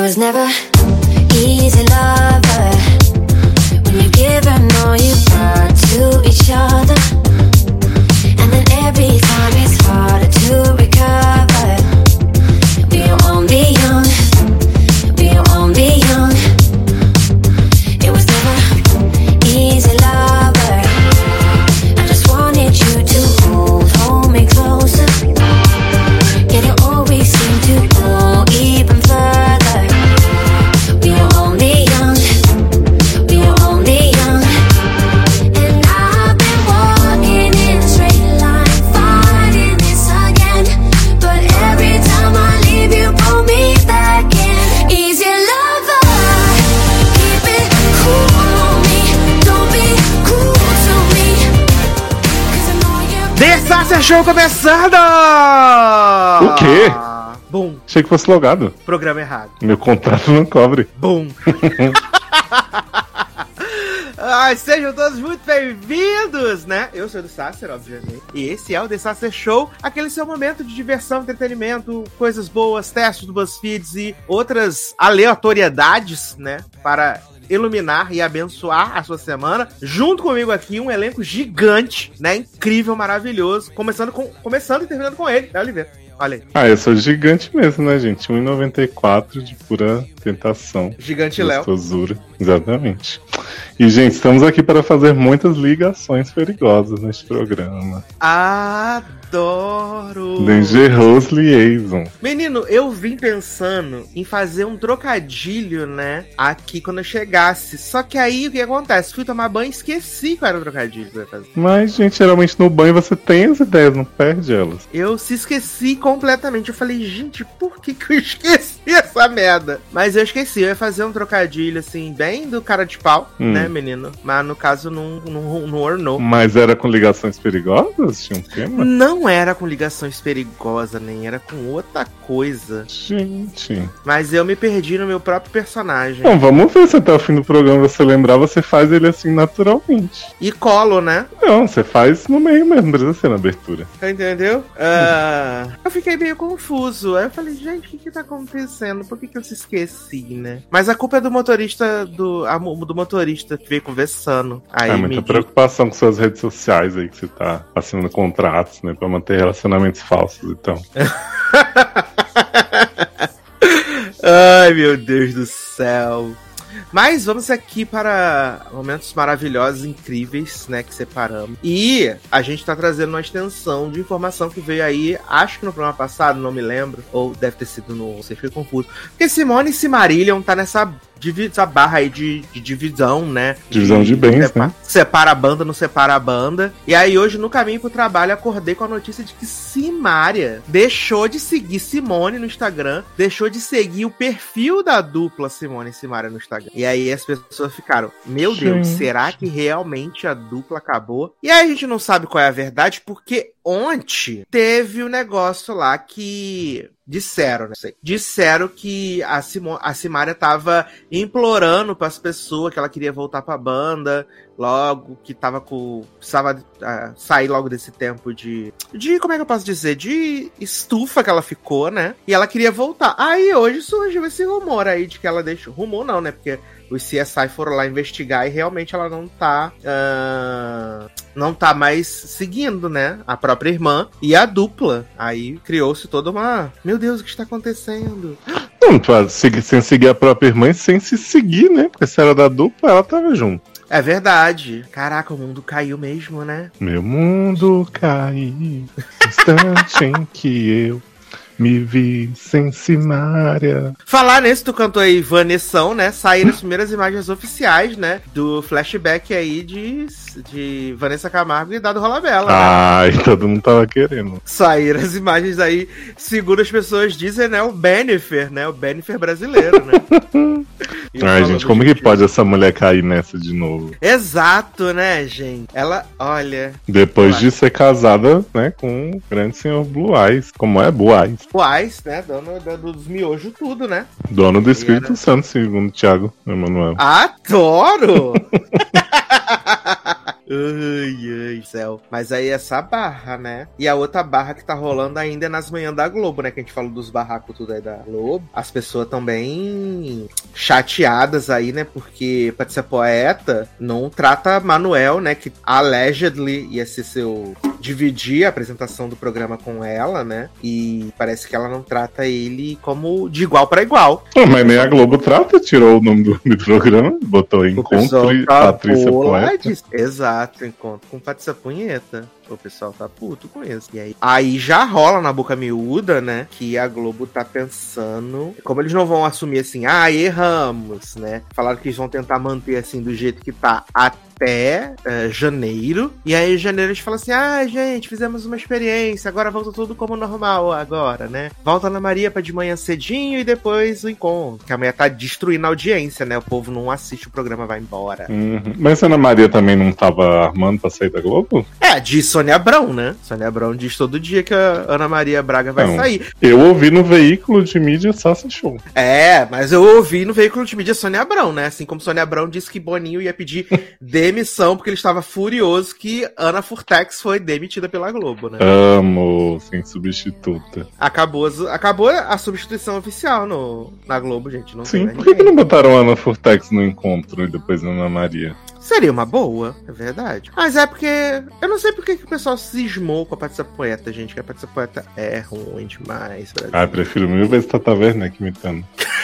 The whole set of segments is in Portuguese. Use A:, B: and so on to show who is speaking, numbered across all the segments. A: was never easy lover. When you give and all you got to each other, and then every time it's harder to recover. We are only young, we are only young. It was never easy lover. I just wanted you to hold, hold me closer. Yet it always seemed to go even further. We were only young, we were only young. And I've been walking in a straight line, fighting this again. But every time I leave, you pull me back in. Easy lover, keep it cool on me. Don't be cruel to me. 'Cause I know you're
B: Disaster Show começando!
C: O quê?
B: Bom,
C: Achei que fosse logado.
B: programa errado.
C: Meu contrato não cobre.
B: Bom. Ai, sejam todos muito bem-vindos, né? Eu sou o Sasser, obviamente. E esse é o The Sasser Show, aquele seu momento de diversão, entretenimento, coisas boas, testes do BuzzFeeds e outras aleatoriedades, né? Para iluminar e abençoar a sua semana. Junto comigo aqui, um elenco gigante, né? Incrível, maravilhoso. Começando, com, começando e terminando com ele, né, Oliveira? Olha aí,
C: Ah, eu sou gigante mesmo, né, gente? 1,94 de pura tentação.
B: gigante Léo.
C: Gostosura. Exatamente. E, gente, estamos aqui para fazer muitas ligações perigosas neste programa.
B: Adoro!
C: Dangerous Liaison.
B: Menino, eu vim pensando em fazer um trocadilho, né? Aqui quando eu chegasse. Só que aí o que acontece? Fui tomar banho e esqueci qual era o trocadilho que eu ia fazer.
C: Mas, gente, geralmente no banho você tem as ideias, não perde elas.
B: Eu se esqueci completamente. Eu falei, gente, por que, que eu esqueci essa merda? Mas eu esqueci, eu ia fazer um trocadilho, assim, bem do cara de pau,
C: Hum.
B: né, menino? Mas no caso não, não, não ornou.
C: Mas era com ligações perigosas? Tinha um tema?
B: Não era com ligações perigosas, nem era com outra coisa.
C: Gente.
B: Mas eu me perdi no meu próprio personagem.
C: Bom, vamos ver se até o fim do programa você lembrar, você faz ele assim naturalmente.
B: E colo, né?
C: Não, você faz no meio mesmo, não precisa ser na abertura.
B: Tá Entendeu? Ah, eu fiquei meio confuso. Aí eu falei, gente, o que que tá acontecendo? Por que que eu se esqueci, né? Mas a culpa é do motorista, do, a mo- do motorista que veio conversando. Aí
C: é
B: me
C: muita
B: diz-
C: preocupação com suas redes sociais aí, que você tá assinando contratos, né, pra manter relacionamentos falsos então. e tal.
B: Ai, meu Deus do céu. Mas vamos aqui para momentos maravilhosos, incríveis, né, que separamos. E a gente tá trazendo uma extensão de informação que veio aí, acho que no programa passado, não me lembro, ou deve ter sido no, você fica confuso. Porque Simone e Simarillion tá nessa divi- essa barra aí de, de divisão, né?
C: Divisão de bens,
B: sepa-
C: né?
B: Separa a banda, não separa a banda. E aí hoje, no caminho pro trabalho, acordei com a notícia de que Simária deixou de seguir Simone no Instagram, deixou de seguir o perfil da dupla Simone e Simária no Instagram. E aí as pessoas ficaram, meu Deus,
C: Gente.
B: será que realmente a dupla acabou? E aí a gente não sabe qual é a verdade, porque ontem teve o negócio lá que disseram, não sei, disseram que a, Simo, a Simária tava implorando pras pessoas que ela queria voltar pra banda logo, que tava com. precisava ah, sair logo desse tempo de. de. como é que eu posso dizer? De estufa que ela ficou, né? E ela queria voltar. Aí hoje surgiu esse rumor aí de que ela deixou. Rumor não, né? Porque os CSI foram lá investigar e realmente ela não tá. ah, não tá mais seguindo, né? A própria irmã e a dupla. Aí criou-se toda uma. Meu Deus, o que está acontecendo?
C: Não, pra seguir, sem seguir a própria irmã e sem se seguir, né? Porque se era da dupla, ela tava junto.
B: É verdade. Caraca, o mundo caiu mesmo, né?
C: Meu mundo cai, instante em que eu me vi sem Simária.
B: Falar nesse, tu cantou aí Vanessão, né? Saíram as primeiras imagens oficiais, né? Do flashback aí de, de Vanessa Camargo e Dado Rolabella. né?
C: Ai, todo mundo tava querendo.
B: Saíram as imagens aí, segundo as pessoas dizem, né? O Bennifer, né? O Bennifer brasileiro, né? E
C: Ai,
B: falando
C: gente, como
B: de-
C: que pode essa mulher cair nessa de novo?
B: Exato, né, gente? Ela, olha,
C: Depois
B: Ué.
C: de ser casada, né, com o grande senhor Blue Eyes, como é Blue Eyes,
B: o Ice, né? Dono da- dos miojos, tudo, né?
C: dono do
B: E
C: Espírito
B: era-
C: Santo, segundo Tiago Emanuel.
B: Adoro! Ai, ai, céu. Mas aí essa barra, né? E a outra barra que tá rolando ainda é nas manhãs da Globo, né? Que a gente falou dos barracos tudo aí da Globo. As pessoas tão bem chateadas aí, né? Porque pra ser poeta, não trata Manuel, né? Que allegedly ia ser seu. Dividir a apresentação do programa com ela, né? E parece que ela não trata ele como de igual pra igual.
C: Pô, Ah, mas nem a Globo trata, tirou o nome do, do programa, botou Encontro e
B: tá
C: Patrícia
B: boladíssimo.
C: Poeta.
B: Exato, encontro com Patrícia Punheta. O pessoal tá puto com isso. E aí, aí já rola na boca miúda, né? Que a Globo tá pensando. Como eles não vão assumir assim, ah, erramos, né? Falaram que eles vão tentar manter assim do jeito que tá até eh, janeiro. E aí, em janeiro, eles falam assim: ah, gente, fizemos uma experiência, agora volta tudo como normal, agora, né? Volta na Maria pra de manhã cedinho e depois o encontro. Que a mulher tá destruindo a audiência, né? O povo não assiste o programa, vai embora.
C: Uhum. Mas a Ana Maria também não tava armando pra sair da Globo?
B: É, diz Sônia Abrão, né? Sônia Abrão diz todo dia que a Ana Maria Braga vai
C: Não.
B: sair.
C: Eu ouvi no veículo de mídia Sassi Show.
B: É, mas eu ouvi no veículo de mídia Sônia Abrão, né? Assim como Sônia Abrão disse que Boninho ia pedir demissão porque ele estava furioso que Ana Furtex foi demitida pela Globo, né?
C: Amo, sem substituta.
B: Acabou, as- acabou a substituição oficial no, na Globo, gente. Não
C: Sim,
B: tem
C: por que, que
B: ninguém.
C: não botaram a Ana Furtex no encontro e depois a Ana Maria?
B: Seria uma boa, é verdade. Mas é porque. Eu não sei por que que o pessoal cismou com a Patrícia Poeta, gente, que a Patrícia Poeta é ruim demais. Brasil.
C: Ah, prefiro mil vezes Tata Werneck imitando.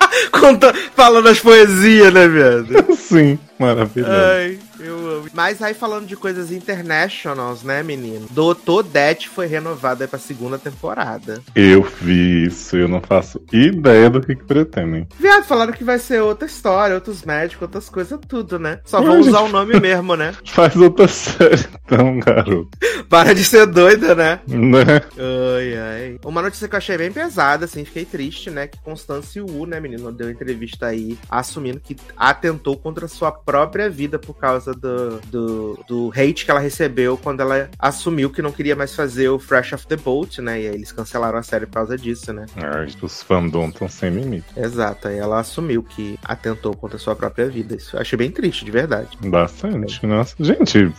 C: Ah,
B: Conta, falando as poesias, né, viado?
C: Sim, maravilhoso.
B: Ai, eu amo. Mas aí falando de coisas internationals, né, menino? Doutor Det foi renovada pra segunda temporada.
C: Eu vi isso, eu não faço ideia do que, que pretendem.
B: Viado, falaram que vai ser outra história, outros médicos, outras coisas, tudo, né? Só
C: Ai,
B: vão usar
C: gente.
B: o nome mesmo, né?
C: Faz outra série, então, garoto.
B: Para de ser doida, né?
C: Né?
B: Ai, ai. Uma notícia que eu achei bem pesada, assim, fiquei triste, né? Que Constance Wu, né, menino, deu entrevista aí assumindo que atentou contra a sua própria vida por causa do, do, do hate que ela recebeu quando ela assumiu que não queria mais fazer o Fresh of the Boat, né? E aí eles cancelaram a série por causa disso, né?
C: Ai, Ah, os fandom estão sem limite.
B: Exato, aí ela assumiu que atentou contra a sua própria vida. Isso eu achei bem triste, de verdade.
C: Bastante, nossa. é assim. Gente,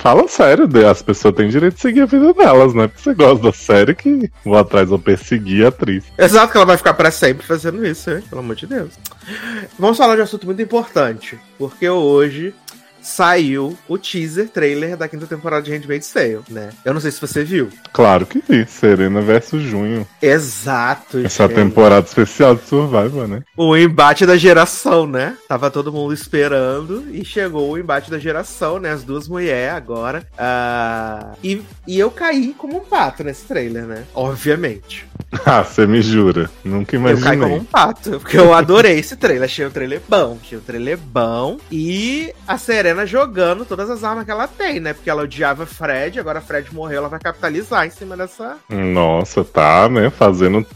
C: fala sério, né? as pessoas têm direito de seguir a vida delas, né? Porque você gosta da série que vou atrás, vou perseguir a atriz.
B: Exato, que ela vai ficar pra sempre fazendo isso, hein? Pelo amor de Deus. Vamos falar de um assunto muito importante, porque hoje saiu o teaser trailer da quinta temporada de Handmaid's Tale, né? Eu não sei se você viu.
C: Claro que vi, Serena versus Junho.
B: Exato.
C: Essa
B: gente.
C: temporada especial de Survival, né?
B: O embate da geração, né? Tava todo mundo esperando e chegou o embate da geração, né? As duas mulheres agora. Ah, e, e eu caí como um pato nesse trailer, né? Obviamente.
C: Ah, você me jura. Nunca
B: Eu caí como
C: imaginei.
B: um pato, porque eu adorei esse trailer. Achei o trailer bom. Achei o trailer bom. E a Serena jogando todas as armas que ela tem, né? Porque ela odiava Fred, agora Fred morreu, ela vai capitalizar em cima dessa.
C: Nossa, tá, né? Fazendo.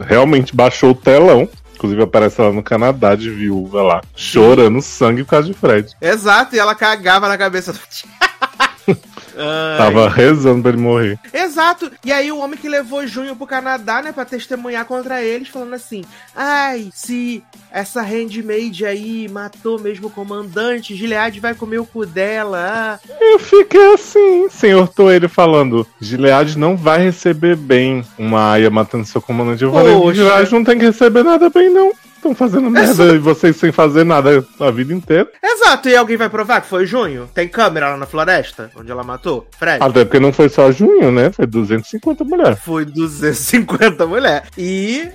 C: Realmente baixou o telão. Inclusive aparece ela no Canadá de viúva lá, chorando sangue por causa de Fred.
B: Exato, e ela cagava na cabeça do. Ai.
C: Tava rezando pra ele morrer.
B: Exato. E aí o homem que levou Junho pro Canadá, né, pra testemunhar contra eles, falando assim: "Ai, se essa handmaid aí matou mesmo o comandante, Gilead vai comer o cu dela". Ah.
C: Eu fiquei assim, senhor Toelho falando: Gilead não vai receber bem uma aia matando seu comandante. Eu falei:
B: Poxa. É
C: Gilead não tem que receber nada bem, não. Estão fazendo merda e vocês sem fazer nada a vida inteira.
B: Exato. E alguém vai provar que foi Junho? Tem câmera lá na floresta onde ela matou? Fred.
C: Até porque não foi só junho, né? Foi 250 mulheres.
B: Foi 250 mulher. E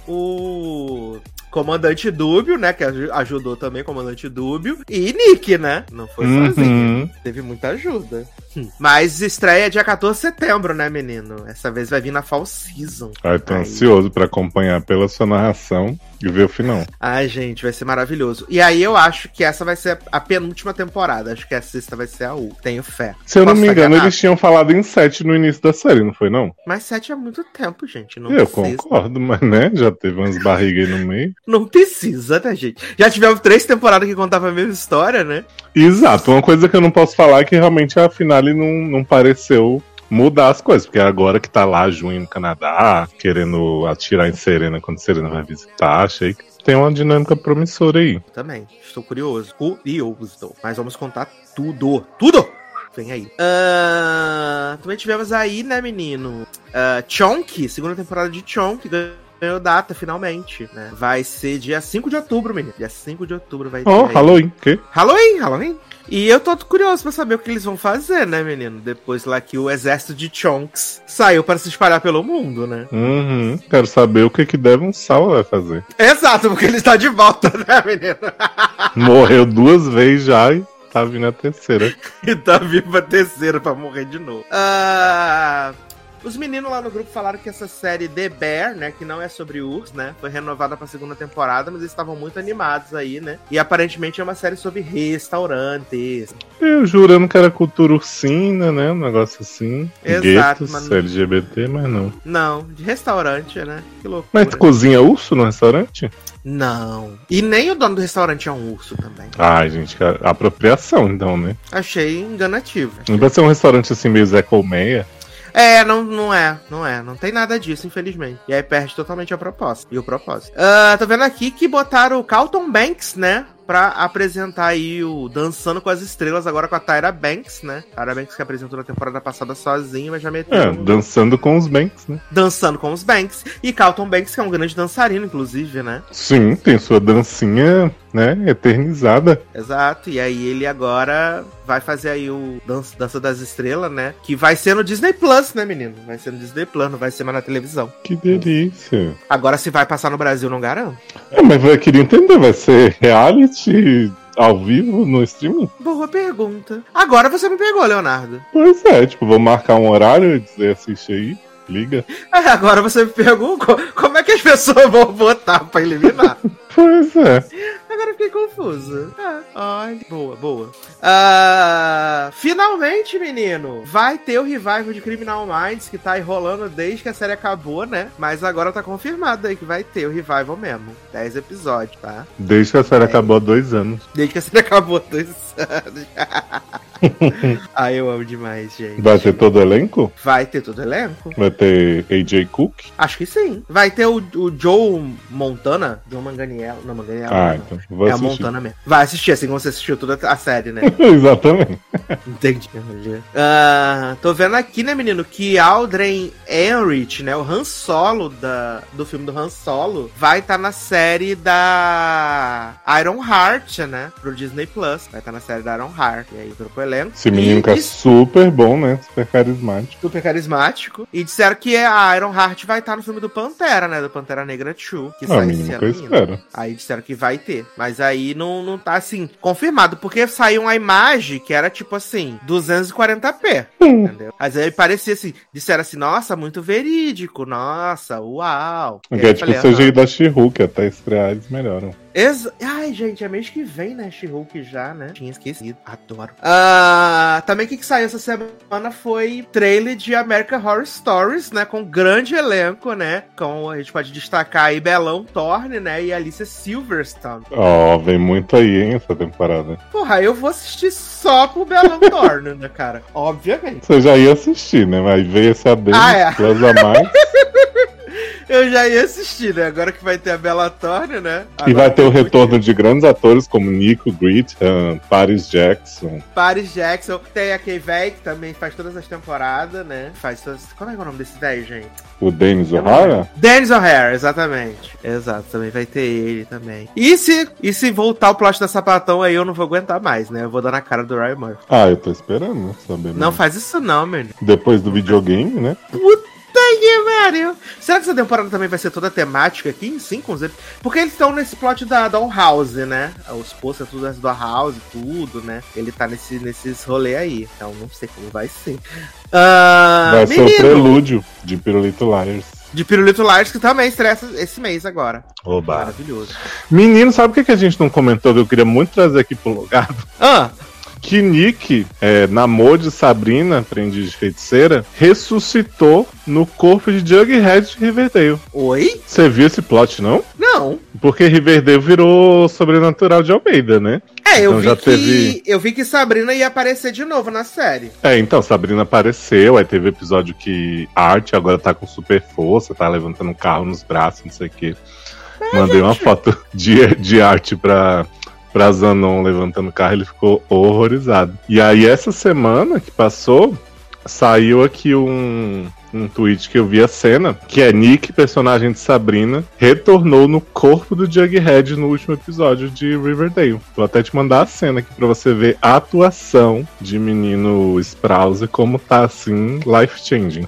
B: o comandante Dúbio, né, que aj- ajudou também o comandante Dúbio, e Nick, né? Não foi sozinho.
C: Uhum.
B: Teve muita ajuda. Hum. Mas estreia dia 14 de setembro, né, menino? Essa vez vai vir na Fall Season.
C: Ai, tô
B: Ai.
C: ansioso pra acompanhar pela sua narração e ver o final.
B: Ai, gente, vai ser maravilhoso. E aí eu acho que essa vai ser a penúltima temporada. Acho que a sexta vai ser a U. Tenho fé.
C: Se eu não
B: Posso
C: me
B: estar
C: engano,
B: enganado?
C: eles tinham falado em 7 no início da série, não foi não?
B: Mas sete é muito tempo, gente. Não
C: eu
B: precisa.
C: concordo, mas né, já teve umas barrigas aí no meio.
B: Não precisa, né, gente? Já tivemos três temporadas que contavam a mesma história, né?
C: Exato, uma coisa que eu não posso falar é que realmente a finale não, não pareceu mudar as coisas, porque agora que tá lá junho no Canadá, querendo atirar em Serena quando Serena vai visitar, achei que Tem uma dinâmica promissora aí.
B: Também. Estou curioso. Curioso. Mas vamos contar tudo. Tudo! Vem aí. Ah, também tivemos aí, né, menino? Ah, Chonk, segunda temporada de Chonk. Ganhou data, finalmente. Né? Vai ser dia 5 de outubro, menino. Dia 5 de outubro vai ter.
C: Oh,
B: aí.
C: Halloween, que?
B: Halloween, Halloween. E eu tô curioso pra saber o que eles vão fazer, né, menino? Depois lá que o exército de Chonks saiu para se espalhar pelo mundo, né?
C: Uhum. Quero saber o que que Devon Sawa vai fazer.
B: Exato, porque ele está de volta, né, menino?
C: Morreu duas vezes já e tá vindo a terceira.
B: E tá vivo a terceira pra morrer de novo. Ah, os meninos lá no grupo falaram que essa série The Bear, né, que não é sobre urso, né, foi renovada pra segunda temporada, mas eles estavam muito animados aí, né? E aparentemente é uma série sobre restaurantes.
C: Eu jurando que era cultura ursina, né? Um negócio assim.
B: Exato,
C: Guetos,
B: mas-
C: LGBT, mas não.
B: Não, de restaurante, né? Que loucura.
C: Mas tipo, tu cozinha urso no restaurante?
B: Não. E nem o dono do restaurante é um urso também.
C: Ai, gente, que apropriação então, né?
B: Achei enganativo.
C: Não vai ser um restaurante assim meio Zé Colmeia.
B: É, não, não é, não é. Não tem nada disso, infelizmente. E aí perde totalmente a proposta. E o propósito. Ah, tô vendo aqui que botaram o Carlton Banks, né? Pra apresentar aí o Dançando com as Estrelas, agora com a Tyra Banks, né? Tyra Banks que apresentou na temporada passada sozinha, mas já meteu. um
C: É, dançando com os banks, né?
B: Dançando com os Banks. E Carlton Banks, que é um grande dançarino, inclusive, né?
C: Sim, tem sua dancinha, né? Eternizada.
B: Exato. E aí ele agora vai fazer aí o Dança, Dança das Estrelas, né? Que vai ser no Disney Plus, né, menino? Vai ser no Disney Plus, não vai ser mais na televisão.
C: Que delícia.
B: Agora, se vai passar no Brasil, não garanto.
C: É, mas eu queria entender, vai ser reality ao vivo no streaming?
B: Boa pergunta. Agora você me pegou, Leonardo.
C: Pois é, tipo, vou marcar um horário e dizer assiste aí, liga.
B: É, agora você me pegou co- como é que as pessoas vão votar pra eliminar.
C: Pois é.
B: Agora eu fiquei confuso. Ah, olha. Boa, boa. Ah, finalmente, menino, vai ter o revival de Criminal Minds que tá enrolando desde que a série acabou, né? Mas agora tá confirmado aí que vai ter o revival mesmo. 10 episódios, tá?
C: Desde que a série acabou há dois anos.
B: Desde que a série acabou, dois anos. Ai, eu amo demais, gente.
C: Vai ter todo o elenco?
B: Vai ter todo o elenco?
C: Vai ter AJ Cook?
B: Acho que sim. Vai ter o, o Joe Montana. Joe Manganiello. Não, Manganiello.
C: Ah,
B: não.
C: então vou
B: é a
C: assistir.
B: Montana mesmo. Vai assistir, assim como você assistiu toda a série, né?
C: Exatamente.
B: Entendi. Ah, tô vendo aqui, né, menino, que Aldrin Enrich, né, o Han Solo da, do filme do Han Solo, vai estar na série da Iron Heart, né, pro Disney+. Plus. Vai estar na série da Iron Heart. E aí, pro elenco.
C: Esse menino
B: E
C: que é
B: dis-
C: super bom, né? Super carismático.
B: Super carismático. E disseram que a Iron Heart vai estar no filme do Pantera, né? Do Pantera Negra 2, que
C: É o
B: sai esse
C: mínimo que
B: ano
C: eu
B: ainda.
C: espero.
B: Aí disseram que vai ter. Mas aí não, não tá assim, confirmado. Porque saiu uma imagem que era tipo assim, 240p. Entendeu? Mas aí parecia assim, disseram assim, nossa, muito verídico, nossa, uau. E aí
C: Que é
B: eu
C: tipo o
B: falei,
C: CGI da She-Hulk, até estrear eles melhoram.
B: Ex- Ai, gente, é mês que vem, né? She-Hulk já, né? Tinha esquecido. Adoro. Ah, também o que, que saiu essa semana foi trailer de American Horror Stories, né? Com grande elenco, né? Com, a gente pode destacar aí Belão Thorne, né? E Alicia Silverstone.
C: Ó, vem muito aí, hein, essa temporada.
B: Porra, eu vou assistir só pro Belão Thorne, né, cara? Obviamente.
C: Você já ia assistir, né? Mas veio esse adendo,
B: Ah, é.
C: plus a mais.
B: Eu já ia assistir, né? Agora que vai ter a Bela Thorne, né?
C: e vai
B: Agora
C: ter o
B: que eu vou
C: retorno de grandes atores como Nico, Grit, ahn, Paris Jackson.
B: Paris Jackson. Tem aquele velho que também faz todas as temporadas, né? Faz todas... Como é que é o nome desse velho, gente?
C: O Dennis
B: Eu não
C: O'Hara?
B: Dennis O'Hare, exatamente. Exato, também vai ter ele também. E se, e se voltar o plot da sapatão aí, eu não vou aguentar mais, né? Eu vou dar na cara do Ryan Murphy.
C: Ah, eu tô esperando saber.
B: Não
C: mesmo.
B: faz isso não, menino.
C: Depois do videogame, né?
B: Puta que pariu. Será que essa temporada também vai ser toda temática aqui? Sim, com os ep- Porque eles estão nesse plot da Down House, né? Os posts, tudo das Down House, tudo, né? Ele tá nesse, nesses rolê aí. Então não sei como vai ser. Ah,
C: vai ser o
B: menino,
C: prelúdio de Pirulito Liars.
B: de Pirulito Lars, que também estressa esse mês agora.
C: Oba.
B: Maravilhoso.
C: Menino, sabe o que que a gente não comentou que eu queria muito trazer aqui pro lugar?
B: Ah,
C: Que Nick, é, namor de Sabrina, aprendiz de feiticeira, ressuscitou no corpo de Jughead de Riverdale.
B: oi?
C: Você viu esse plot, não?
B: Não.
C: Porque Riverdale virou sobrenatural de Almeida, né?
B: É, eu
C: Então
B: vi
C: já
B: que
C: teve-
B: eu vi que Sabrina ia aparecer de novo na série.
C: É, então, Sabrina apareceu, aí teve episódio que a Arte agora tá com super força, tá levantando um carro nos braços, não sei o quê. Mandei uma foto de, de arte pra, pra Zanon levantando o carro, ele ficou horrorizado. E aí, essa semana que passou, saiu aqui um, um tweet que eu vi a cena, que é Nick, personagem de Sabrina, retornou no corpo do Jughead no último episódio de Riverdale. Vou até te mandar a cena aqui pra você ver a atuação de menino Sprouse, como tá assim, life-changing.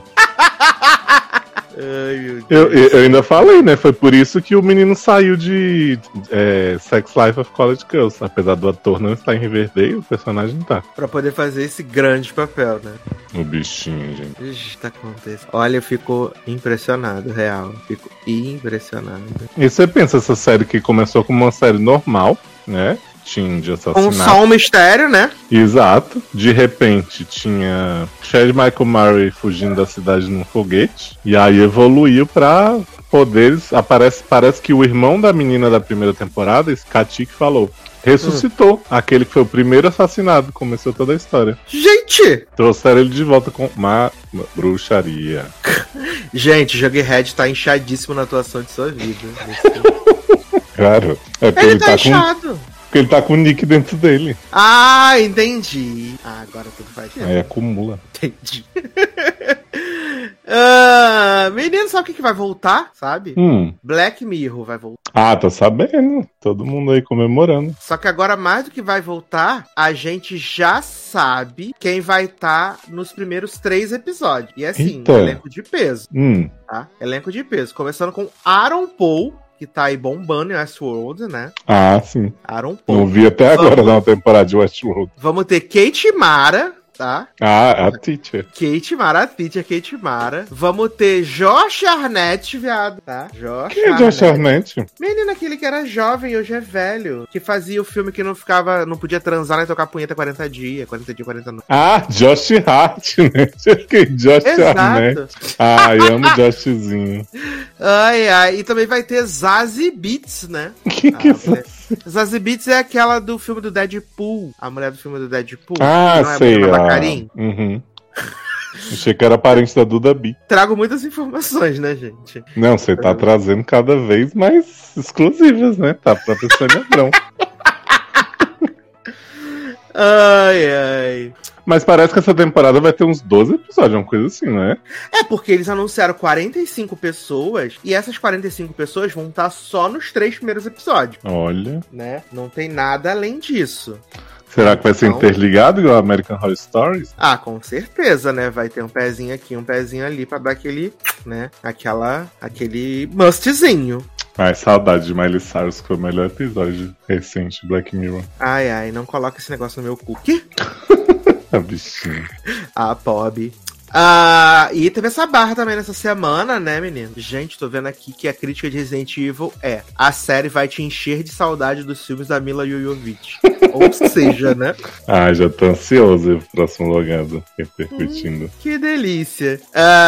B: Ai, meu Deus.
C: Eu, eu- eu ainda falei, né? Foi por isso que o menino saiu de é, Sex Life of College Girls. Apesar do ator não estar em Riverdale, o personagem tá.
B: Pra poder fazer esse grande papel, né?
C: O bichinho, gente.
B: Ixi, tá acontecendo. Olha, eu fico impressionado, real. Eu Fico impressionado.
C: E você pensa essa série que começou como uma série normal, né? Tinha de
B: Com
C: assassinato.
B: só um mistério, né?
C: Exato. De repente tinha Chad Michael Murray fugindo da cidade num foguete. E aí evoluiu pra poderes. Aparece, parece que o irmão da menina da primeira temporada, esse Kati, que falou. Ressuscitou aquele que foi o primeiro assassinado, começou toda a história.
B: Gente!
C: Trouxeram ele de volta com uma uma bruxaria.
B: Gente, Jughead tá inchadíssimo na atuação de sua vida.
C: Claro, é porque ele,
B: Ele tá
C: tá com,
B: inchado.
C: porque ele tá com o Nick dentro dele.
B: Ah, entendi. Ah, agora tudo faz sentido.
C: Aí acumula.
B: Entendi. Ah, menino, sabe o que, que vai voltar? Sabe?
C: Hum.
B: Black Mirror vai voltar.
C: Ah, tô sabendo. Todo mundo aí comemorando.
B: Só que agora, mais do que vai voltar, a gente já sabe quem vai estar nos primeiros três episódios. E assim,
C: Eita.
B: elenco de peso,
C: Hum.
B: tá? Elenco de peso. Começando com Aaron Paul, que tá aí bombando em Westworld, né?
C: Ah, sim.
B: Aaron Paul.
C: Não vi até agora na temporada de Westworld.
B: Vamos ter Kate Mara, tá?
C: Ah, a teacher.
B: Kate Mara, a teacher Kate Mara. Vamos ter Josh Arnett, viado, tá? Josh
C: Quem é Josh Arnett?
B: Menino, aquele que era jovem, hoje é velho. Que fazia o filme que não ficava, não podia transar nem tocar punheta 40 dias, 40 dias, 40 noites.
C: Ah, Josh Hart, né? Eu fiquei Josh Arnett.
B: Exato.
C: Ah, eu amo Joshzinho.
B: Ai, ai. E também vai ter Zazie Beats, né?
C: Que que
B: Ah,
C: é isso?
B: mulher. Zazie Beats é aquela do filme do Deadpool. A mulher do filme do Deadpool.
C: Ah,
B: não é
C: sei
B: Bruna
C: lá.
B: Bacarin?
C: Uhum. Achei que era parente da Duda B.
B: Trago muitas informações, né, gente?
C: Não, você
B: Uhum.
C: tá trazendo cada vez mais exclusivas, né? Tá pra Tânia Abrão.
B: Ai, ai.
C: Mas parece que essa temporada vai ter uns 12 episódios, uma coisa assim, né?
B: É porque eles anunciaram 45 pessoas e essas 45 pessoas vão estar só nos três primeiros episódios.
C: Olha.
B: né? Não tem nada além disso.
C: Será que vai ser
B: Então-
C: interligado igual American Horror Stories?
B: Ah, com certeza, né? Vai ter um pezinho aqui, um pezinho ali pra dar aquele, né? Aquela, aquele mustzinho.
C: Ai, saudade de Miley Cyrus, que foi o melhor episódio recente de Black Mirror.
B: Ai, ai, não coloca esse negócio no meu cu. Que?
C: A bichinha.
B: Ah, Bob. Ah, e teve essa barra também nessa semana, né, menino? Gente, tô vendo aqui que a crítica de Resident Evil é a série vai te encher de saudade dos filmes da Mila Jovovich. Ou seja, né?
C: Ah, já tô ansioso pro próximo logado repercutindo.
B: Que delícia.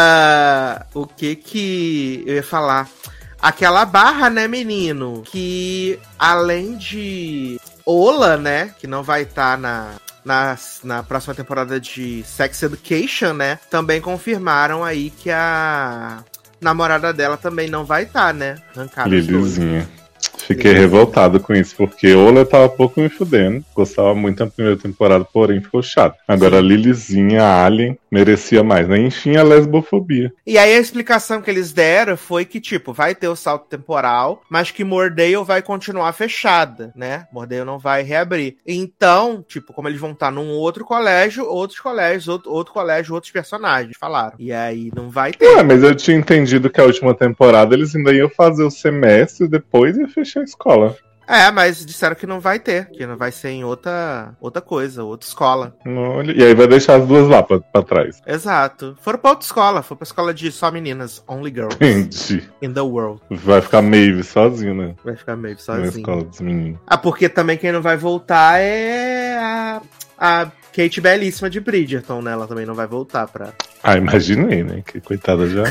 B: Ah, o que que eu ia falar? Aquela barra, né, menino? Que além de Ola, né? Que não vai estar na, na, na próxima temporada de Sex Education, né? Também confirmaram aí que a namorada dela também não vai estar, né? Arrancaram os dois.
C: Lilizinha. Fiquei
B: Lilizinha.
C: revoltado com isso, porque Ola tava pouco me fudendo. Gostava muito da primeira temporada, porém ficou chato. Agora, Lilizinha, a Alien, merecia mais, né? Enfim, a lesbofobia.
B: E aí a explicação que eles deram foi que, tipo, vai ter o salto temporal, mas que Mordale vai continuar fechada, né? Mordale não vai reabrir. Então, tipo, como eles vão estar num outro colégio, outros colégios, outro, outro colégio, outros personagens, falaram. E aí não vai ter.
C: Ué, é, mas eu tinha entendido que a última temporada eles ainda iam fazer o semestre e depois ia fechar a escola.
B: É, mas disseram que não vai ter, que não vai ser em outra, outra coisa, outra escola.
C: Olha, E aí vai deixar as duas lá pra, pra trás.
B: Exato. Foram pra outra escola, foram pra escola de só meninas, only girls
C: Entendi.
B: in the world.
C: Vai ficar Maeve sozinho, né?
B: Vai ficar meio
C: Na
B: sozinho.
C: escola dos meninos.
B: Ah, porque também quem não vai voltar é a, a Kate Belíssima de Bridgerton, né? Ela também não vai voltar pra.
C: Ah, imaginei, né? Que coitada já.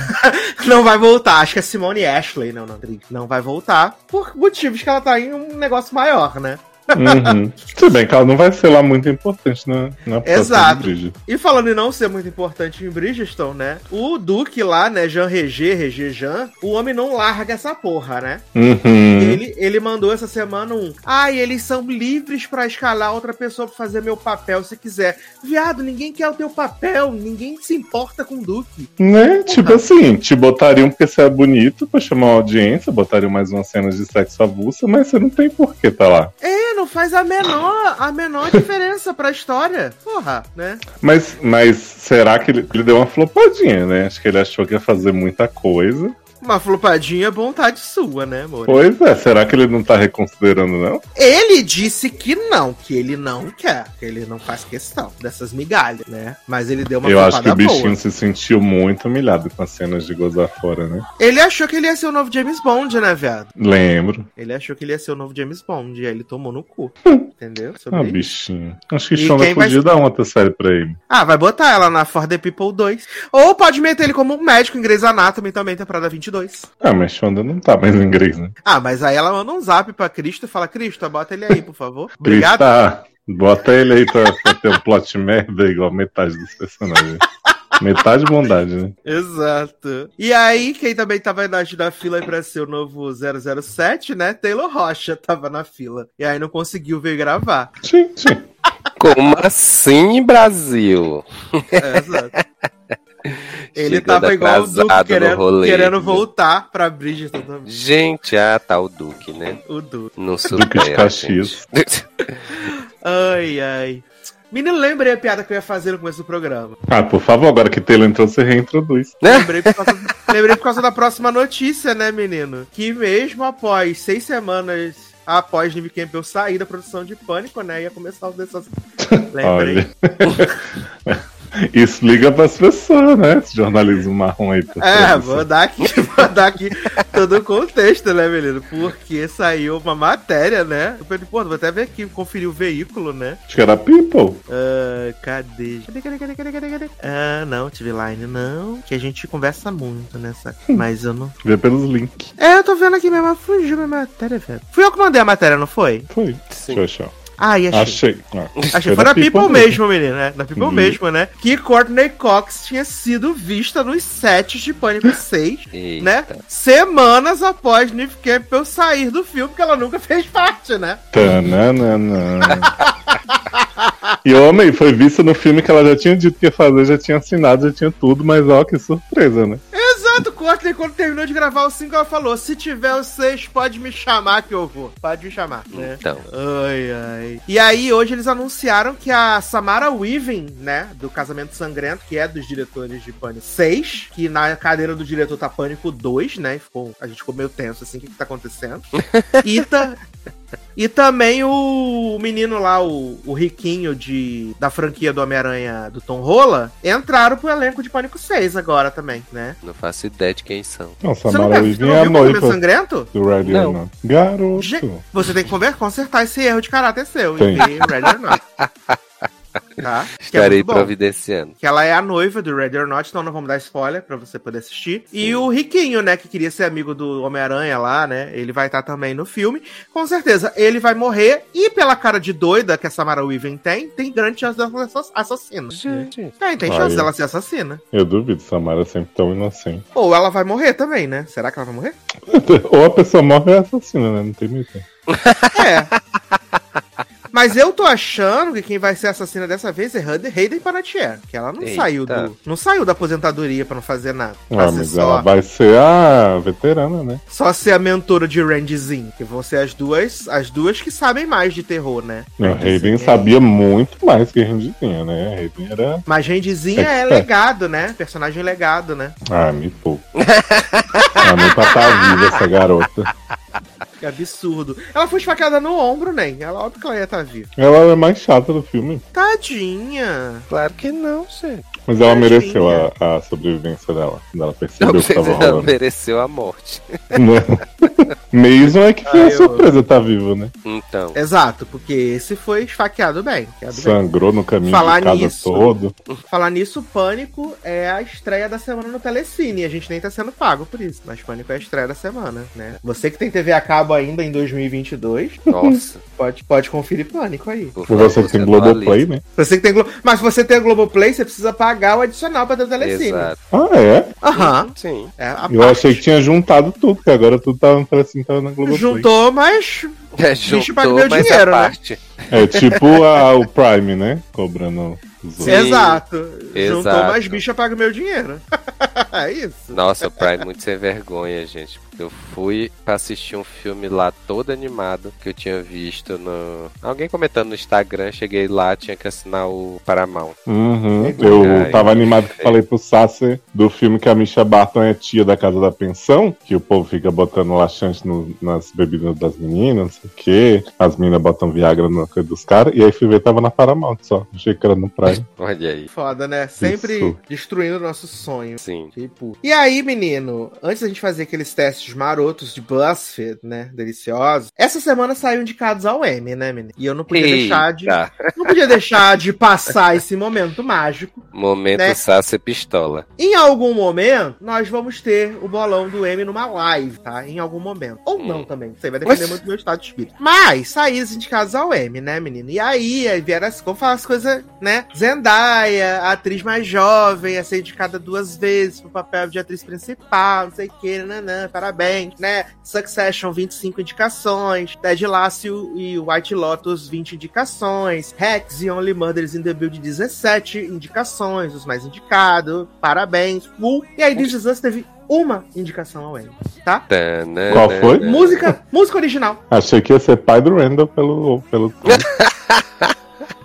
B: Não vai voltar, acho que é Simone Ashley, não, não, Dri- não vai voltar. Por motivos que ela tá em um negócio maior, né?
C: Uhum. Se bem que ela não vai ser lá muito importante na, na próxima
B: Exato.
C: Bridget.
B: E falando em não ser muito importante em Bridgestone, né? O Duque lá, né? Jean Regé, Regé Jean, o homem não larga essa porra, né?
C: Uhum.
B: Ele, ele mandou essa semana um. Ai, eles são livres pra escalar outra pessoa pra fazer meu papel se quiser. Viado, ninguém quer o teu papel, ninguém se importa com o Duque. Uhum.
C: Né? Tipo assim, te botariam porque você é bonito pra chamar a audiência, botariam mais umas cenas de sexo avulsa, mas você não tem por que tá lá.
B: É, não faz a menor, a menor diferença pra história. Porra, né?
C: Mas, mas será que ele, ele deu uma flopadinha, né? Acho que ele achou que ia fazer muita coisa.
B: Uma flopadinha é vontade sua, né, amor?
C: Pois é, será que ele não tá reconsiderando, não?
B: Ele disse que não, que ele não quer, que ele não faz questão dessas migalhas, né? Mas ele deu uma
C: Eu acho que o
B: flopada
C: bichinho se sentiu muito humilhado com as cenas de gozar fora, né?
B: Ele achou que ele ia ser o novo James Bond, né, viado?
C: Lembro.
B: Ele achou que ele ia ser o novo James Bond, e aí ele tomou no cu. Entendeu? Sobre
C: Ah,
B: isso.
C: bichinho. Acho que
B: E
C: Shonda
B: quem vai-
C: podia dar uma outra série pra ele.
B: Ah, vai botar ela na For the People 2. Ou pode meter ele como um médico em Grey's Anatomy também, temporada 22.
C: Ah, mas Shonda não tá mais em inglês, né?
B: Ah, mas aí ela manda um zap pra Cristo e fala, Cristo, bota ele aí, por favor.
C: Ele
B: Obrigado.
C: tá- Bota ele aí pra, pra ter um plot merda igual metade dos personagens. metade bondade, né?
B: Exato. E aí, quem também tava na na fila aí pra ser o novo 007, né? Taylor Rocha tava na fila. E aí não conseguiu vir gravar.
C: Gente,
D: Como assim, Brasil?
B: É, Exato. Ele
D: Chegando
B: tava igual o Duke
D: atrasado no
B: querendo,
D: rolê.
B: querendo voltar pra Bridgerton também.
D: Gente, ah, tá o Duque, né?
B: O Duke.
D: Não
C: Duque de
D: supera, gente.
C: Caxias.
B: Ai, ai. Menino, lembrei a piada que eu ia fazer no começo do programa.
C: Ah, por favor, agora que Taylor entrou, você reintroduz.
D: Né?
B: Lembrei por, causa, lembrei por causa da próxima notícia, né, menino? Que mesmo após seis semanas após Neve Campbell sair da produção de Pânico, né, ia começar os dessas... Lembrei.
C: Olha. Isso liga pras pessoas, né? Esse jornalismo marrom aí. pra
B: É,
C: todos.
B: vou dar aqui, vou dar aqui todo o contexto, né, menino? Porque saiu uma matéria, né? Eu falei, pô, vou até ver aqui, conferir o veículo, né?
C: Acho que era People.
B: Ah, cadê? Cadê, cadê, cadê, cadê, cadê, cadê? Ah, não, TV Line, não. Que a gente conversa muito nessa. Mas eu não.
C: Vê pelos links.
B: É, eu tô vendo aqui mesmo, fugiu minha matéria, velho. Fui eu que mandei a matéria, não foi?
C: Foi.
D: Sim.
C: Deixa eu achar.
B: Ai, achei.
C: Achei. Ah,
B: Achei,
C: era
B: foi na People, mesmo, menino, né? Na People
C: Uhum.
B: mesmo, né? Que Courtney Cox tinha sido vista nos sets de Pânico 6,
D: Eita.
B: né? Semanas após Neve Campbell sair do filme, porque ela nunca fez parte, né?
C: Tananana. E homem, foi vista no filme que ela já tinha dito que ia fazer, já tinha assinado, já tinha tudo, mas ó, que surpresa, né?
B: Exato, Courtney, quando terminou de gravar o 5, ela falou: se tiver o 6, pode me chamar que eu vou. Pode me chamar, né?
D: Então.
B: Ai, ai. E aí, hoje eles anunciaram que a Samara Weaving, né, do Casamento Sangrento, que é dos diretores de Pânico 6, que na cadeira do diretor tá Pânico 2, né, e ficou, a gente ficou meio tenso, assim, o que que tá acontecendo? E, ta- e também o menino lá, o, o riquinho de, da franquia do Homem-Aranha, do Tom Rola, entraram pro elenco de Pânico 6 agora também, né?
D: Não faço ideia de quem são.
C: Nossa, a
B: Você não, quer-
C: Mara
B: você
C: Weaving
B: não
C: é a
B: viu o Casamento
C: noiva
B: Sangrento?
C: do Ready
D: Não.
C: or Not. Garoto.
B: Ge- Você tem que conver- consertar esse erro de caráter seu.
C: Tem.
B: E Ready or Not. Tá? Que é
D: Estarei
B: muito bom.
D: providenciando.
B: Que ela é a noiva do Ready or Not, então não vamos dar spoiler pra você poder assistir. E o Riquinho, né, que queria ser amigo do Homem-Aranha lá, né, ele vai estar também no filme. Com certeza, ele vai morrer. E pela cara de doida que a Samara Weaving tem, tem grande chance dela ser ass- assassina.
D: Gente.
B: Tem, tem
C: Aí.
B: chance dela ser assassina.
C: Eu duvido, Samara é sempre tão inocente.
B: Ou ela vai morrer também, né? Será que ela vai morrer?
C: Ou a pessoa morre ou é assassina, né? Não tem muito tempo.
B: É. Mas eu tô achando que quem vai ser assassina dessa vez é Hud- Hayden Panettiere, que ela não
D: Eita.
B: saiu do, não saiu da aposentadoria pra não fazer nada. Pra
C: Ah,
B: ser
C: mas
B: só,
C: ela vai ser a veterana, né?
B: só ser a mentora de Randy Zinn, que vão ser as duas, as duas que sabem mais de terror, né?
C: Não,
B: Randy
C: Raven
B: Zinn é-
C: sabia muito mais que a gente tinha, né? Raven era.
B: Mas Randy Zinn é
C: Expert.
B: legado, né? Personagem legado, né?
C: Ah, me pouco. ah, nem pra tá viva essa garota.
B: Que absurdo. Ela foi esfaqueada no ombro, né? Ela óbvio que ela ia estar viva.
C: Ela é mais chata do filme.
B: Tadinha.
D: Claro que não, gente.
C: Mas ela
B: Eu
C: mereceu
B: achei, né?
C: a, a sobrevivência dela. Quando ela
D: Não
C: percebeu o que tava né?
D: precisa
C: rolando.
D: mereceu a morte.
C: Não. Mason é que foi
B: Ah,
C: a
B: eu-
C: surpresa, tá vivo, né?
D: Então,
B: Exato, porque esse foi esfaqueado Tá bem. esfaqueado bem.
C: Sangrou no caminho
B: Falar
C: de casa
B: nisso.
C: todo.
B: Falar nisso, Pânico é a estreia da semana no Telecine. A gente nem tá sendo pago por isso, mas Pânico é a estreia da semana, né? Você que tem TV a cabo ainda em 2022,
D: nossa.
B: pode, pode conferir Pânico aí.
D: Por
C: Por
D: favor,
C: você que tem
D: atualiza.
C: Globoplay, né?
B: Você que tem Glo... Mas se você tem o Globoplay, você precisa pagar o adicional pra ter o Telecine.
D: Exato.
C: Ah, é?
B: Aham.
D: Sim.
B: É a
C: Eu
B: parte.
C: achei que tinha juntado tudo, porque agora tudo tava parecendo que tava na Globoplay.
B: Juntou, mas
D: É,
B: Bicho,
D: juntou
B: paga meu
D: mais a
B: dinheiro, né?
D: parte.
C: É tipo a- o Prime, né? Cobrando os outros.
D: Sim.
B: Exato. Juntou
D: Exato.
B: mais bicha, paga o meu dinheiro. é isso.
D: Nossa, o Prime muito sem vergonha, gente. Porque eu fui pra assistir um filme lá todo animado que eu tinha visto no. Alguém comentando no Instagram, cheguei lá, tinha que assinar o Paramount.
C: Uhum.
D: Ai,
C: Eu tava animado que
D: perfeito.
C: falei pro Sasser do filme que a Misha Barton é tia da casa da pensão, que o povo fica botando laxante no- nas bebidas das meninas, não sei o quê. As meninas botam Viagra na coisa dos caras. E aí fui ver, tava na Paramount só. Achei que era no Prime.
D: Olha aí.
B: Foda, né? Sempre
C: Isso.
B: destruindo o nosso sonho.
D: Sim.
B: Tipo. E aí, menino, antes da gente fazer aqueles testes marotos de BuzzFeed, né? Deliciosos. Essa semana saiu indicados ao M, né, menino? E eu não podia deixar de.
D: Eita.
B: Não podia deixar de passar esse momento mágico.
D: Momento
B: Né?
D: Sassi Pistola.
B: Em algum momento, nós vamos ter o bolão do M numa live, tá? Em algum momento. Ou não
D: Hum.
B: também. Isso aí vai depender
D: Mas-
B: muito do meu estado de espírito. Mas saíram os indicados ao M, né, menino? E aí, aí vieram as, como falar as coisas, né? Zendaya, a atriz mais jovem, a ser indicada duas vezes pro papel de atriz principal, não sei o que, nanã, parabéns, né? Succession, 25 indicações. Ted Lasso e White Lotus, 20 indicações. Rex e Only Murders in the Build, 17 indicações, os mais indicados. Parabéns. Uh, e aí, This Is Us teve uma indicação ao M, tá?
D: Tanana.
C: Qual foi?
B: Música, música original.
C: Achei que ia ser pai do Randall pelo. pelo...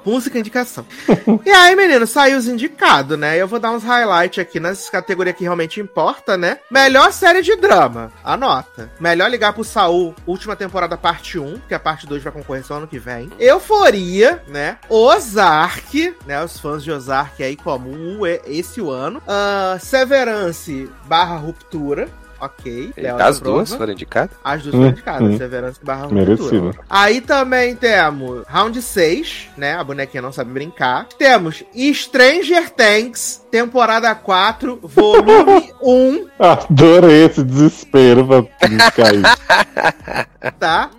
B: Música e indicação. e aí, menino, saiu os indicados, né? Eu vou dar uns highlights aqui nas categorias que realmente importa, né? Melhor série de drama, anota. Melhor ligar pro Saul, última temporada, parte 1, que a parte 2 vai concorrer só ano que vem. Euforia, né? Ozark, né? Os fãs de Ozark aí, como o E- esse o ano. Ah, Severance barra ruptura. Ok.
D: Eita,
B: Léo
D: as
B: aprova.
D: duas né? foram indicadas?
B: As duas
C: Hum,
B: foram indicadas,
C: hum.
B: Severance barra ruptura.
C: Merecido.
B: Aí também temos Round 6, né? A bonequinha não sabe brincar. Temos Stranger Things, temporada 4, volume 1,
C: Adorei esse desespero pra buscar isso.
B: tá?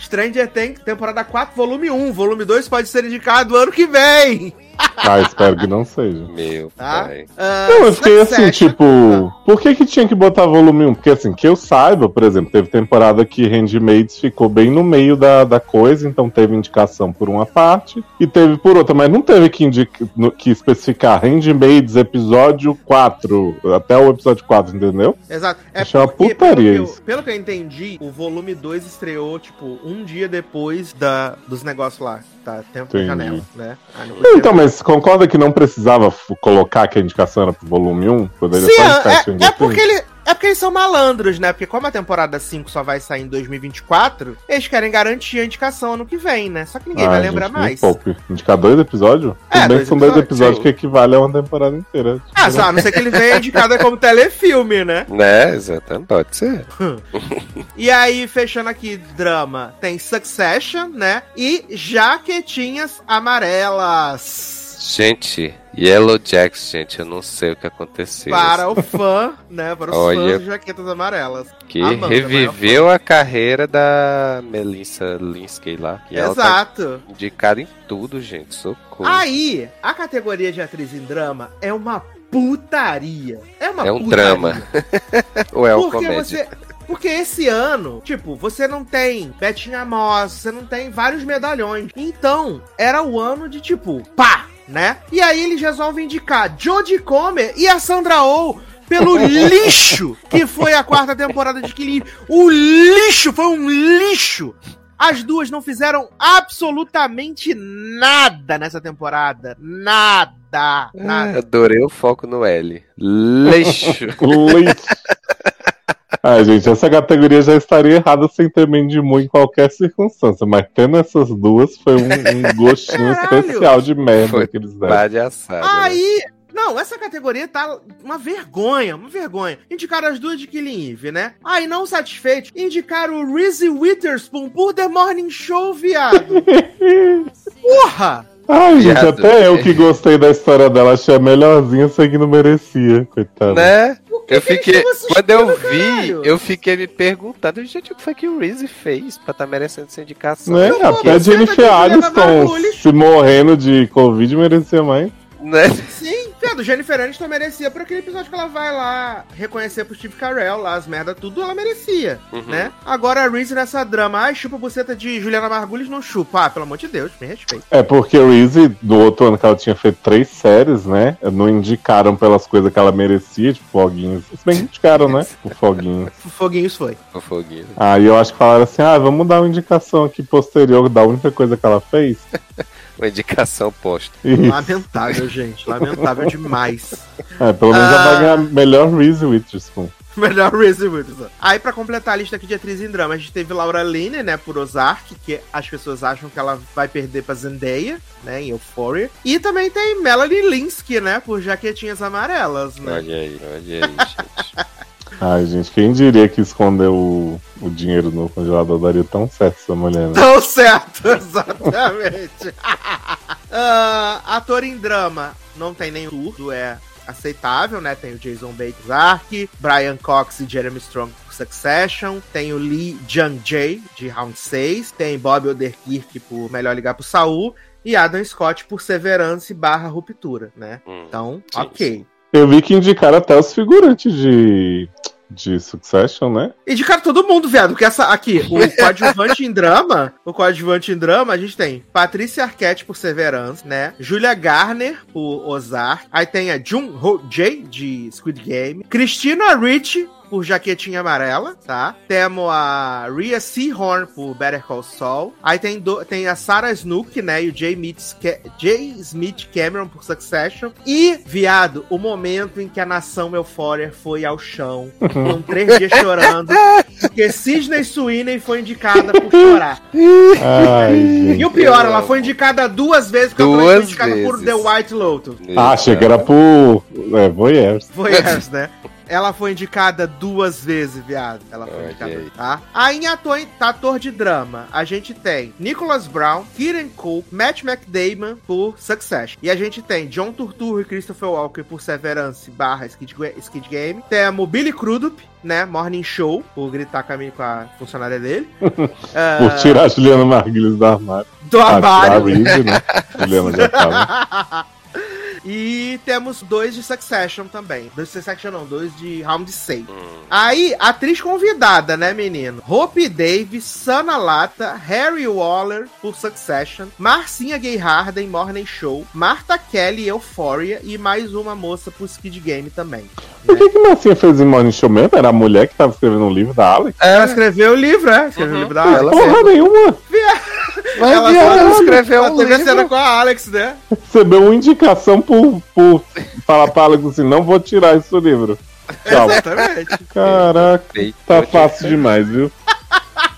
B: Stranger Things, temporada 4, volume 1. Volume 2 pode ser indicado ano que vem.
C: Ah, espero que não seja.
D: Meu
B: Tá.
D: pai.
B: Ah,
C: Não, eu fiquei assim,
B: Succession.
C: tipo, por que que tinha que botar volume 1? Porque assim, que eu saiba, por exemplo, teve temporada que Handmaids ficou bem no meio da, da coisa, então teve indicação por uma parte e teve por outra, mas não teve que, indica, no- que especificar Handmaids episódio 4, até o episódio 4, entendeu?
B: Exato. É
C: Achei uma
B: porque,
C: putaria
B: pelo, que
C: isso.
B: eu, pelo que eu entendi, o volume 2 estreou, tipo, um dia depois da, dos negócios lá. Tá, tempo de
C: Entendi.
B: janela, né? Ah, não podia-
C: Então, mas concorda que não precisava f- colocar que a indicação era pro volume 1? Poderia
B: Sim,
C: só
D: tá
C: indicar
D: um
B: é- é,
C: Stranger
B: porque
C: Things?
B: ele- é porque eles são malandros, né? Porque como a temporada 5 só vai sair em 2024, eles querem garantir a indicação ano que vem, né? Só que ninguém
D: Ah,
B: vai
C: Ai,
B: lembrar
C: Ah, gente, me
B: mais.
C: poupe. Indicar dois episódios?
B: É,
C: Tudo bem
B: dois
C: que são dois
B: episódios,
C: episódios
D: sim.
C: que equivale a uma temporada inteira. Tipo,
B: Ah, só, a não ser que ele venha indicado como telefilme, né?
D: Né, exatamente. Pode ser.
B: E aí, fechando aqui, drama, tem Succession, né? E Jaquetinhas Amarelas.
D: Gente, Yellow Jacks, gente, eu não sei o que aconteceu.
B: Para o fã, né? Para os
D: Olha.
B: fãs de Jaquetas Amarelas.
D: que
B: Amanda,
D: reviveu a carreira da Melissa Linsky lá. que ela tá
B: Exato.
D: Indicado em tudo, gente. Socorro.
B: Aí, a categoria de atriz em drama é uma putaria. É uma
D: É um
B: putaria.
D: drama. Ou é o
B: Porque
D: comédia?
B: você. Porque esse ano, tipo, você não tem Betinha Moss, você não tem vários medalhões. Então, era o ano de, tipo, pá, né? E aí eles resolvem indicar Jodie Comer e a Sandra Oh pelo lixo que foi a quarta temporada de Killing. Eve. O lixo! Foi um lixo! As duas não fizeram absolutamente nada nessa temporada. Nada!
D: Ah,
B: é Nada.
D: adorei o foco no L. Leixo.
C: Leite. Ai, gente, essa categoria já estaria errada sem ter Mendimon em qualquer circunstância, mas tendo essas duas foi um, um gostinho
B: Caralho.
C: especial de merda
D: Foi
C: que eles deram.
D: Pá de assado. né?
B: Aí. Não, essa categoria tá uma vergonha, uma vergonha. Indicaram as duas de Killing Eve, né? Aí, não satisfeito, indicaram o Reese Witherspoon por The Morning Show, viado. Porra!
C: Ai, gente,
D: Viado.
C: até eu que gostei da história dela, achei a melhorzinha, sei que não merecia, coitada.
D: Né?
B: Por que
D: Eu
B: que eles
D: fiquei.
B: tão assim? assistindo,
D: Quando eu vi,
B: caralho?
D: eu fiquei me perguntando, gente, o que foi que o Reese fez pra tá merecendo essa indicação?
C: Né?
B: Eu vou
C: Até
B: pensar que
C: Jennifer
B: leva
C: Aniston
B: barulho.
C: se morrendo de Covid merecia mais.
D: Né?
B: Sim, viado, Jennifer Aniston merecia por aquele episódio que ela vai lá reconhecer pro Steve Carell, lá as merda tudo, ela merecia,
D: Uhum.
B: né? Agora a Reese nessa drama, ai, chupa a buceta de Juliana Margulis, não chupa. Ah, pelo amor de Deus, me respeita.
C: É porque o Reese, do outro ano que ela tinha feito três séries, né? Não indicaram pelas coisas que ela merecia, tipo Foguinhos. Se bem que indicaram, né? O Foguinhos.
B: Foguinhos foi.
D: O foguinho.
C: Aí eu acho que falaram assim: ah, vamos dar uma indicação aqui posterior da única coisa que ela fez.
D: Uma indicação posta.
C: E,
B: Lamentável, gente. Lamentável demais.
C: é, pelo menos ela
B: Ah.
C: vai ganhar melhor Reese Witherspoon.
B: Melhor Reese Witherspoon. Aí, pra completar a lista aqui de atriz em drama, a gente teve Laura Linney, né, por Ozark, que as pessoas acham que ela vai perder pra Zendaya, né, em Euphoria. E também tem Melanie Linsky, né, por Jaquetinhas Amarelas, né.
D: Olha aí, olha aí, gente.
C: Ai, gente, quem diria que esconder o, o dinheiro no congelador daria tão certo essa mulher, né?
B: Tão certo, exatamente. Ah, ator em drama, não tem nenhum tudo, é aceitável, né? Tem o Jason Bates Ark, Brian Cox e Jeremy Strong por Succession, tem o Lee Jung-jae de Round 6, tem Bob Odenkirk por Melhor Ligar pro Saul e Adam Scott por Severance barra Ruptura, né?
D: Hum.
B: Então,
D: Sim,
B: ok.
C: Eu vi que indicaram até os figurantes de, de Succession, né?
B: E de cara todo mundo, viado, porque essa aqui, o coadjuvante em drama, o coadjuvante em drama, a gente tem Patrícia Arquette por Severance, né? Julia Garner por Ozark. Aí tem a Jun Ho Jae de Squid Game, Christina Ricci por Jaquetinha Amarela, tá? Temos a Rhea Seahorn por Better Call Saul. Aí tem, do- tem a Sarah Snook, né? E o Jay, Mitz- Ca- Jay Smith Cameron por Succession. E, viado, o momento em que a nação Euphoria foi ao chão, com três dias chorando, porque Sidney Sweeney foi indicada por chorar.
C: Ai, gente.
B: E o pior, ela foi indicada duas vezes, porque ela
D: Duas
B: foi indicada por
D: vezes.
B: The White Lotus.
C: Ah, achei que era por. É, Voyeurs.
B: Foi essa, né? Ela foi indicada duas vezes, viado. Ela foi
D: Olha
B: indicada,
D: aí.
B: tá? Aí em ator, em ator de drama, a gente tem Nicholas Brown, Kieran Cole, Matt McDamon por Succession. E a gente tem John Turturro e Christopher Walker por Severance barra Skid, Ga- Skid Game. Temos Billy Crudup, né? Morning Show, por gritar com a, minha- com a funcionária dele. Ah,
C: Por tirar a Juliana Margulis do armário.
B: do
C: Ah, tirar a
B: armário.
C: Reese, né? Juliana já tava.
B: e temos dois de Succession também. Dois de Succession não, dois de Round 6.
D: Hum.
B: Aí, atriz convidada, né, menino? Hope Davis, Sana Lata, Harry Waller por Succession, Marcinha Gay Harden, Morning Show, Marta Kelly, Euphoria e mais uma moça por Skid Game também.
C: O que que Marcinha fez em Morning Show mesmo? Era a mulher que tava escrevendo um livro da Alex?
D: É,
B: Ela escreveu o livro, né? Escreveu o livro da Alex.
C: Porra nenhuma!
D: Mas
B: Ela
D: ela,
B: só
D: escreveu
B: Ela
D: um
B: teve a cena
D: livro.
B: com a Alex, né?
C: Recebeu uma indicação por, por falar pra Alex assim: não vou tirar isso do livro. Tchau.
B: é Exatamente.
C: Caraca. Tá fácil demais, viu?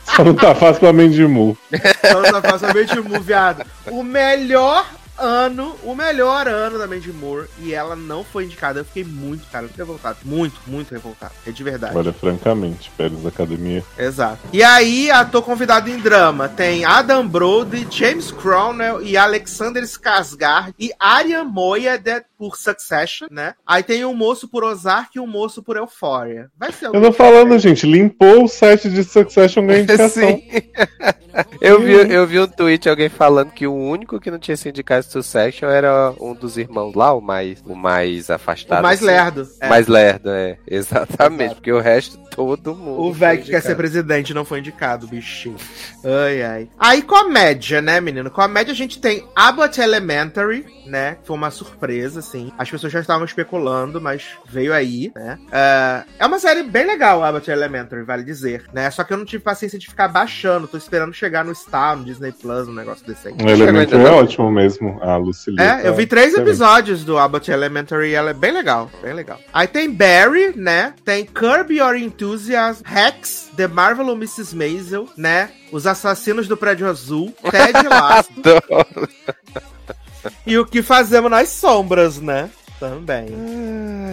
C: Só não tá fácil com a Mendimu.
B: Então tá facilmente Moore, viado. O melhor ano, o melhor ano da Mandy Moore e ela não foi indicada. Eu fiquei muito, cara, muito revoltado. Muito, muito revoltado. É de verdade.
C: Olha, francamente, Pérez Academia.
B: Exato. E aí, ator convidado em drama tem Adam Brody, James Cromwell e Alexander Skarsgård e Arya Moyade por Succession, né? Aí tem um moço por Ozark e um moço por Euphoria. Vai ser
C: Eu
B: alguém.
C: tô falando, gente, limpou o site de Succession ganha indicação.
D: Sim. eu, vi, eu vi um tweet, alguém falando que o único que não tinha se indicado Succession era um dos irmãos lá, o mais, o mais afastado.
B: o mais
D: assim.
B: lerdo. É.
D: Mais lerdo, é. Exatamente, porque o resto, todo mundo.
B: O
D: foi
B: velho que quer ser
D: indicado.
B: presidente não foi indicado, bichinho. Ai, ai. Aí comédia, né, menino? Comédia a gente tem Abbott Elementary, né? Foi uma surpresa, assim. As pessoas já estavam especulando, mas veio aí, né? Ah, é uma série bem legal, Abbott Elementary, vale dizer, né? Só que eu não tive paciência de ficar baixando. Tô esperando chegar no Star, no Disney Plus, um negócio desse aí.
C: O elemento é ótimo mesmo, a Lucille.
B: É, eu vi três
C: também.
B: episódios do Abbott Elementary e ela é bem legal, bem legal. Aí tem Barry, né? Tem Curb Your Enthusiasm, Rex, The Marvel Mrs. Maisel, né? Os Assassinos do Prédio Azul, Ted Lasso
D: Adoro.
B: e O Que Fazemos nas Sombras, né? Também.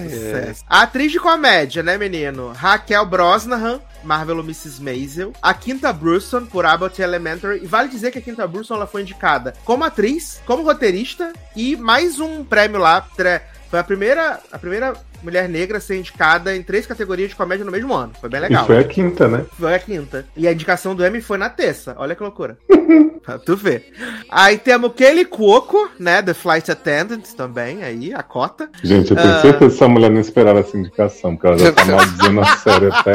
B: Sucesso. Atriz de comédia, né, menino? Raquel Brosnahan, Marvel Mrs. Maisel. A Quinta Brewston, por Abbott Elementary. E vale dizer que a Quinta Brewston ela foi indicada como atriz, como roteirista e mais um prêmio lá. tre- Foi a primeira, a primeira mulher negra a ser indicada em três categorias de comédia no mesmo ano. Foi bem legal.
C: E foi a quinta, né?
B: Foi a quinta. E a indicação do M foi na terça. Olha que loucura. pra tu ver. Aí temos Kelly Cuoco, né? The Flight Attendant também, aí, a cota.
C: Gente, eu tenho
B: Ah.
C: certeza que essa mulher não esperava essa indicação, porque ela já tá maldizendo a série até.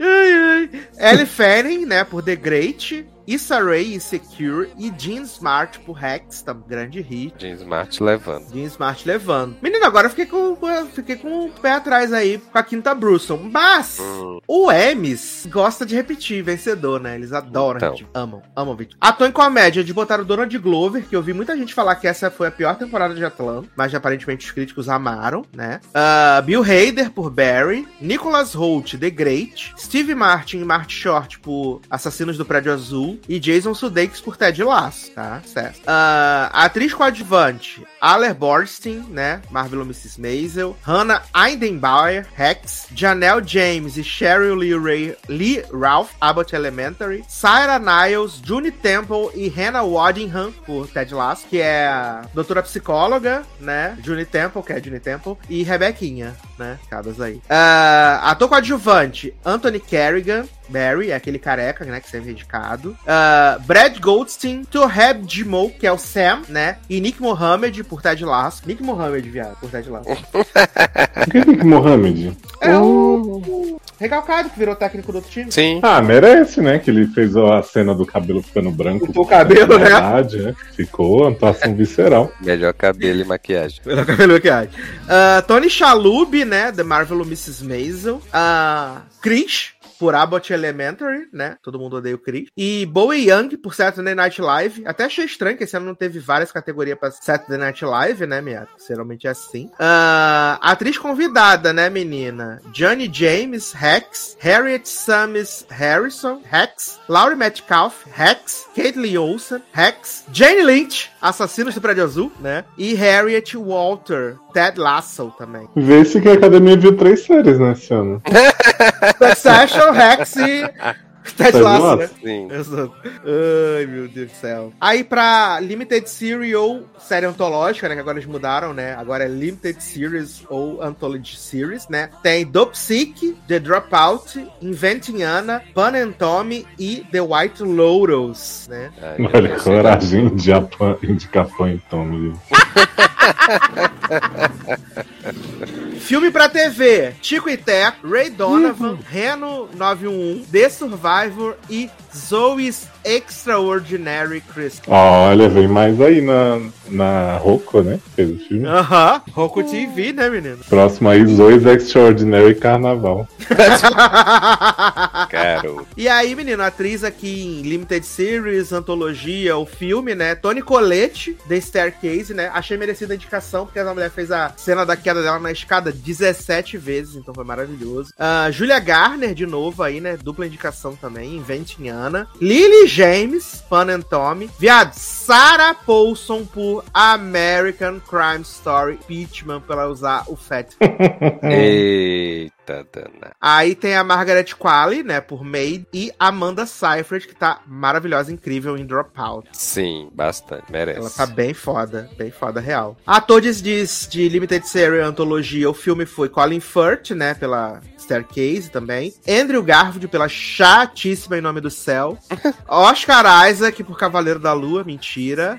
B: Ai, ai. Ellie Fanning, né? Por The Great. Issa Rae, Insecure. E Jean Smart por Rex, tá um grande hit.
D: Jean Smart levando.
B: Jean Smart levando. Menino, agora eu fiquei com, eu fiquei com o pé atrás aí com a quinta Brusson. Mas
D: Hum.
B: o Emes gosta de repetir vencedor, né? Eles adoram
D: Então.
B: repetir. Amam, amam vídeo. Ator em comédia, de botar o Donald Glover, que eu vi muita gente falar que essa foi a pior temporada de Atlanta, mas aparentemente os críticos amaram, né? Ah, Bill Hader por Barry, Nicholas Holt, The Great, Steve Martin e Marty Short por Assassinos do Prédio Azul e Jason Sudeikis por Ted Lasso, tá? Certo. Ah, atriz coadjuvante, Aller Borstein, né? Marvel Mrs. Maisel, Hannah Eidenbauer, Rex, Janelle James e Cheryl Lee, Ray, Lee Ralph, Abbott Elementary, Sarah Niles, June Temple e Hannah Waddingham, por Ted Lasso, que é a doutora psicóloga, né? June Temple, que é June Temple, e Rebequinha, né? Cabas aí. Ah, ator coadjuvante, Anthony Kerrigan, Barry, é aquele careca, né, que sempre é indicado. Ah, Brad Goldstein, Toheb Dimo, que é o Sam, né? E Nick Mohammed por Ted Lasso. Nick Mohammed, viado, por Ted Lasso.
C: Quem é que Mohamed?
B: É o o recalcado que virou técnico do outro time.
D: Sim.
C: Ah, merece, né? Que ele fez a cena do cabelo ficando branco.
B: Ficou o cabelo, né?
C: Verdade, né? Ficou, atuação visceral.
D: Melhor cabelo e maquiagem.
B: Pelo cabelo que acha. Ah, Tony Chalub, né? The Marvel Mrs. Maisel. Ah, Chris, por Abbott Elementary, né? Todo mundo odeia o Chris. E Bowie Young, por Saturday Night Live. Até achei estranho que esse ano não teve várias categorias pra Saturday Night Live, né, minha? Geralmente é assim. Ah, atriz convidada, né, menina? Johnny James, Rex. Harriet Samis Harrison, Rex. Laurie Metcalf, Rex. Caitlyn Olsen, Rex. Jane Lynch, Assassinos do Prédio Azul, né? E Harriet Walter, Ted Lasso também.
C: Vê-se que a academia viu três séries nesse ano.
B: Succession, Rex e Ted
C: Ted
B: Lasso,
C: Lasso.
B: né?
D: Sim.
B: Exato. Ai, meu Deus do céu. Aí pra Limited Series ou série antológica, né? Que agora eles mudaram, né? Agora é Limited Series ou Anthology Series, né? Tem Dope Sick, The Dropout, Inventing Anna, Pan and Tommy e The White Lotus, né?
D: Ai, meu
C: Olha,
D: Deus,
C: coragem de apa- indicar pão em Tommy.
B: Filme pra TV, Tico e Teco, Ray Donovan, Reno 911, The Survivor e Zoe's Extraordinary Christmas.
C: Olha, vem mais aí na, na Rocco, né? que Fez o filme.
B: Aham, Roku TV, né, menino?
C: Próximo aí, Zoe's Extraordinary Carnaval.
D: Caro.
B: E aí, menino, atriz aqui em Limited Series, antologia, o filme, né? Tony Colette, The Staircase, né? Achei merecida a indicação, porque essa mulher fez a cena da queda dela na escada 17 vezes, então foi maravilhoso. Ah, Julia Garner, de novo aí, né? Dupla indicação também, Inventing Anna. Lily James, Pan and Tommy. Viado, Sarah Paulson por American Crime Story, Pitman, pra usar o Fat
C: É.
D: Eita, dana.
B: Aí tem a Margaret Qualley, né, por Maid, e Amanda Seyfried, que tá maravilhosa, incrível em Dropout.
D: Sim, bastante. Merece.
B: Ela tá bem foda, bem foda real. Atores de, de Limited Series Antologia, o filme foi Colin Firth, né, pela Staircase também. Andrew Garfield pela chatíssima Em Nome do Céu. Oscar Isaac por Cavaleiro da Lua, mentira.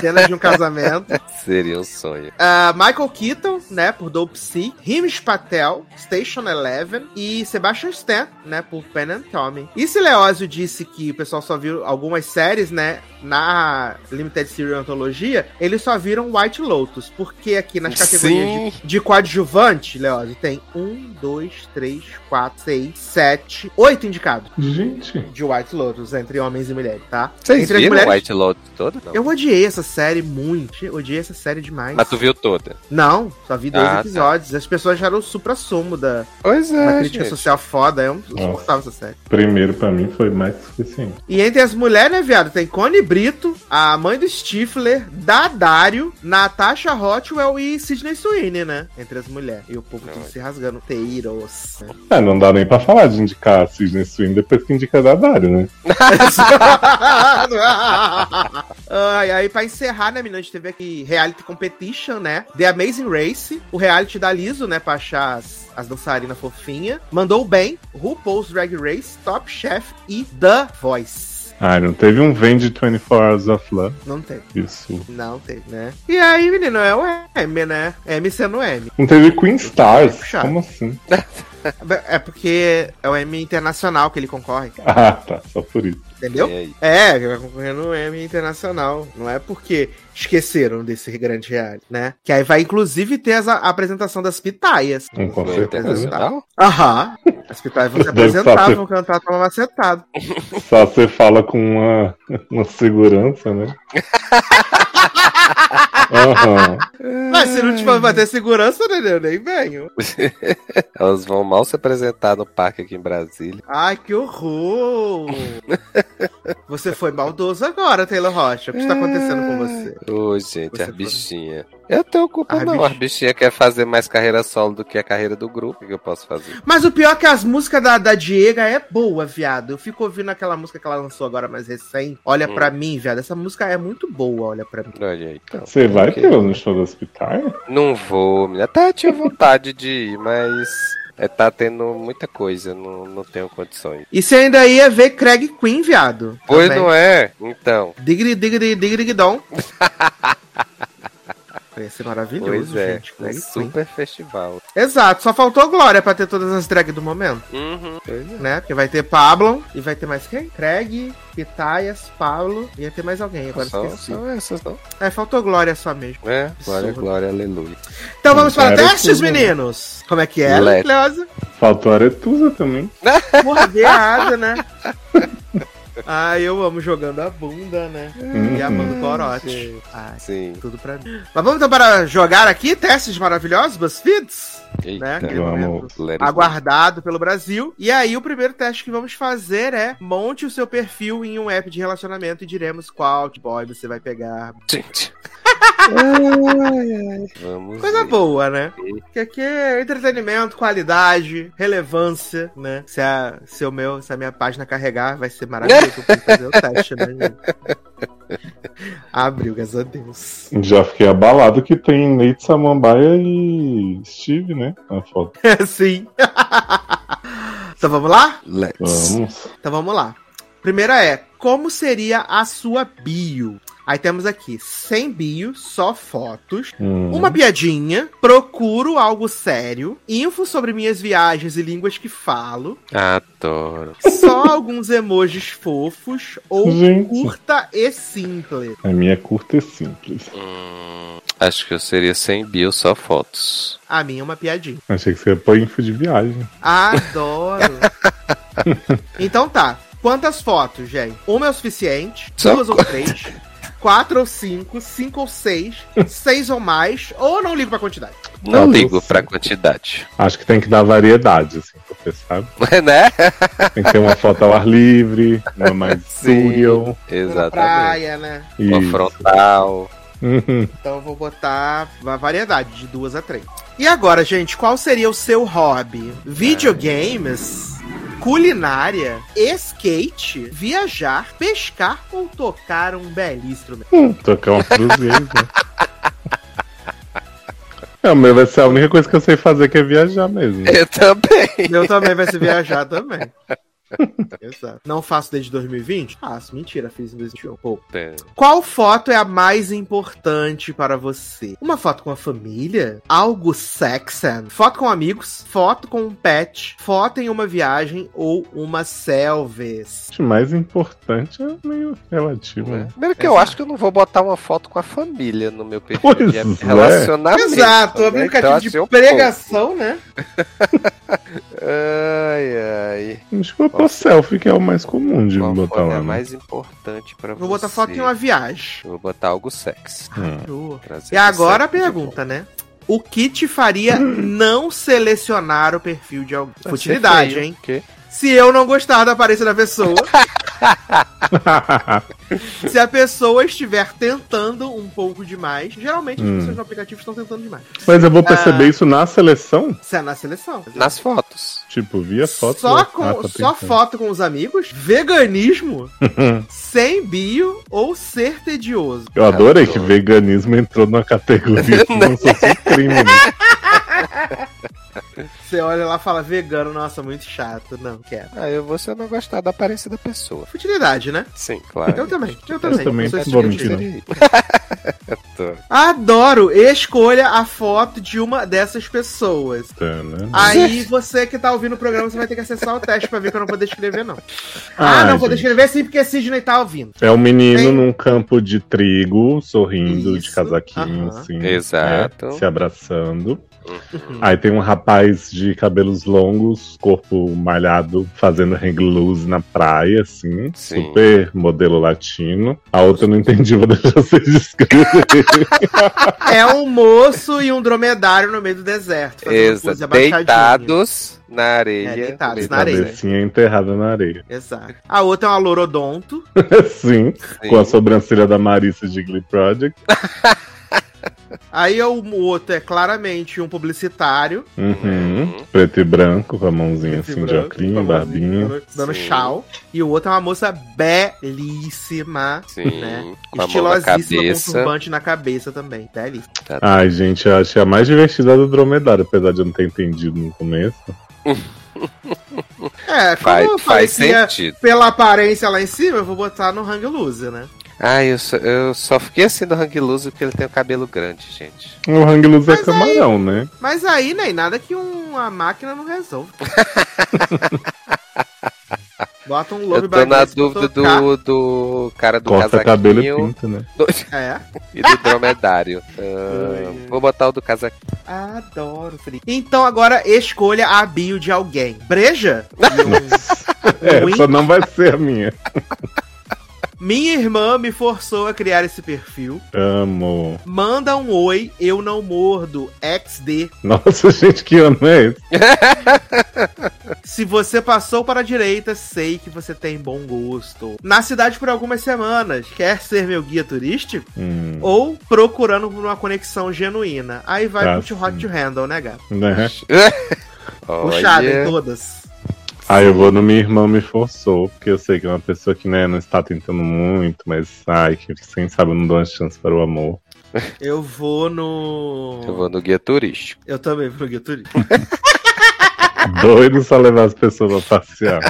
B: Cena de um casamento.
D: Seria um sonho.
B: Ah, Michael Keaton, né, por Dope Sick, Himish Patel, Station Eleven e Sebastian Stan, né, por Pen and Tommy. E se Leózio disse que o pessoal só viu algumas séries, né, na Limited Series Antologia, eles só viram White Lotus, porque aqui nas categorias de, de coadjuvante, Leózio, tem um, dois, três, quatro, seis, sete, oito indicados
C: Gente,
B: de White Lotus, entre homens e mulheres, tá?
D: Vocês
B: entre as
D: viram
B: mulheres-
D: White Lotus toda? Não.
B: Eu odiei essa série muito, odiei essa série demais.
D: Mas tu viu toda?
B: Não, só vi dois
D: Ah, tá.
B: episódios. As pessoas acharam o supra-sumo da,
D: Pois
B: da
D: é,
B: crítica
D: gente. É.
B: social foda. Eu não suportava essa série.
C: primeiro pra mim foi mais que suficiente.
B: E entre as mulheres, né, viado? Tem Cone Brito, a mãe do Stifler, da Dario, Natasha Hotwell e Sidney Sweeney, né? Entre as mulheres. E o povo tudo se rasgando. Teiros.
C: É, não dá nem pra falar de indicar a Sidney Swing depois que indica a da Dario, né?
B: Ah, e aí, pra encerrar, né, menina, a gente teve aqui reality competition, né? The Amazing Race, o reality da Liso, né, pra achar as, as dançarinas fofinha. Mandou bem, RuPaul's Drag Race, Top Chef e The Voice.
C: Ai, não teve um Vende 24 Hours of Love.
B: Não teve.
C: Isso.
B: Não teve, né? E aí, menino, é o M, né? M sendo M.
C: Não teve Queen Stars.
B: puxado.
C: Como assim?
B: É porque é o M internacional que ele concorre,
C: Ah, tá. Só por isso.
B: entendeu?
D: E aí?
B: É, que vai concorrer no Emmy Internacional. Não é porque esqueceram desse grande reality, né? Que aí vai, inclusive, ter as- a apresentação das pitaias.
C: Hum, com
D: Foi
C: certeza.
D: internacional?
B: Aham. As pitaias vão se
C: Deve
B: apresentar,
C: fazer.
B: vão cantar, tomar macetado.
C: Só você fala com uma, uma segurança, né? Aham.
B: Mas se não tiver bater segurança, né, eu nem venho.
D: Elas vão mal se apresentar no parque aqui em Brasília.
B: Ai, que horror! Você foi maldoso agora, Taylor Rocha. O que está acontecendo com você?
D: É. Ô, gente,
B: Você
D: a
B: foi-
D: bichinha. Eu tenho culpa,
B: As
D: não.
B: bichinhas.
D: A bichinha quer fazer mais carreira solo do que a carreira do grupo. O que que eu posso fazer?
B: Mas o pior é que as músicas da, da Diega é boa, viado. Eu fico ouvindo aquela música que ela lançou agora mais recente. Olha
D: Hum.
B: pra mim, viado. Essa música é muito boa, olha pra mim.
D: Olha aí, então.
C: Você vai um, né?
D: Ok.
C: pelo no show do hospital?
D: Não vou, menina. Até tinha vontade de ir, mas é, tá tendo muita coisa, não, não tenho condições.
B: E você ainda ia ver Craig Queen, viado.
D: Pois
B: Também.
D: não é? Então,
B: Digri, digri, digri, dom. Ia ser maravilhoso,
D: pois é.
B: gente.
D: Um
B: Craig Queen.
D: super festival.
B: Exato, só faltou Glória pra ter todas as drags do momento,
D: Uhum. Pois é.
B: né? Porque vai ter Pablo e vai ter mais quem? Craig, Pitaias, Pablo. Ia ter mais alguém, agora
D: São,
B: esqueci.
D: são essas, não?
B: É, faltou Glória só mesmo.
D: É, glória,
B: Absurdo.
D: glória, aleluia.
B: Então vamos para
C: Era
B: testes,
C: tudo, né?
B: meninos! Como é que é,
D: Let-
B: Cleosa?
C: Faltou a Aretusa também.
B: Morder a asa, né? Ah, eu amo jogando a bunda, né?
C: Hum.
B: E amando o corote. Ai,
D: Sim.
B: tudo pra mim. Mas vamos então para jogar aqui testes maravilhosos, BuzzFeeds? Né?
D: Eita.
B: Aquele
C: Eu amo.
B: momento
D: Let it
B: Aguardado pelo Brasil. E aí, o primeiro teste que vamos fazer é: monte o seu perfil em um app de relacionamento e diremos qual boy você vai pegar.
D: Gente. Vamos.
B: Coisa
D: ver.
B: boa, né? Porque aqui é entretenimento, qualidade, relevância, né? Se a, se, o meu, se a minha página carregar, vai ser maravilhoso pra fazer o teste, né, gente? Abriu, graças a Deus.
C: Já fiquei abalado que tem Neide Samambaia e Steve, né? Na foto.
B: Sim. então vamos lá?
D: Let's.
C: Vamos.
B: Então vamos lá. Primeira é, como seria a sua bio? Aí temos aqui, sem bio, só fotos,
C: Hum.
B: Uma piadinha, procuro algo sério, info sobre minhas viagens e línguas que falo,
D: Adoro.
B: só alguns emojis fofos ou
C: Gente.
B: curta e simples.
C: A minha é curta e simples.
D: Hum, acho que eu seria sem bio, só fotos.
B: A minha é uma piadinha.
C: Achei que você ia pôr info de viagem.
B: Adoro. então tá. Quantas fotos, gente? Uma é o suficiente?
D: Só
B: duas ou três? Quatro ou cinco? Cinco ou seis? seis ou mais? Ou não ligo pra quantidade?
D: Não
C: Fotos.
D: ligo pra quantidade.
C: Acho que tem que dar variedade, assim, pra você sabe.
D: né?
C: Tem que ter uma foto ao ar livre, uma mais
D: Sim.
C: studio.
B: Na
D: Exatamente.
B: praia, né?
D: Uma
C: isso.
D: frontal.
C: Uhum.
B: Então eu vou botar uma variedade de duas a três. E agora, gente, qual seria o seu hobby? Videogames? Culinária? Skate? Viajar? Pescar ou tocar um belíssimo?
C: Tocar um cruzeiro. né? É, o meu vai ser a única coisa que eu sei fazer que é viajar mesmo.
D: Eu também.
B: Meu também vai se viajar também. Exato. Não faço desde 2020? Faço, mentira, fiz em 2021. Pô, Qual foto é a mais importante para você? Uma foto com a família? Algo sexy? Foto com amigos? Foto com um pet? Foto em uma viagem ou uma selfies?
C: O mais importante é meio relativo. né?
D: Primeiro que eu acho que eu não vou botar uma foto com a família no meu perfil.
C: Pois
D: de
C: é.
D: relacionamento.
B: Exato,
D: né?
B: um aplicativo
D: Então,
B: de
D: assim, eu
B: pregação, né?
D: pouco. Ai, ai.
C: Acho que eu vou selfie, que é o mais comum de
D: É. Qual
C: botar
D: foto é
C: lá.
D: a
C: né?
D: mais importante pra você?
B: Vou botar foto em uma viagem.
D: Vou botar algo sexy.
C: Hum.
D: Trazer
B: E agora a
D: sexy de
B: pergunta, né? O que te faria não selecionar o perfil de alguém?
D: volta.
B: Futilidade,
D: Achei feio.
B: hein?
D: Que?
B: Se eu não gostar da aparência da pessoa, Se a pessoa estiver tentando um pouco demais, geralmente
C: Hum.
B: as pessoas no aplicativo estão tentando demais.
C: Mas eu vou
B: Ah.
C: perceber isso na seleção?
B: Isso é na seleção.
D: Nas fotos.
C: Tipo, via foto.
B: só
C: Ah,
B: com,
C: tá
B: só
C: pensando.
B: foto com os amigos, veganismo, sem bio ou ser tedioso.
C: Eu adorei que
D: Adoro.
C: veganismo entrou numa categoria que não fosse um crime, né?
B: Você olha lá e fala vegano, nossa, muito chato. Não, quero.
D: Ah, eu vou se eu não gostar da aparência da pessoa.
B: Futilidade, né?
D: Sim, claro.
B: Eu também, eu
C: Eu
B: também.
C: também
B: sou esse
C: vou
B: tipo de
C: mentir,
B: gente.
C: não.
D: Tô.
B: Adoro, escolha a foto de uma dessas pessoas.
C: Tá, né?
B: Aí você que tá ouvindo o programa, você vai ter que acessar o teste pra ver que eu não vou descrever, não. Ah,
C: Ai,
B: não, vou
C: gente.
B: descrever sim, porque Sidney tá ouvindo.
C: É um menino
B: Tem-
C: num campo de trigo, sorrindo, de
B: Isso,
C: casaquinho,
B: aham. Uhum.
C: assim.
D: Exato.
C: né, Se abraçando. Aí tem um rapaz de cabelos longos, corpo malhado, fazendo hang loose na praia, assim.
D: Sim.
C: Super modelo latino. A outra eu não entendi, vou deixar vocês descreverem.
B: É um moço e um dromedário no meio do deserto. fazendo pose
D: Exato.
B: abaixadinha.
D: Deitados na areia.
B: É, deitados
D: Mesmo
B: na areia.
D: assim.
C: Cabecinha enterrada na areia.
B: Exato. A outra é uma lorodonto.
C: Sim, com a sobrancelha da Marissa de Glee Project.
B: Aí o o outro é claramente um publicitário.
C: Uhum.
D: Uhum.
C: Preto e branco, com a mãozinha
B: esse
C: assim de
B: branco,
C: ocrinho,
B: famosinho,
C: barbinha.
B: dando- Dando
D: Sim.
B: tchau. E o outro é uma moça belíssima.
D: Sim,
B: Né?
D: com a mão na
B: estilosíssima, com um
D: cabeça.
B: turbante na cabeça também. Belíssima.
C: Ai, gente, eu achei a mais divertida do dromedário, apesar de eu não ter entendido no começo.
B: É, como eu
D: Faz,
B: falei
D: faz
B: que ia-
D: sentido.
B: pela aparência lá em cima, eu vou botar no Hang Loose, né?
D: Ah, eu só, eu só fiquei assim do Hang Loose porque ele tem o cabelo grande, gente.
C: O Hang Loose é
B: Mas aí-
C: camarão, né?
B: Mas aí, nem nada que um, uma máquina não resolve. Bota um lobo
D: eu tô na
B: Bagdad pra
D: dúvida
B: tocar.
D: do, do cara do
C: Corta cabelo e
D: casaquinho
C: pinta, né?
B: É,
D: e do dromedário. Ah,
B: Ai, ai.
D: vou botar o do casaquinho.
B: adoro, Felipe. Então agora escolha a bio de alguém. Breja? Wink.
C: Essa É, não vai ser a minha.
B: Minha irmã me forçou a criar esse perfil.
C: Amo.
B: Manda um oi, eu não mordo. XD.
C: Nossa, gente, que ano é esse?
B: Se você passou para a direita, sei que você tem bom gosto. Na cidade por algumas semanas, quer ser meu guia turístico?
C: Hum,
B: Ou procurando por uma conexão genuína. Aí vai
C: Ah,
B: pro Too Hot
C: sim.
B: to Handle, né, gato?
C: né?
B: Puxada em
D: Olha,
B: todas.
C: Ah, eu vou no Minha Irmã Me Forçou, porque eu sei que é uma pessoa que né, não está tentando muito, mas ai, que quem sabe eu não dou uma chance para o amor.
B: Eu vou no.
D: eu vou no guia turístico.
B: Eu também vou no guia turístico.
C: Doido só levar as pessoas pra passear.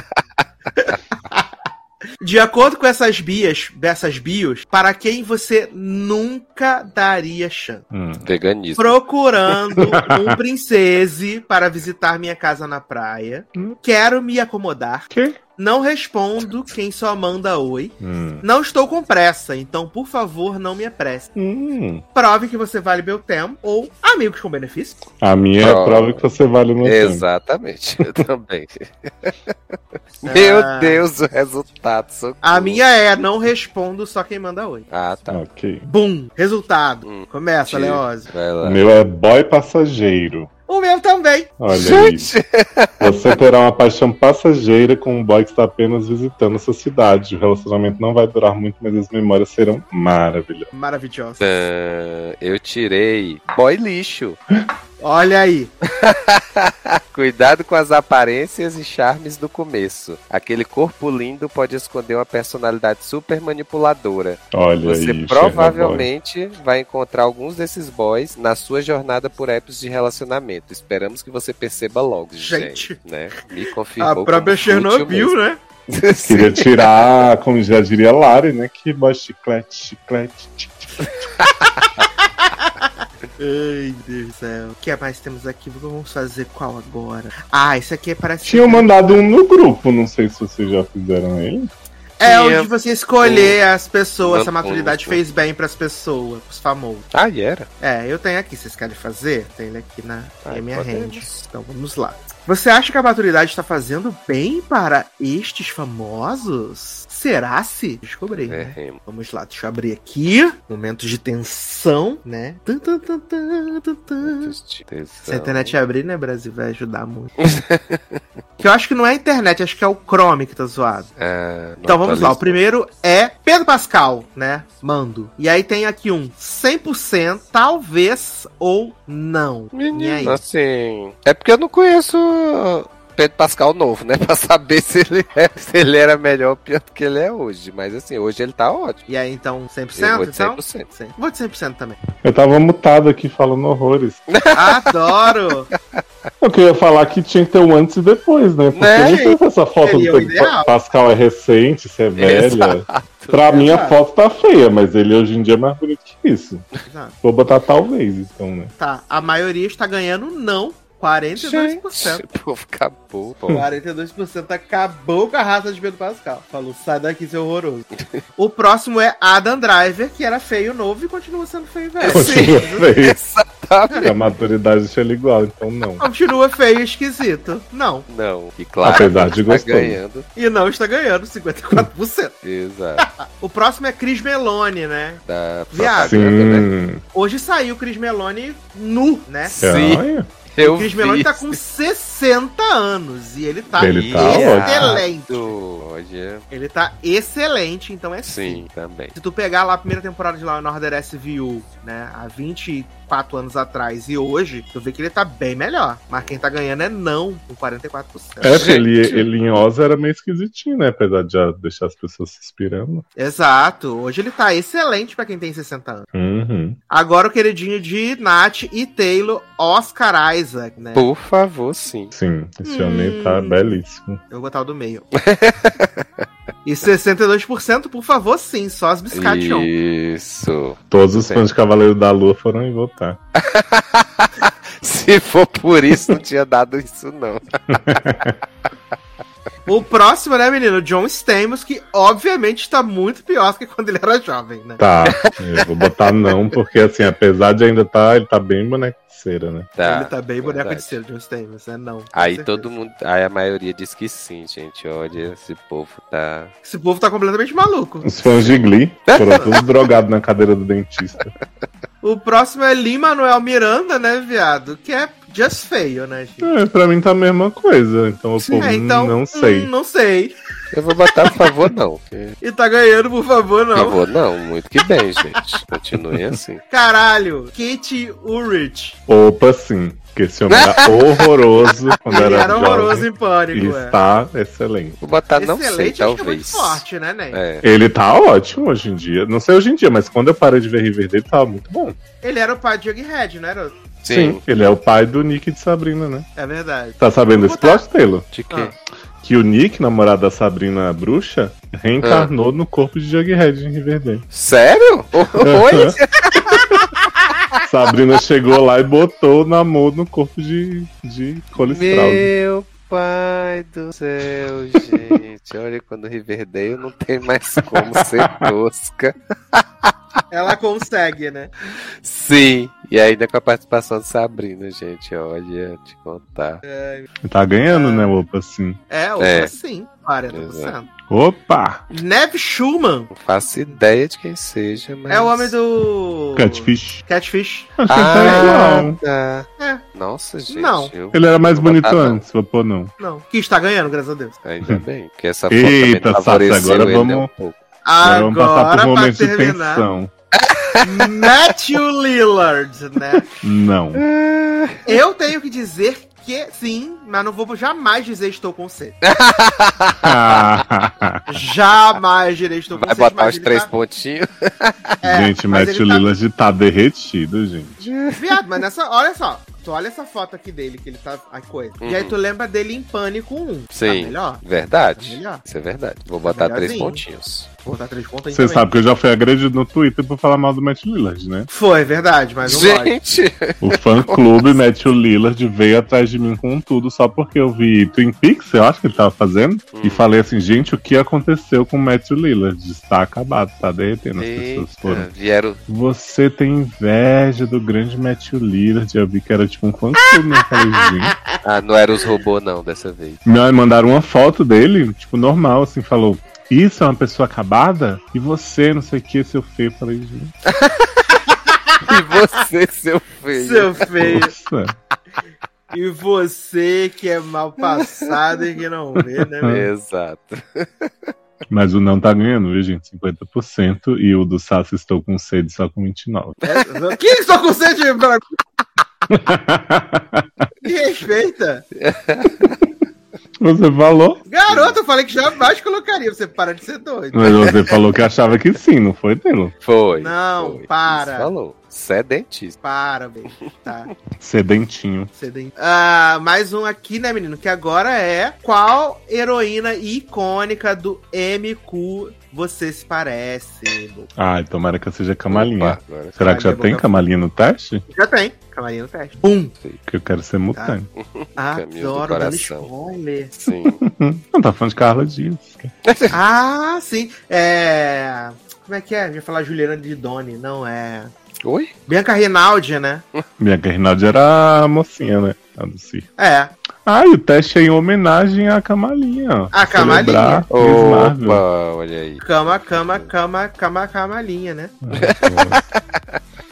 B: De acordo com essas bias, dessas bios, para quem você nunca daria chance.
C: Hum.
D: Veganismo.
B: Procurando um princese para visitar minha casa na praia.
C: Hum.
B: Quero me acomodar.
C: Quê?
B: Não respondo quem só manda oi.
C: Hum.
B: Não estou com pressa, então por favor não me apresse.
C: Hum.
B: Prove que você vale meu tempo ou amigos com benefício.
C: A minha é a
D: Pro-
C: prova que você vale no tempo.
D: Exatamente, eu também. Meu
B: Ah.
D: Deus, o resultado. socorro.
B: A minha é não respondo só quem manda oi.
D: Ah, tá.
C: Ok.
B: Bum! Resultado.
D: Hum,
B: Começa,
D: tiro.
B: Leose.
D: Vai
C: O
D: lá.
C: meu é boy passageiro.
B: O meu também.
C: Olha aí.
D: Gente,
C: Você terá uma paixão passageira com um boy que está apenas visitando essa cidade. O relacionamento não vai durar muito, mas as memórias serão maravilhosas.
B: Maravilhosa.
D: ah, eu tirei boy lixo.
B: Olha aí.
D: Cuidado com as aparências e charmes do começo. Aquele corpo lindo pode esconder uma personalidade super manipuladora.
C: Olha aí.
D: Você
C: Chernobyl.
D: provavelmente vai encontrar alguns desses boys na sua jornada por apps de relacionamento. Esperamos que você perceba logo, gente.
B: Gente.
D: né? Me confirmou.
B: A própria Chernobyl, né?
D: né?
C: Queria tirar, como já diria Lari, né? Que boy chiclete, chiclete. chiclete.
B: Ai, Deus do céu. O que é mais temos aqui? Vamos fazer qual agora? Ah, isso aqui parece.
C: Tinham mandado um no grupo, não sei se vocês já fizeram ele.
B: É
D: Tinha.
B: onde você escolher as pessoas.
D: Não,
B: Se a maturidade
D: não, não.
B: fez bem pras pessoas, pros famosos.
D: Ah, e era.
B: É, eu tenho aqui. Vocês querem fazer? Tem ele aqui na
D: Ah,
B: minha
D: podemos.
B: hand. Então vamos lá. Você acha que a maturidade está fazendo bem para estes famosos? Será se?
D: É.
B: Descobri. né?
D: Verremo.
B: Vamos lá, deixa eu abrir aqui. Momentos de tensão, né? Tan, tan, tan, tan, tan, tan.
D: Justiça.
B: é- Se a internet abrir, né, Brasil, vai ajudar muito. Que eu acho que não é a internet, acho que é o Chrome que tá zoado.
D: É, não
B: Então vamos lá, o
D: atualizou.
B: primeiro é Pedro Pascal, né? Mando. E aí tem aqui um 100%, talvez ou não. e
D: Menino,
B: aí?
D: assim. É porque eu não conheço Pedro Pascal novo, né? Pra saber se ele, é- se ele era melhor ou pior do que ele é hoje. Mas assim, hoje ele tá ótimo.
B: E aí então 100%,
D: Eu vou de
B: então?
D: 100%.
B: Sim. Vou de 100% também.
C: Eu tava mutado aqui falando horrores.
B: Adoro!
C: Eu queria falar que tinha que ter um antes e depois, né? Porque
D: Né?
C: eu não sei se essa foto
B: Seria
C: do
B: o
C: Pedro
B: ideal.
C: Pa- Pascal é recente, se é velha.
D: tá
C: Pra mim a
B: Exato.
C: foto tá feia, mas ele hoje em dia é mais bonito que isso.
B: Exato.
C: Vou botar talvez, então, né?
B: Tá, a maioria está ganhando não, 42%.
D: Gente, o povo acabou, pô.
B: 42% acabou com a raça de Pedro Pascal. Falou, sai daqui, seu horroroso. o próximo é Adam Driver, que era feio novo e continua sendo feio velho.
C: Continua feio.
D: Exatamente.
C: A maturidade deixa ele igual, então não.
B: Continua feio e esquisito. Não.
D: Não, e claro,
C: Apesar
D: ele
C: de
D: tá
C: gostoso.
D: ganhando.
B: E não está ganhando 54%.
D: Exato.
B: O próximo é Cris Meloni, né?
D: Da
B: Viado.
D: propaganda, né?
C: Sim. É.
B: Hoje saiu Cris Meloni nu, né?
D: Sim.
C: Olha,
D: Eu
B: o Cris
D: vi.
B: Meloni tá com 60 anos e ele tá
C: Ele tá
B: excelente.
D: Olha,
B: Ele tá excelente, então é sim.
D: sim, também.
B: Se tu pegar lá a primeira temporada de Law and Order SVU, né, há 24 anos atrás e hoje, tu vê que ele tá bem melhor. Mas quem tá ganhando é não, com 44%.
C: É, porque ele, ele em Oz era meio esquisitinho, né? Apesar de já deixar as pessoas suspirando.
B: Exato. Hoje ele tá excelente pra quem tem 60 anos.
C: Uhum.
B: Agora o queridinho de Nath e Taylor, Oscar Isaac, né?
D: Por favor, sim.
C: Sim, esse homem tá
B: Hum.
C: belíssimo.
B: Eu vou botar o do meio. e 62%, por favor, sim, só as biscateon.
D: Isso.
C: Todos os
D: Sim.
C: fãs de Cavaleiro da Lua foram em votar.
D: Se for por isso, não tinha dado isso, não.
B: O próximo, né, menino? John Stamos, que obviamente tá muito pior que quando ele era jovem, né?
C: Tá, eu vou botar não, porque assim, apesar de ainda tá, ele tá bem bonequeira, né?
B: ele tá bem boneco
D: É, verdade.
B: de cera, John Stamos, é não. com
D: Aí
B: certeza.
D: todo mundo. Aí a maioria diz que sim, gente. Olha, esse povo tá.
B: Esse povo tá completamente maluco.
C: Os fãs de Glee foram todos drogados na cadeira do dentista.
B: O próximo é Lin Manuel Miranda, né, viado? Que é just feio, né, gente?
C: É, pra mim tá a mesma coisa, então o povo
B: É,
C: não
B: hum,
C: sei.
B: não sei.
D: Eu vou botar por favor, não. Por
B: E tá ganhando, por favor, não.
D: favor, não. Muito que bem, gente. Continue assim.
B: Caralho, Kate Urich.
C: Opa, sim, porque esse homem era horroroso quando
B: Ele
C: era,
B: era horroroso
C: jovem,
B: em pânico,
C: e
B: é.
C: está excelente.
D: Vou botar não sei,
B: Excelente, acho que é muito
D: talvez.
B: forte, né, Ney?
D: É.
C: Ele tá ótimo hoje em dia. Não sei hoje em dia, mas quando eu parei de ver River dele, tava muito bom.
B: Ele era o pai de Jughead, não era?
D: Sim.
C: Ele é o pai do Nick e de Sabrina, né?
B: É verdade.
C: Tá sabendo
B: Vou
C: esse
B: botar.
C: plot, Taylor?
D: De quê?
B: Ah.
C: Que o Nick, namorado da Sabrina a Bruxa, reencarnou
B: Ah.
C: no corpo de Jughead em Riverdale.
D: Sério? Oi?
C: Sabrina chegou lá e botou o namoro no corpo de, de Cole Sprouse.
D: Meu pai do céu, gente. Olha, quando Riverdale não tem mais como ser tosca.
B: Ela consegue, né?
D: Sim. E ainda com a participação de Sabrina, gente. Olha, te contar.
C: Tá ganhando, né, opa, assim.
B: É, ou
D: É.
B: sim, 40%.
C: Opa!
B: Nev Schumann
D: Não faço ideia de quem seja, mas.
B: é o homem do.
C: Catfish.
B: Catfish.
C: Acho que ele tá
D: Ah,
C: igual.
D: tá.
B: É.
D: Nossa, gente.
B: Não.
D: eu-
C: Ele era mais bonito
D: botar não.
C: antes, vou pôr não.
B: Não. Que está ganhando, graças a Deus.
D: Ainda bem, porque essa foto também
C: Eita, Sassi,
D: favoreceu
C: agora
D: ele
C: vamos-
D: um pouco.
C: Agora vamos passar
B: Agora,
C: por um
B: pra
C: momento de
B: terminar,
C: tensão.
B: Matthew Lillard, né?
C: Não.
B: Eu tenho que dizer que sim, mas não vou jamais dizer estou com sede. Jamais direi estou com
D: Vai
B: sede.
D: botar
B: mas
D: os
B: ele
D: três
B: tá-
D: pontinhos?
B: É,
C: gente,
B: mas ele
C: Matthew
B: tá-
C: Lillard tá derretido, gente.
B: Viado, mas nessa. Olha só. Tu olha essa foto aqui dele, que ele tá. A coisa. E aí
D: Uhum.
B: tu lembra dele em pânico 1. Tá
D: Sim.
B: melhor? Tá
D: Verdade.
B: melhor.
D: Isso é verdade. Vou botar três
B: melhorzinho.
D: pontinhos.
B: Vou botar três pontos aí
C: Você
B: também.
C: sabe que eu já fui agredido no Twitter por falar mal do Matt Lillard, né?
B: Foi, é verdade, mas não pode.
D: Gente!
C: O fã clube Matthew Lillard veio atrás de mim com tudo só porque eu vi Twin Peaks, eu acho que ele tava fazendo,
D: Hum.
C: e falei assim, gente, o que aconteceu com o Matthew Lillard? Está acabado, tá derretendo, as pessoas
D: Eita,
C: foram.
D: vieram.
C: Você tem inveja do grande Matthew Lillard, eu vi que era tipo um fã clube, né? Eu falei, gente.
D: Ah, não eram os robôs, não, dessa vez.
C: Não, e mandaram uma foto dele, tipo, normal, assim, falou, isso é uma pessoa acabada? E você, não sei o que, seu feio, eu falei, gente,
D: E você, seu filho?
B: Seu feio.
C: nossa.
B: E você que é mal passado e que não vê, né?
D: É.
B: meu?
D: Exato.
C: Mas o não tá ganhando, viu, gente? 50%. E o do Sassi estou com sede só com 29%.
B: É, Quem que só consegue pra... Me respeita.
C: Você falou?
B: Garoto, eu falei que jamais colocaria. Você para de ser doido.
C: Mas você falou que achava que sim, não foi, Telo?
D: Foi.
B: Não,
D: foi.
B: para.
D: Isso Falou. Sedentíssimo.
B: Para, bem. Tá.
C: Sedentinho.
B: Sedento. Ah, mais um aqui, né, menino? Que agora é qual heroína icônica do MQ você se parece?
C: Ai, tomara que eu seja camalinha.
D: Opa, agora
C: Será que já tem camalinha no teste?
B: Já tem. Camarinha no teste. Um.
C: Porque eu quero ser mutante.
D: Caminho do
B: Adoro dando
D: coração.
B: spoiler.
D: Sim.
C: Não tá falando de Carla Dias.
B: Ah, sim. É. Como é que é? Eu ia falar Juliana de Doni, não é.
D: Oi?
B: Bianca Rinaldi, né?
C: Bianca Rinaldi era a mocinha, né? A do circo.
B: É.
C: Ah, e o teste é em homenagem à Camalinha. ó.
B: A Camalinha.
C: Celebrar Miss Marvel.
D: Opa, olha aí.
B: Cama, cama, cama, cama, camalinha, né?
C: Ah,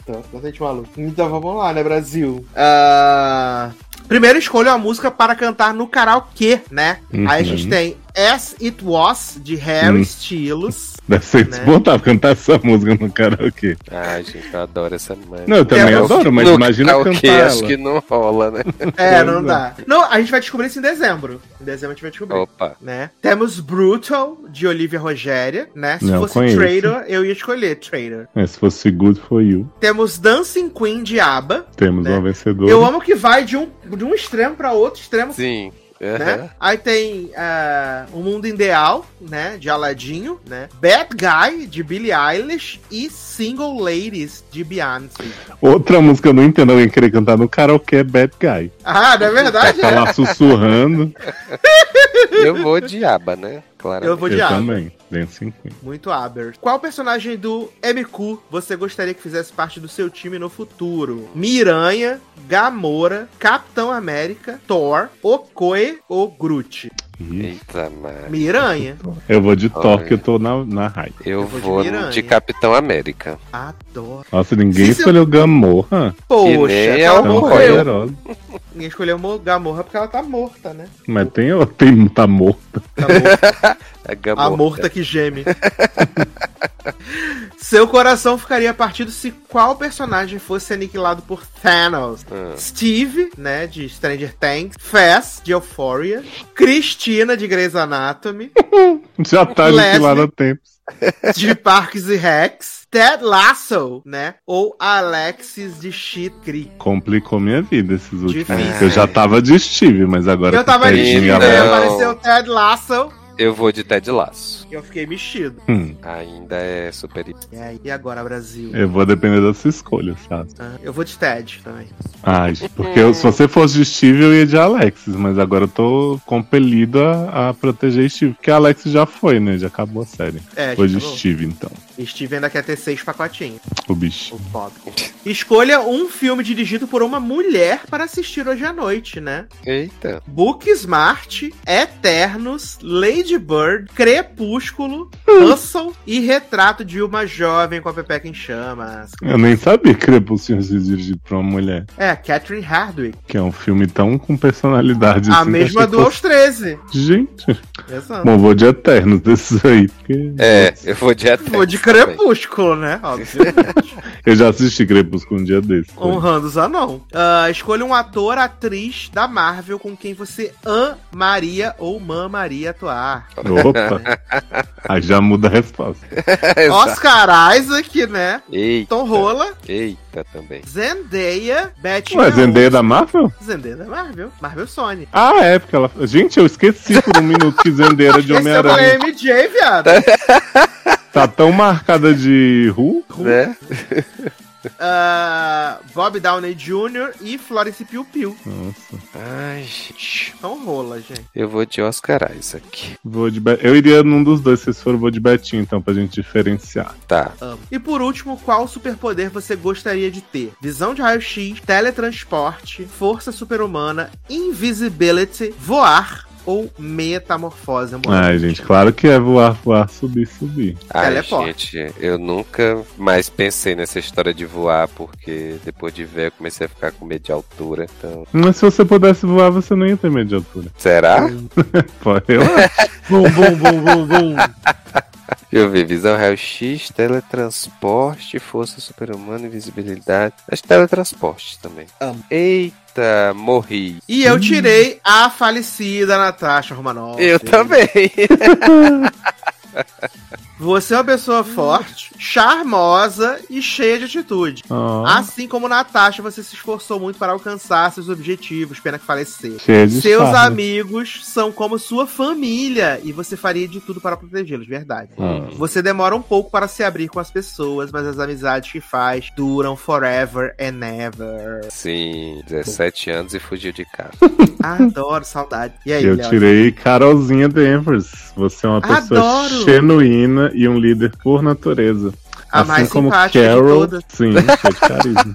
B: Então, bastante maluco. Então vamos lá, né, Brasil? Ah, Primeiro escolha uma música para cantar no karaokê, né?
C: Uhum.
B: Aí a gente tem As It Was, de Harry
C: Hum.
B: Styles.
C: Deve ser
B: Né?
C: desmontável cantar essa música no karaokê.
D: Ai, gente, eu adoro essa mãe.
C: Não, eu também
B: Eu-
C: adoro, mas imagina cantar
D: karaokê, acho
C: ela.
D: que não rola, né?
B: É, não
C: Pois
B: dá. Não, a gente vai descobrir isso em dezembro. Em dezembro a gente vai descobrir.
C: Oh.
D: Opa.
B: Né? Temos Brutal, de Olivia Rogéria, né? Se
C: Não,
B: fosse
C: conheço.
B: Trader, eu ia escolher Trader.
C: É, se fosse Good For You,
B: Temos Dancing Queen de ABBA.
C: temos
B: Né?
C: uma vencedora.
B: Eu amo que vai de um, de um extremo para outro extremo,
D: Sim.
B: né?
D: Aham.
B: Aí tem ah, O Mundo Ideal, né? De Aladinho, né? Bad Guy, de Billie Eilish. E Single Ladies, de Beyoncé.
C: Outra música que eu não entendo alguém querer cantar no karaokê é Bad Guy.
B: Ah, não é
C: Pra
B: verdade? É.
C: falar sussurrando.
D: Eu vou de aba, né? Claro.
B: Eu vou
C: eu
B: de ABBA.
C: também. Dancing Queen.
B: Muito Aber. Qual personagem do MQ você gostaria que fizesse parte do seu time no futuro? Miranha, Gamora, Capitão América, Thor, Okoe ou Groot?
C: Ih,
D: Eita, mano.
B: Miranha?
C: Eu vou de Thor,
D: Olha.
C: que eu tô na, na raiva.
D: Eu,
B: vou de
D: vou no-
B: Miranha.
D: de Capitão América.
B: Adoro.
C: Nossa, ninguém
B: Se- se-
C: escolheu Gamorra.
B: Poxa,
D: nem é
B: ela
D: o
C: Tão
D: Morreu.
B: Tá morreu.
C: poderosa.
B: Ninguém escolheu Mo- Gamorra porque ela tá morta, né?
C: Mas tem, tem tá morto.
B: Tá morta.
D: A É Gamorra.
B: A morta tá que geme. Seu coração ficaria partido se qual personagem fosse aniquilado por Thanos?
D: Ah.
B: Steve, né, de Stranger Things, Fast, de Euphoria, Cristina, de Grey's Anatomy,
C: Já tá
B: Leslie.
C: aniquilado há tempos.
B: de Parks e Rex, Ted Lasso, né, ou Alexis, de Shit Creek.
C: Complicou minha vida esses últimos.
B: Difícil.
C: Eu já tava de Steve, mas agora
B: Eu
C: com
B: tava
C: o
B: ali,
C: Tedinho
D: Tadinha,
B: né,
D: não.
B: apareceu Ted Lasso,
D: Eu vou de Ted Lasso.
B: e eu fiquei mexido.
C: Hum,
D: Ainda é super.
B: E aí, e agora, Brasil?
C: eu vou depender da sua escolha, sabe?
B: Ah, Eu vou de Ted também.
C: Ai, porque eu- se você fosse de Steve, eu ia de Alexis, mas agora eu tô compelido a, a proteger Steve, porque Alexis já foi, né? Já acabou a série.
B: É,
C: Foi de
B: tá bom.
C: Steve, então.
B: Steve ainda quer ter seis pacotinhos.
C: O bicho.
B: O pobre. Escolha um filme dirigido por uma mulher para assistir hoje à noite, né?
D: Eita.
B: Book Smart, Eternos, Lady Bird, Crepúsculo, Hustle e Retrato de uma Jovem com a Pepeca em Chamas.
C: Eu nem sabia que Crepúsculo se dirigido pra uma mulher,
B: É, Catherine Hardwick.
C: que é um filme tão com personalidade.
B: a
C: assim, que
B: mesma
C: achei
B: do Aos 13.
C: fofo. Gente,
B: Exato.
C: bom, vou de Eternos desses aí, porque...
D: É, eu vou de Eterno.
B: Vou de Crepúsculo, né? Óbvio.
C: Eu já assisti Crepúsculo um dia desse.
B: Honrando os anão. Ah, escolha um ator, atriz da Marvel com quem você amaria ou mamaria atuar.
C: Opa! Aí já muda a resposta.
D: Exato.
B: Oscar Isaac, né?
D: Eita.
B: Tom Rola,
D: Eita também.
B: Zendaya, Betty
C: Ué,
B: Ross.
C: Zendaya é da Marvel?
B: Zendaya da Marvel. Marvel Sony.
C: Ah, é, porque ela. Gente, eu esqueci por um minuto que Zendaya era de
B: Esse é
C: Homem-Aranha. É.
B: o MJ, viado.
C: Tá tão marcada de Ru?
D: Né?
B: Ah, Bob Downey Jr. e Florence Piu Piu.
C: Nossa.
D: Ai, gente.
B: Então rola, gente.
D: Eu vou de Oscar Isaac.
C: Vou de Be- Eu iria num dos dois, se vocês forem, vou de Betinho, então, pra gente diferenciar.
D: Tá.
B: Amo. E por último, qual superpoder você gostaria de ter? Visão de raio-x, teletransporte, força super-humana, invisibility, voar ou metamorfose ambulante.
C: Ai, gente, claro que é voar, voar, subir, subir.
B: é
D: Ai,
B: Teleporte.
D: gente, eu nunca mais pensei nessa história de voar, porque depois de ver eu comecei a ficar com medo de altura. Então,
C: Mas se você pudesse voar, você não ia ter medo de altura.
D: será?
C: Pô, eu acho. Vum, vum, vum, vum, vum.
D: Eu vi visão raio-x, teletransporte, força super-humana, invisibilidade. Acho que teletransporte também.
B: Amo.
D: Eita, morri.
B: E eu tirei a falecida Natasha Romanoff.
D: Eu também.
B: Você é uma pessoa forte, charmosa e cheia de atitude.
C: Ó,
B: Assim como Natasha, você se esforçou muito para alcançar seus objetivos, pena que faleceu.
C: cheia de
B: Seus
C: charme.
B: amigos são como sua família e você faria de tudo para protegê-los, verdade.
C: Hum.
B: Você demora um pouco para se abrir com as pessoas, mas as amizades que faz duram forever and ever.
D: Sim, 17 anos e fugiu de casa.
B: Ah, Adoro, saudade. E aí,
C: Eu
B: Léo?
C: tirei Carolzinha Danvers. Você é uma pessoa
B: Adoro!
C: genuína e um líder por natureza.
B: A
C: assim
B: mais
C: como
B: simpática
C: Carol,
B: de todas.
C: sim, cheia de carisma.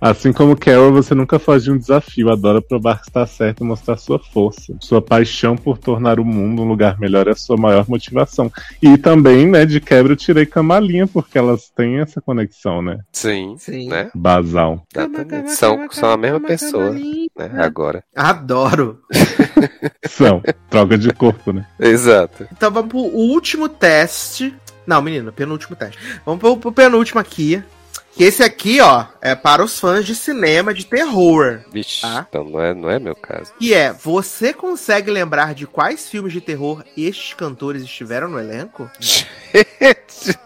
C: Assim como Carol, você nunca foge de um desafio, adora provar que está certo e mostrar sua força. Sua paixão por tornar o mundo um lugar melhor é a sua maior motivação. E também, né, de quebra eu tirei Camalinha, porque elas têm essa conexão, né?
D: Sim,
B: Sim.
D: né?
C: Basal.
D: Exatamente. São, são a mesma pessoa, né? Agora.
B: Adoro.
C: São. Troca de corpo, né?
D: Exato.
B: Então vamos pro último teste. Não, menino, penúltimo teste. Vamos pro, pro penúltimo aqui. Que esse aqui, ó, é para os fãs de cinema de terror.
D: Vixe,
B: Ah.
D: então não é, não é meu caso.
B: Que é, você consegue lembrar de quais filmes de terror estes cantores estiveram no elenco?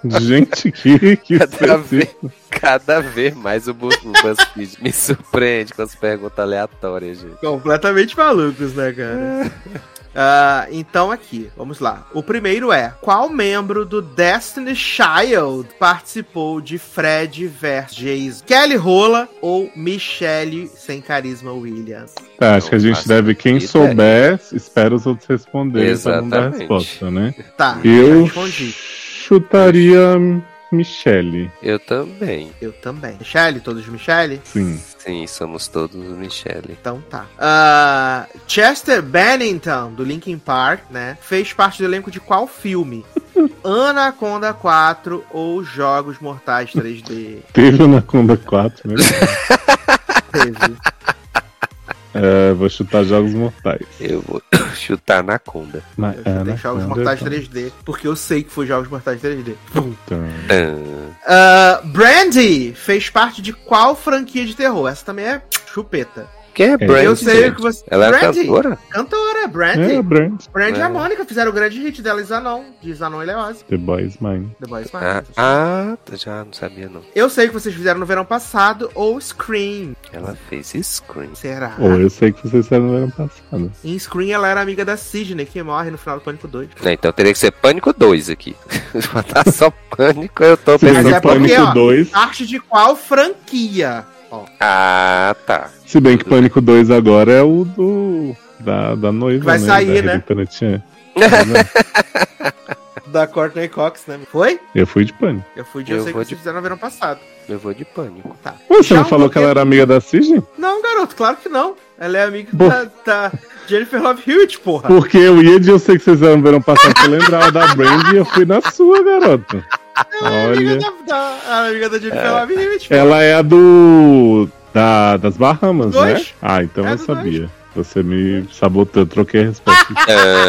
C: Gente, que, que
D: Cada vez,
C: específico.
D: cada vez mais o Bu- o BuzzFeed me surpreende com as perguntas aleatórias, gente.
B: Completamente malucos, né, cara? Ah, então aqui, vamos lá. O primeiro é, qual membro do Destiny Child participou de Fred vs Jason? Kelly Rola ou Michelle sem carisma Williams?
C: Tá, acho que a
D: Não
C: gente
D: faço
C: deve, quem
B: é
D: ideia.
C: souber, espera os outros responderem pra não dar
D: Exatamente.
C: resposta, né?
B: Tá, já
C: Eu
B: respondi.
C: chutaria Michelle,
D: Eu também.
B: Eu também. Michelle, todos Michelle?
C: sim.
D: Sim, somos todos o Michele.
B: Então tá. Ah, Chester Bennington, do Linkin Park, né? Fez parte do elenco de qual filme? Anaconda 4 ou Jogos Mortais 3D?
C: Teve o Anaconda 4, né?
B: Teve.
C: É, vou chutar Jogos Mortais.
D: Eu vou chutar na Cunda.
C: Mas
B: Eu chutei Jogos
C: Anaconda
B: Mortais
C: tá-
B: 3D, porque eu sei que foi Jogos Mortais 3D. Pum.
C: tá.
B: Ah, Brandy fez parte de qual franquia de terror? Essa também é chupeta.
D: Quem é Brandy?
B: eu sei o
D: gente?
B: que você.
D: Ela é
B: Brandy,
D: cantora?
B: cantora, Brandy.
C: É, Brand.
B: Brandy e
D: É.
B: a Mônica fizeram o grande hit dela, Isanon, de Isanon e Leoz,
C: The Boys Mine.
B: The Boys
D: Ah,
B: Minds.
D: ah, tá, já não sabia não.
B: Eu sei o que vocês fizeram no verão passado, ou Scream.
D: Ela fez Scream.
B: Será?
C: Ou eu sei que vocês fizeram no ano passado.
B: Em Scream ela era amiga da Sidney, que morre no final do Pânico 2.
D: Né, Então teria que ser Pânico 2 aqui. Botar só Pânico, eu tô
C: Se bem
B: Mas
C: que
B: é
D: pensando...
C: o
B: porque, Ah. ó,
C: Pânico 2.
B: Parte de qual franquia? Ó,
D: Ah, tá.
C: Se bem que Pânico 2 agora é o do. Da, da noiva.
B: Vai
C: né?
B: sair,
C: da
B: né?
C: Rita É, né? Netchan.
B: da Courtney Cox, né? Foi?
C: Eu fui de Pânico.
B: Eu fui de
D: Eu
B: eu, sei o que
D: vou
B: vocês
D: de-
B: fizeram no verão passado.
D: Eu vou de Pânico.
B: Tá.
C: Você
B: Já
D: um
C: não falou
B: o
C: que ela era amiga da Cisne?
B: Não, garoto, claro que não. Ela é amiga
C: Bom.
B: da, da Jennifer Love Hewitt, porra.
C: Porque eu ia de eu sei que vocês um eram no verão passado, que eu lembrava da Brandy e eu fui na sua, garoto.
B: Ela é amiga
C: Olha.
B: da, da- ela é amiga da Jennifer Love Hewitt.
C: Ela é a do. Da, das Bahamas,
B: Dois.
C: né? Ah, então
B: É
C: eu
B: do
C: sabia. Você me sabotou, eu troquei a resposta.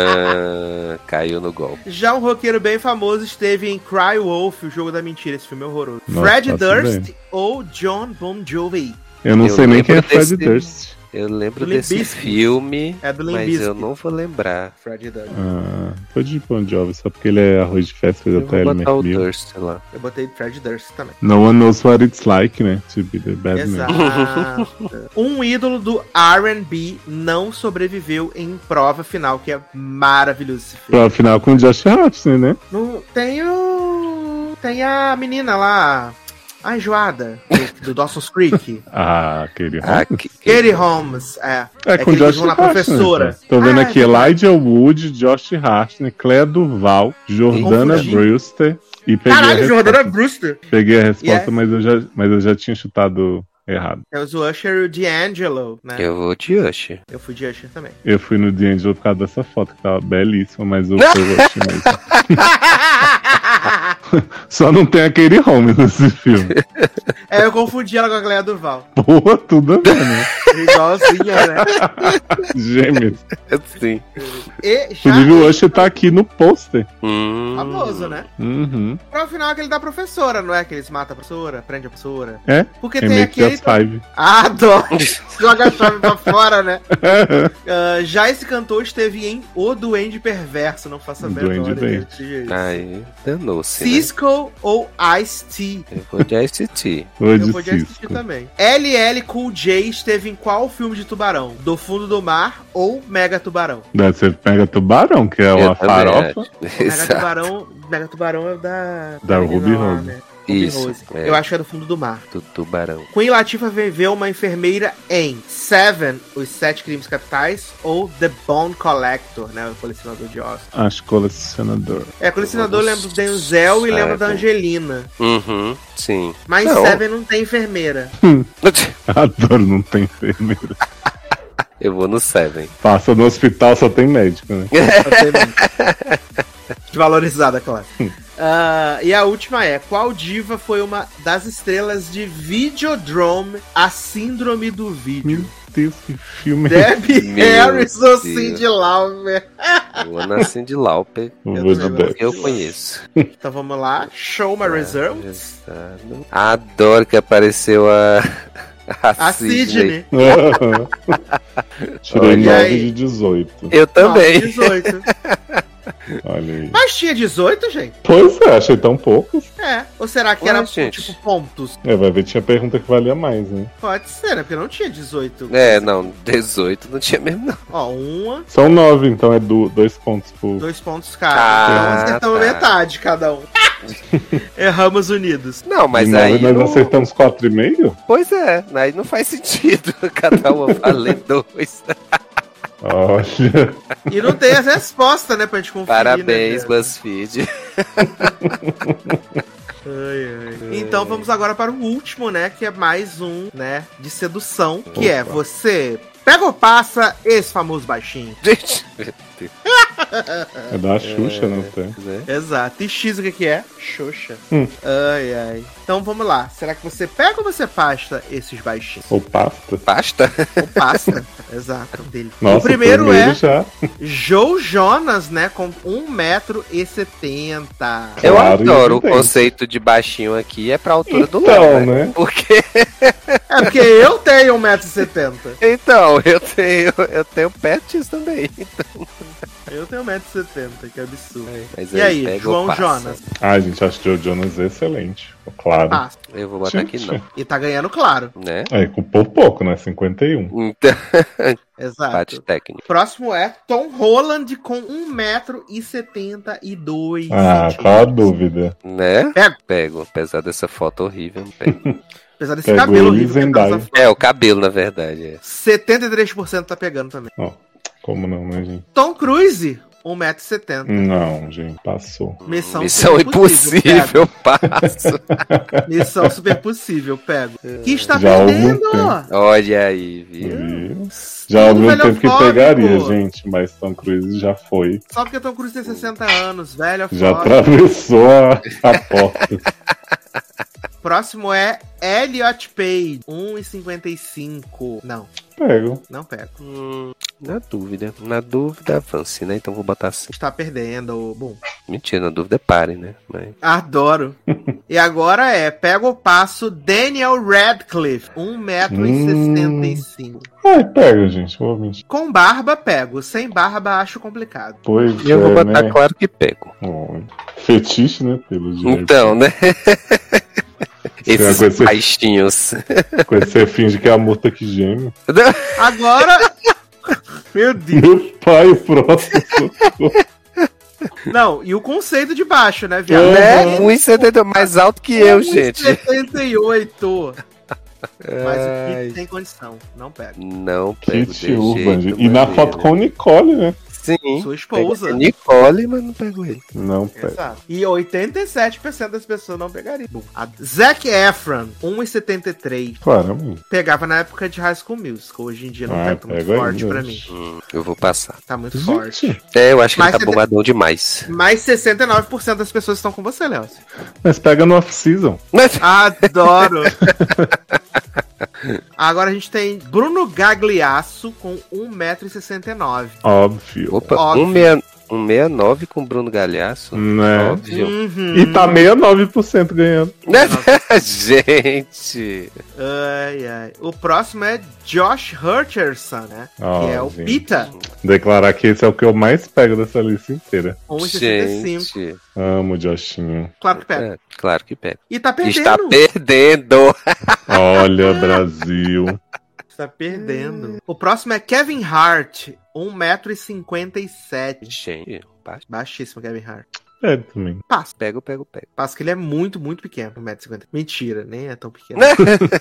D: Ah, caiu no golpe.
B: Já um roqueiro bem famoso esteve em Cry Wolf, o jogo da mentira, esse filme é horroroso.
C: Nossa, tá
B: Fred
C: faço
B: Durst ou John Bon Jovi?
C: Eu não
D: Eu
C: sei nem quem é
D: lembro
C: Fred
D: desse-
C: Durst.
D: Eu lembro
B: Limp
D: desse
B: Bizkit.
D: filme,
B: É do
D: mas
B: Limbisky.
D: eu não vou lembrar.
B: Fred Durst.
C: Ah, foi de Bon Jovi, só porque ele é arroz de festa, fez
D: Eu
C: até
D: vou
C: ele
D: botar o
C: McNeil.
D: Durst lá.
B: Eu botei Fred Durst também.
C: No one knows what it's like, né? To be the bad man.
B: Exato. um ídolo do R&B não sobreviveu em prova final, que é maravilhoso esse filme.
C: Pra final com o Josh Hutcherson, né?
B: Não, tem o... Tem a menina lá, a enjoada, do, do Dawson's Creek.
C: Ah, querido.
D: Ah, que,
B: Katie Holmes, é.
C: É, com
B: aquele que
C: Josh
B: vão na
C: Hartnett,
B: professora.
C: né? Tô vendo
B: Ah,
C: aqui Elijah Wood, Josh Hartnett, Cléa Duval, Jordana
B: Confundi.
C: Brewster. E peguei, a,
B: Caralho,
C: res-
B: Jordana Brewster.
C: peguei a resposta,
B: Yeah.
C: mas, eu já, mas eu já tinha chutado Errado.
B: É os Usher e o D'Angelo, né?
D: Eu vou de Usher.
B: Eu fui de Usher também.
C: Eu fui no D'Angelo por causa dessa foto, que tava belíssima, mas o que eu gostei mesmo. Só não tem aquele homem nesse filme.
B: é, eu confundi ela com a Cleia Duval.
C: Porra, tudo a ver, né?
B: Igualzinha, né?
C: Gêmeos.
B: É
D: Sim.
B: E já
C: Inclusive, o Usher tá aqui no pôster.
D: Hum.
B: famoso, né?
C: Uhum.
B: Pra o final aquele da professora, não é? Que eles matam a professora, prende a professora.
C: É?
B: Porque
C: É
B: tem
C: meio que
B: aquele.
C: as five.
B: Ah, adoro! Joga a chave pra fora, né? Ah, já esse cantor esteve em O Duende Perverso, não faça a
C: O
B: menor
C: Duende
B: ideia
C: Verde.
B: do que é isso.
D: Aí danou-se. né?
B: Cisco ou Ice-T?
D: Eu vou de ICT.
B: Eu
C: Hoje
B: vou de Ice-T
C: Cisco.
B: também. LL Cool J esteve em qual filme de tubarão? Do Fundo do Mar ou Mega Tubarão?
C: Daí Você pega tubarão, que é uma farofa.
B: Mega
D: Exato.
B: Tubarão, Mega Tubarão é da...
C: Da
B: menina
C: Ruby
B: lá,
C: Rose.
B: né? Ruby Rose.
D: Isso. É,
B: Eu acho que é do Fundo do Mar.
D: do tubarão.
B: Queen Latifah viveu uma enfermeira em Seven, Os Sete Crimes Capitais, ou The Bone Collector, né? O colecionador de ossos.
C: Acho colecionador.
B: É, colecionador eu lembro do Denzel e lembro da
D: Seven.
B: Angelina.
D: Uhum. Sim.
B: Mas
D: Não.
B: Seven não tem enfermeira.
C: Adoro, não tem enfermeiro.
D: Eu vou no Seven.
C: Passa no hospital, só tem médico, né?
D: É.
B: Desvalorizada, claro.
D: Hum.
B: Ah, e a última é: Qual diva foi uma das estrelas de Videodrome, a Síndrome do
C: Meu
B: Vídeo?
C: Deus, que filme. é
B: Debbie
D: Meu
B: Harris ou
D: Deus.
B: Cindy Lauper?
D: Eu vou na Cindy Lauper.
C: Eu vou de
B: também
C: Death.
B: gosto.
D: Eu conheço.
B: Então vamos lá. Show
D: É,
B: my reserve.
D: Engraçado. Adoro que apareceu a.
B: A Sidney.
C: Tirei
D: Olha
C: 9
B: aí.
C: de 18.
D: Eu também.
B: 18.
C: Olha aí.
B: Mas tinha 18, gente?
C: Pois é, achei tão poucos.
B: É. Ou será que
D: Ué,
B: era
D: gente.
B: tipo pontos?
C: É, vai ver, tinha pergunta que valia mais, né?
B: Pode ser, né? Porque não tinha 18.
D: É, não, 18 não tinha mesmo, não.
B: Ó, uma,
C: São 9, então é do, dois pontos por.
B: dois pontos
D: Ah,
B: cada. Então acertamos
D: tá.
B: metade cada um. Erramos unidos.
D: Não, mas
C: de nove
D: aí.
C: nós
D: não-
C: acertamos 4,5?
D: Pois é, aí não faz sentido. Cada uma valer dois.
C: Olha.
B: E não tem as respostas, né? Pra gente conferir.
D: Parabéns,
B: né, cara?
D: BuzzFeed.
B: Ai, ai. Então vamos agora para o último, né? Que é mais um, né? De sedução. Que é
C: Opa.
B: você pega ou passa esse famoso baixinho.
D: Gente.
C: É da Xuxa, não tem?
D: né?
B: Exato. E X o que, que é? Xoxa.
C: Hum.
B: Ai, ai. Então vamos lá. Será que você pega ou você pasta esses baixinhos?
C: Ou pasta?
D: Pasta?
B: Ou pasta? Exato. Dele.
C: Nossa,
B: o primeiro, é
C: já.
B: Joe Jonas, né? Com 1,70m.
D: Eu
C: Claro,
D: adoro o
C: evidente.
D: conceito de baixinho aqui, é pra altura do
C: Então,
D: Léo. né?
C: né?
D: Porque,
B: É porque eu tenho 1,70m.
D: então, eu tenho, eu tenho pets também.
B: Eu tenho 1,70m, que absurdo.
D: Mas
B: E
D: eu
B: aí,
D: pego
B: João
D: ou passo.
B: Jonas?
C: Ai, Ah, gente, acho Joe Jonas é excelente. Claro.
B: Passa.
D: Eu vou botar aqui
C: Gente.
D: não,
B: E tá ganhando claro.
D: né?
C: É, com por pouco, né? 51.
D: Então,
B: Exato.
D: bate técnico.
B: Próximo é Tom Holland com 1,72m.
C: Ah, qual a dúvida?
D: Né?
B: Pego.
D: Pego. Apesar dessa foto horrível, eu pego.
B: Apesar desse
C: Pegou
B: cabelo
C: ele
B: horrível que ele tá
C: Zendaya.
B: nessa
D: é, o cabelo, na verdade. É.
B: 73% tá pegando também.
C: Ó, como não, né, gente?
B: Tom Cruise, 1,70m.
C: Não, gente, passou.
B: Missão,
D: Hum, Missão
B: super possível,
D: impossível, passo.
B: pego. Missão super possível, pego. Que está
C: É, Já há algum
B: perdendo, ó.
D: Olha aí, viu?
C: E já há
B: Tudo
C: algum tempo que
B: velhofóbico.
C: pegaria, gente, mas Tom Cruise já foi.
B: Só porque Tom Cruise tem 60 anos, velho. é
C: Já
B: foda.
C: atravessou a, a porta.
B: Próximo é Elliot Page, 1,55. Não,
C: Pego.
B: não pego.
D: Hum, na dúvida. Na dúvida, avance, né? Então vou botar assim.
B: Está perdendo, ô, bom.
D: Mentira, na dúvida, pare, né? Mas...
B: Adoro. e agora é, pega o passo Daniel Radcliffe, 1,65m.
C: Ai, pega, gente. Vou mentir.
B: Com barba, pego. Sem barba, acho complicado.
C: Pois
D: E eu vou
C: é,
D: botar
C: né?
D: claro que pego.
C: Ó, Fetiche, né? Pelo jeito.
D: Então, né?
C: Será que vai
D: Esses
C: ser-
D: baixinhos.
C: Quando você finge que é a murta que geme.
D: Né?
B: Agora. Meu Deus.
C: Meu pai, o próximo.
B: Não, e o conceito de baixo, né, viado?
C: É.
D: Né?
C: Uhum.
D: 1,72 mais alto que
B: É um
C: Um
D: eu, gente.
B: 78. Mas o
D: Ai.
B: Kit tem condição, não pega.
D: Não pego de
C: Kit
D: jeito
C: Urban, gente. E na
D: maneiro.
C: foto com o Nicole, né?
D: Sim.
B: Sua esposa.
D: Pega Nicole, mas não pegou ele.
C: Não pega.
B: Exato. E 87% das pessoas não pegariam. Bom, a Zac Efron, 1,73.
C: Claramente.
B: Pegava na época de High School Musical. Hoje em dia não
C: Ah,
B: tá muito
C: pega aí,
B: forte pra mim.
C: gente.
D: Hum, eu vou passar.
B: Tá muito forte.
C: Gente,
D: É, eu acho que
B: Mas
D: ele
B: você tem-
D: tá bombadão demais.
B: Mas 69% das pessoas estão com você, Léo.
C: mas pega no off-season.
D: Mas-
B: Adoro! Agora a gente tem Bruno Gagliasso com 1,69m.
C: Óbvio.
D: Opa,
B: Óbvio.
D: 1,69 169 com Bruno Galhaço.
C: Né?
D: Óbvio.
B: Uhum.
C: E tá 69% ganhando.
B: Hum.
D: Né? Gente.
B: Ai, ai. O próximo é Josh Hutcherson, né?
C: Ah,
B: que é o
C: gente.
B: Pita,
C: Declarar que esse é o que eu mais pego dessa lista inteira.
B: 1,65.
D: Gente.
C: Amo o Joshinho.
B: Claro que pega.
D: É, claro que pega.
B: E tá perdendo.
D: Está perdendo.
C: Olha, Brasil.
B: Tá perdendo. O próximo é Kevin Hart, 1,57m.
D: Gente, passa.
B: Baixíssimo, Kevin Hart.
C: É também.
B: Passa.
D: pega, pega, pega.
B: Passa que ele é muito, muito pequeno, 1,50m. Mentira, nem é tão pequeno.
D: Né?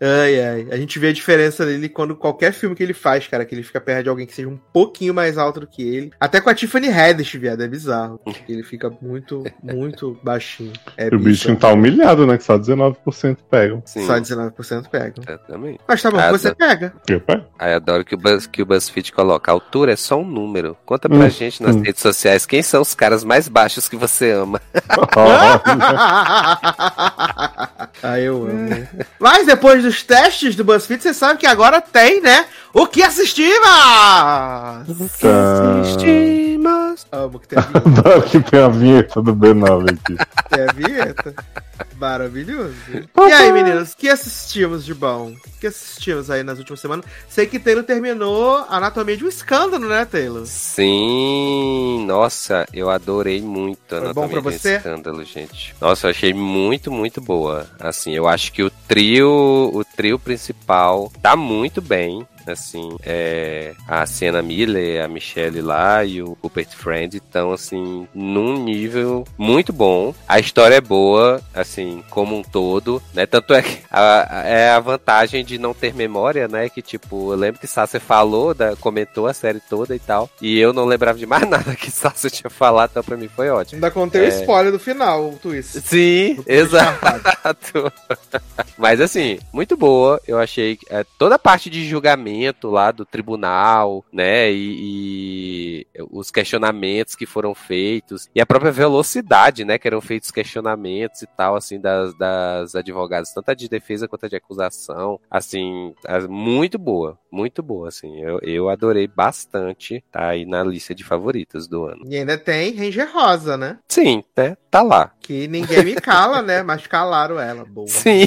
B: Ai, ai. A gente vê a diferença dele quando qualquer filme que ele faz, cara, que ele fica perto de alguém que seja um pouquinho mais alto do que ele. Até com a Tiffany Haddish, viado, é bizarro. Ele fica muito, muito baixinho. É
C: E o bichinho
B: bizarro.
C: tá humilhado, né? Que só 19% pegam.
D: Sim,
B: Só 19% pega.
D: exatamente.
B: Mas tá bom,
D: Ah,
B: você
D: tá.
B: pega.
C: Eu pego.
D: Aí adoro que o, Buzz, que o BuzzFeed coloca. A altura é só um número. Conta pra
C: Hum,
D: gente nas
C: hum.
D: redes sociais quem são os caras mais baixos que você ama.
C: Olha.
B: ah, eu amo. né? Mas depois dos testes do BuzzFeed, você sabe que agora tem, né? O que assistir, mas...
C: Tá.
B: Amo que tem a vinheta.
C: Adoro que tem a vinheta do B9 aqui.
B: Tem a vinheta. Maravilhoso. E aí, meninos, o que assistimos de bom? O que assistimos aí nas últimas semanas? Sei que Taylor terminou a Anatomia de um Escândalo, né, Taylor?
D: Sim, nossa, eu adorei muito a
B: Foi bom
D: Anatomia
B: pra
D: de um
B: você?
D: Escândalo, gente. Nossa, eu achei muito, muito boa. Assim, eu acho que o trio, o trio principal tá muito bem. Assim, é, a Sienna Miller, a Michelle lá e o Rupert Friend estão, assim, num nível muito bom. A história é boa, assim, como um todo, né? Tanto é que a, a- é a vantagem de não ter memória, né? Que, tipo, eu lembro que Sasser falou, da, comentou a série toda e tal, e eu não lembrava de mais nada que Sasser tinha falado, então pra mim foi ótimo.
B: Ainda contei o spoiler do final, o twist.
D: Sim, É. exato. Exato. Mas assim, muito boa. Eu achei que, é, toda a parte de julgamento lá do tribunal, né? E, e os questionamentos que foram feitos. E a própria velocidade, né? Que eram feitos questionamentos e tal, assim, das, das advogadas, tanto a de defesa quanto a de acusação. Assim, as- muito boa. Muito boa, assim. Eu, eu adorei bastante. Tá aí na lista de favoritas do ano.
B: E ainda tem Ranger Rosa, né?
D: Sim, né? Tá lá.
B: Que ninguém me cala, né? Mas calaram ela. Boa.
D: Sim.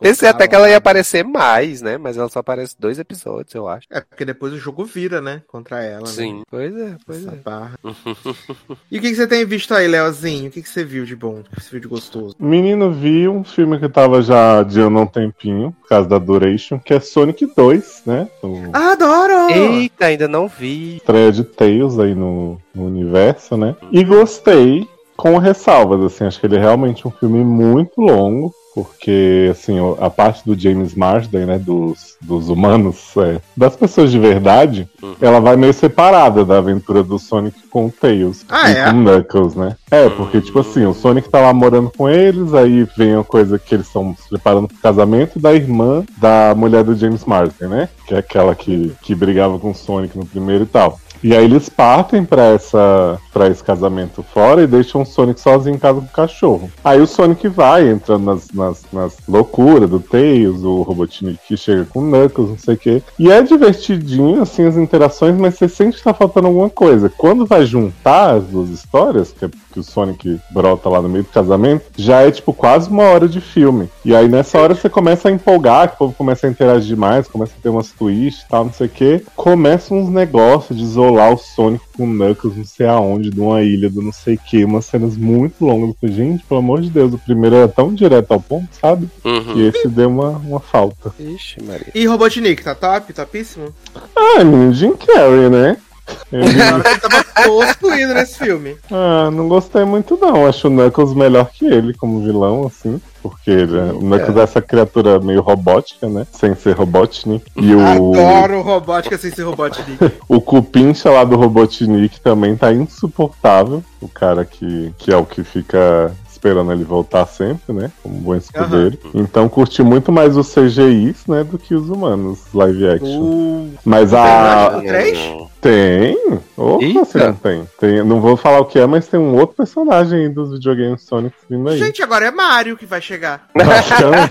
D: Pensei até que ela ia aparecer mais, né? Mas ela só aparece dois episódios, eu acho.
B: É porque depois o jogo vira, né? Contra ela. né?
D: Sim. Pois é, pois
B: Essa
D: é.
B: barra. e o que, que você tem visto aí, Leozinho? O que, que você viu de bom? O que você viu de gostoso?
C: Menino, vi um filme que tava já adiando há um tempinho, por causa da duration, que é Sonic 2, né? O
B: Adoro!
D: Eita, ainda não vi.
C: estreia de Tails aí no, no universo, né? E gostei, com ressalvas, assim, acho que ele é realmente um filme muito longo, porque, assim, o- a parte do James Marsden, né, dos, dos humanos, é, das pessoas de verdade,
D: Uhum.
C: ela vai meio separada da aventura do Sonic com o Tails
B: Ah,
C: e
B: é?
C: com o Knuckles, né? É, porque, tipo assim, o Sonic tá lá morando com eles, aí vem a coisa que eles estão se preparando pro casamento da irmã da mulher do James Marsden, né? Que é aquela que, que brigava com o Sonic no primeiro e tal. E aí eles partem pra, essa, pra esse casamento fora e deixam o Sonic sozinho em casa com o cachorro. Aí o Sonic vai entrando nas, nas, nas loucuras do Tails, o Robotnik que chega com o Knuckles, não sei o quê. E é divertidinho, assim, as interações, mas você sente que tá faltando alguma coisa. Quando vai juntar as duas histórias, que, é, que o Sonic brota lá no meio do casamento, já é, tipo, quase uma hora de filme. E aí nessa hora você começa a empolgar, que o povo começa a interagir mais, começa a ter umas twists e tal, não sei o quê. Começa uns negócios de isolar o Sonic com o Knuckles, não sei aonde, de uma ilha, do não sei o quê. Umas cenas muito longas. Eu falei, Gente, pelo amor de Deus, o primeiro era tão direto ao ponto, sabe?
D: Uhum.
C: E esse deu uma, uma falta.
D: Ixi, Maria.
B: E Robotnik, tá top? Topíssimo?
C: Ah, menino Jim é Carrey, né? Eu-
B: Ele tava possuído nesse filme.
C: ah, não gostei muito, não. Acho o Knuckles melhor que ele como vilão, assim. Porque ele é- o Knuckles é. essa criatura meio robótica, né? Sem ser robotnik. E o,
B: Adoro o robótica sem ser robotnik.
C: o Cupincha lá do Robotnik também tá insuportável. O cara que, que é o que fica esperando ele voltar sempre, né? Como bom escudeiro. Então curti muito mais os CGIs, né? Do que os humanos live action.
B: Uh,
C: Mas
B: verdade,
C: a,
B: O três?
C: Tem? Opa,
D: Eita.
C: se não tem. tem. Não vou falar o que é, mas tem um outro personagem aí dos videogames Sonic vindo aí.
B: gente, agora é Mario que vai chegar.
C: Bacana.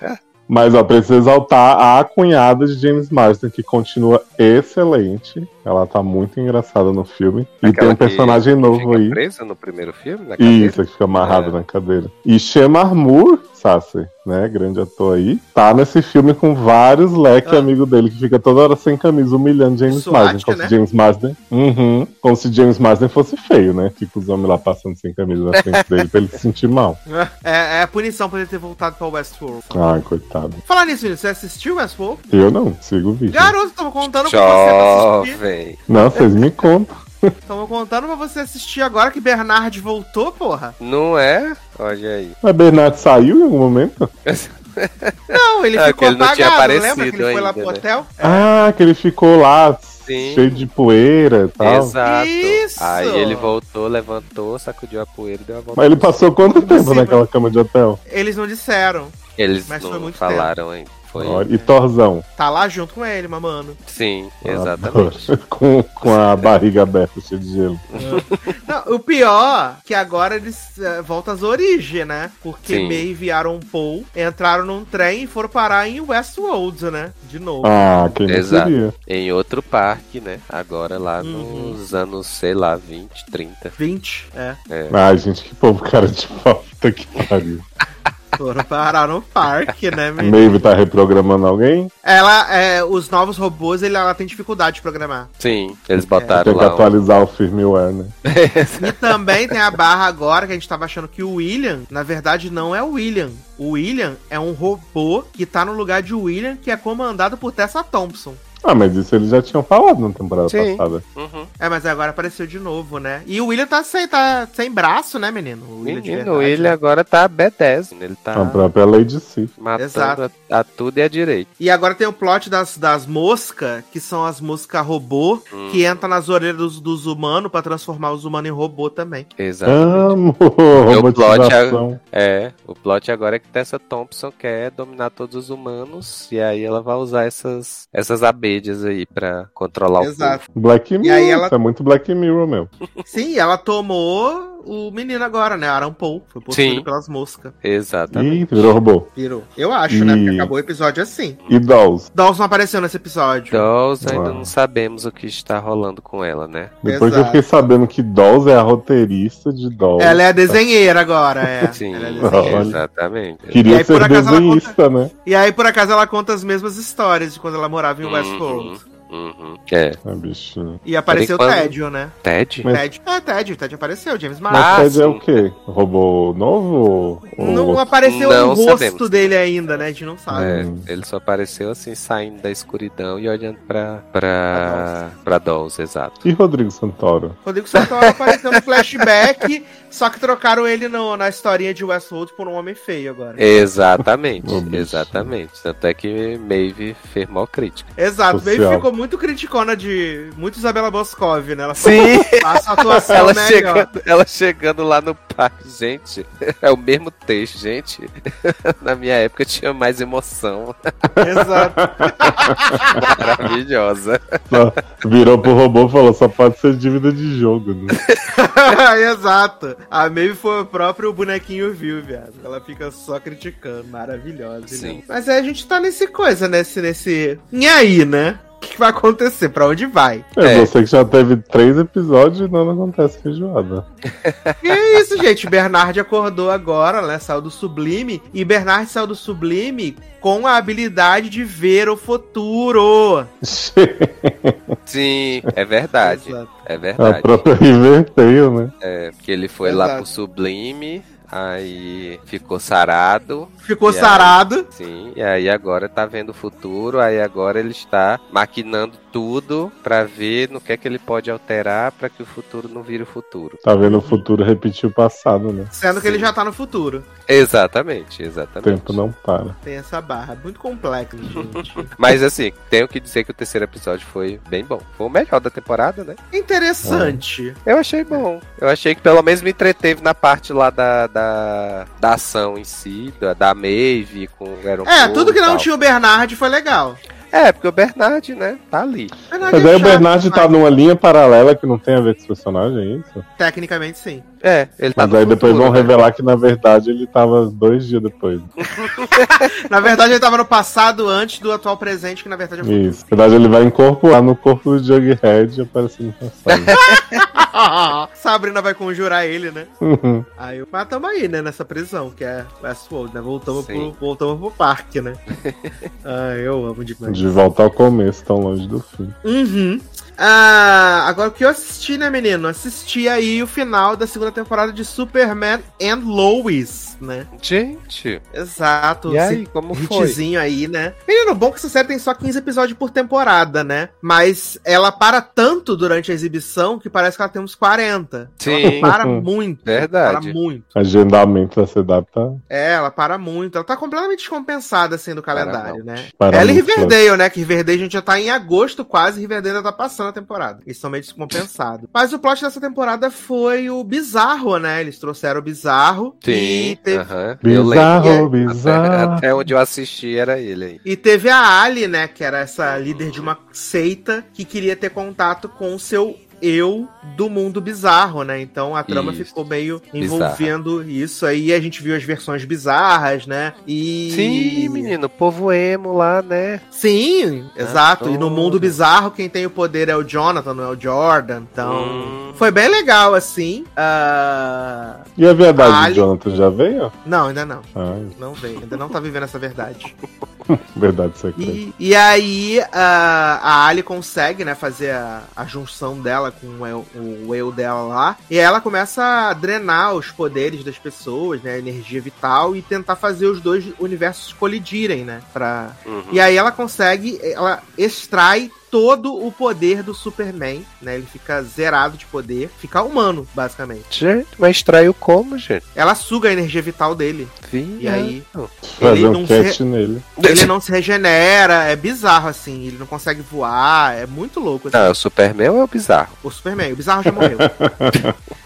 C: é um. mas ó, preciso exaltar a cunhada de James Marsden, que continua excelente. Ela tá muito engraçada no filme. e tem
D: Aquela
C: um
D: que
C: personagem novo
D: Fica
C: aí.
D: presa no primeiro filme, na cadeira.
C: Isso, que fica amarrado
D: É.
C: na cadeira. E Shema Armour, Sassi, né? Grande ator aí, tá nesse filme com vários leque
B: Ah.
C: amigo dele que fica toda hora sem camisa, humilhando James
B: Suástica,
C: Marsden. Como
B: né?
C: se James Marsden. Uhum. Como se James Marsden fosse feio, né? Fica os homens lá passando sem camisa na frente dele pra ele se sentir mal.
B: É, é a punição por ele ter voltado pra Westworld.
C: Ai, Ah, coitado.
B: Falar nisso, menino, você assistiu Westworld?
C: Eu não, sigo o vídeo.
B: Garoto, tava contando pra você pra assistir.
D: Jovem.
C: Não, vocês me contam.
B: Tava contando pra você assistir agora que Bernard voltou, porra.
D: Não é? Olha aí.
C: Mas Bernardo saiu em algum momento?
B: Não, ele
D: É,
B: ficou
D: que ele não tinha
B: apagado,
D: aparecido
B: lembra que ele foi lá pro
D: ainda, né?
B: hotel?
C: Ah, que ele ficou lá
D: Sim.
C: cheio de poeira e tal.
D: Exato.
B: Isso!
D: Aí ele voltou, levantou, sacudiu a poeira e deu a volta.
C: Mas ele passou quanto tempo
D: assim,
B: Impossível.
C: naquela cama de hotel?
B: Eles não disseram.
D: Eles
B: mas
D: não
B: foi muito
D: falaram ainda. Foi. né?
C: Olha, Ah, E Torzão?
B: Tá lá junto com ele, mamando.
D: Sim, exatamente.
C: com, com a barriga aberta, cheia de gelo.
B: Não, o pior é que agora eles eh, voltam às origens, né? Porque
D: Sim.
B: meio vieram um Paul, entraram num trem e foram parar em Westworld, né? De novo.
C: Ah, quem não
D: Exato.
C: queria.
D: Em outro parque, né? Agora lá
B: Uhum.
D: nos anos, sei lá, 20, 30.
B: 20, é.
C: Ai, Ah, gente, que povo cara de pau. Puta que pariu.
B: Foram parar no parque, né,
C: A
B: menino?
C: Maeve tá reprogramando alguém?
B: Ela, é, os novos robôs, ele, ela tem dificuldade de programar.
D: Sim,
B: É.
D: eles
C: Tem
D: botaram
C: que
D: lá. um-
C: atualizar o firmware, né?
B: E também tem a barra agora que a gente tava achando que o William, na verdade, não é o William. O William é um robô que tá no lugar de William, que é comandado por Tessa Thompson.
C: Ah, mas isso eles já tinham falado na temporada
D: Sim.
C: passada.
D: Uhum.
B: É, mas agora apareceu de novo, né? E o William tá sem, tá sem braço, né, menino? O William de
D: Menino,
B: verdade,
D: ele
B: né?
D: agora tá B10. Ele tá
C: A própria Lady Sif.
D: matando
B: Exato.
D: a, a tudo e a direito.
B: E agora tem o plot das, das moscas, que são as moscas robô,
D: Hum.
B: que entram nas orelhas dos, dos humanos pra transformar os humanos em robô também.
D: Exatamente.
C: Amo!
D: o plot
C: Robotização.
D: É, o plot agora é que Tessa Thompson quer dominar todos os humanos e aí ela vai usar essas, essas abelhas aí pra controlar
B: Exato.
C: Black Mirror.
B: aí ela-
C: Isso é muito Black Mirror, meu.
B: Sim, ela tomou o menino agora, né? Aaron Paul. Foi possuído
D: Sim.
B: pelas moscas.
D: o povo. Exatamente.
C: Ih, virou robô.
B: Virou. Eu acho, né? Porque
C: E-
B: acabou o episódio assim.
C: E Dolls.
B: Dawson não apareceu nesse episódio.
D: Dolls Então, ainda
C: Uau.
D: não sabemos o que está rolando com ela, né?
C: Depois que eu
B: Exato.
C: fiquei sabendo que Dolls é a roteirista de Dolls.
B: Ela é a desenheira agora, é.
D: Sim,
B: Ela é
C: desenhista.
B: desenheira.
D: exatamente.
B: é- E
C: Queria
B: aí, por
C: ser
B: acaso, ela conta-
C: desenhista, né?
B: E aí, por acaso, ela conta as mesmas histórias de quando ela morava em Westworld.
D: Uhum. É.
C: Ah, bichinho.
B: E apareceu o
D: Por enquanto-
B: Tédio, né?
D: Ted?
C: Mas-
B: Ted. É, Ted. Ted apareceu, James
C: Mas
D: Ah,
B: Martin.
C: Fred é
D: sim.
C: o quê? Robô novo? ou-
B: não
C: ou-
B: apareceu
D: Não
B: o rosto
D: sabemos.
B: dele ainda, né? A gente não sabe.
D: É,
C: Hum.
D: ele só apareceu assim, saindo da escuridão e olhando pra. pra. pra Dolls, exato.
C: E Rodrigo Santoro?
B: Rodrigo Santoro apareceu no flashback, só que trocaram ele no- na historinha de Westworld por um homem feio
D: É.
B: agora.
D: Exatamente,
C: Ô, bicho.
D: exatamente. Tanto é que Maeve firmou crítica.
B: Exato,
C: Social.
B: meio que ficou muito criticona de. Muito Isabela Boscov, né? Ela
D: Sim!
B: passa a atuação
D: Ela
B: é melhor.
D: chegando, ela chegando lá no parque, gente, é o mesmo texto, gente. Na minha época tinha mais emoção.
B: Exato.
D: Maravilhosa.
C: Só virou pro robô e falou: só pode ser dívida de jogo. Né?
B: Exato. A Maeve foi o próprio bonequinho viu, viado. Ela fica só criticando. Maravilhosa.
D: Sim.
B: né? Mas aí a gente tá nesse coisa, nesse. nesse... E aí, né? O que que vai acontecer? Pra onde vai?
C: É,
D: É.
C: Você que já teve três episódios e não acontece feijoada.
B: E é isso, gente. Bernard acordou agora, né? Saiu do Sublime. E Bernard saiu do Sublime com a habilidade de ver o futuro.
D: Sim, é verdade.
B: Exato.
D: É
C: a
D: verdade.
C: própria Rivertale, né?
D: É, porque ele foi lá
B: Exato.
D: pro Sublime, aí ficou sarado.
B: Ficou
D: E aí?
B: sarado.
D: Sim, e aí agora tá vendo o futuro, aí agora ele está maquinando tudo pra ver no que é que ele pode alterar pra que o futuro não vire o futuro.
C: Tá vendo o futuro repetir o passado, né?
B: Sendo que ele
D: Sim.
B: já tá no futuro.
D: Exatamente,
C: O
D: exatamente.
C: tempo não para.
B: Tem essa barra. Muito complexo, gente.
D: Mas assim, tenho que dizer que o terceiro episódio foi bem bom. Foi o melhor da temporada, né?
B: Interessante.
D: Eu achei bom. Eu achei que pelo menos me entreteve na parte lá da, da, da ação em si, da, da Maeve com o Aaron
B: É,
D: Paul
B: tudo que
D: e
B: não
D: tal.
B: tinha o Bernard foi legal.
D: É, porque o Bernard, né, tá ali.
B: Bernard
C: Mas
B: é
C: aí o
B: chato,
C: Bernard
B: mas
C: tá numa linha paralela que não tem a ver com esse personagem, é isso?
B: Ah, Tecnicamente, sim.
D: É, ele tá
C: Mas
D: no
C: aí depois
D: futuro,
C: vão
D: né?
C: revelar que na verdade ele tava dois dias depois.
B: Na verdade, ele tava no passado antes do atual presente, que na verdade é o
D: Uhum.
B: futuro.
C: Isso. Na verdade ele vai incorporar no corpo do Jughead e aparecer no passado.
B: Sabrina vai conjurar ele, né?
C: Uhum.
B: Aí eu mas tamo aí, né? Nessa prisão, que é Westworld, né? Voltamos,
D: Sim.
B: pro, voltamos pro parque, né? ah, eu amo demais.
C: Né? De volta ao começo, tão longe do fim.
B: Uhum. Ah, agora o que eu assisti, né, menino? Assisti aí o final da segunda temporada de Superman and Lois, né?
D: Gente,
B: Exato.
D: e
B: esse
D: aí, como foi?
B: hitzinho aí, né? Menino, bom que essa série tem só 15 episódios por temporada, né? Mas ela para tanto durante a exibição que parece que ela tem uns 40.
D: Sim,
B: Para muito. Para
D: verdade.
B: muito.
C: Agendamento da CW tá
B: É, ela para muito. Ela tá completamente descompensada, assim, do
D: Paramount.
B: calendário, né?
C: Paramount
B: ela e
C: Plus.
B: Riverdale, né? Que Riverdale a gente já tá em agosto quase, e Riverdale ainda tá passando a temporada. Eles são meio descompensados. Mas o plot dessa temporada foi o bizarro, né? Eles trouxeram o bizarro.
D: Sim,
B: E teve,
D: aham. Eu lembro.
B: é.
C: Bizarro,
D: Até,
C: bizarro.
D: até onde eu assisti era ele aí.
B: e teve a Ali, né? Que era essa líder de uma seita que queria ter contato com o seu eu do mundo bizarro, né? Então a trama
D: Isso.
B: ficou meio
D: Bizarra.
B: envolvendo isso aí. A gente viu as versões bizarras, né? E.
D: Sim, menino, povo emo lá, né?
B: Sim, exato. E no
D: Adoro.
B: mundo bizarro, quem tem o poder é o Jonathan, não é o Jordan. Então,
D: Hum.
B: foi bem legal, assim. Ah,
C: E a verdade
B: Ali-
C: do Jonathan já veio?
B: Não, ainda não.
C: Ai,
B: Não veio. Ainda não tá vivendo essa verdade.
C: verdade secreta.
B: E, e aí, ah, a Ali consegue, né, fazer a, a junção dela com o eu, o eu dela lá. E ela começa a drenar os poderes das pessoas, né, a energia vital. E tentar fazer os dois universos colidirem, né, pra,
D: Uhum.
B: E aí ela consegue, ela extrai todo o poder do Superman, né? Ele fica zerado de poder, fica humano, basicamente.
D: Gente, mas extraiu como, gente?
B: Ela suga a energia vital dele.
D: Viado.
B: E aí?
C: Fazer
B: ele
C: um
B: não
C: cat
B: se-
C: nele.
B: Ele não se regenera, é bizarro assim, ele não consegue voar, é muito louco assim.
D: Não, é o Superman ou é o Bizarro?
B: O Superman, o bizarro já morreu.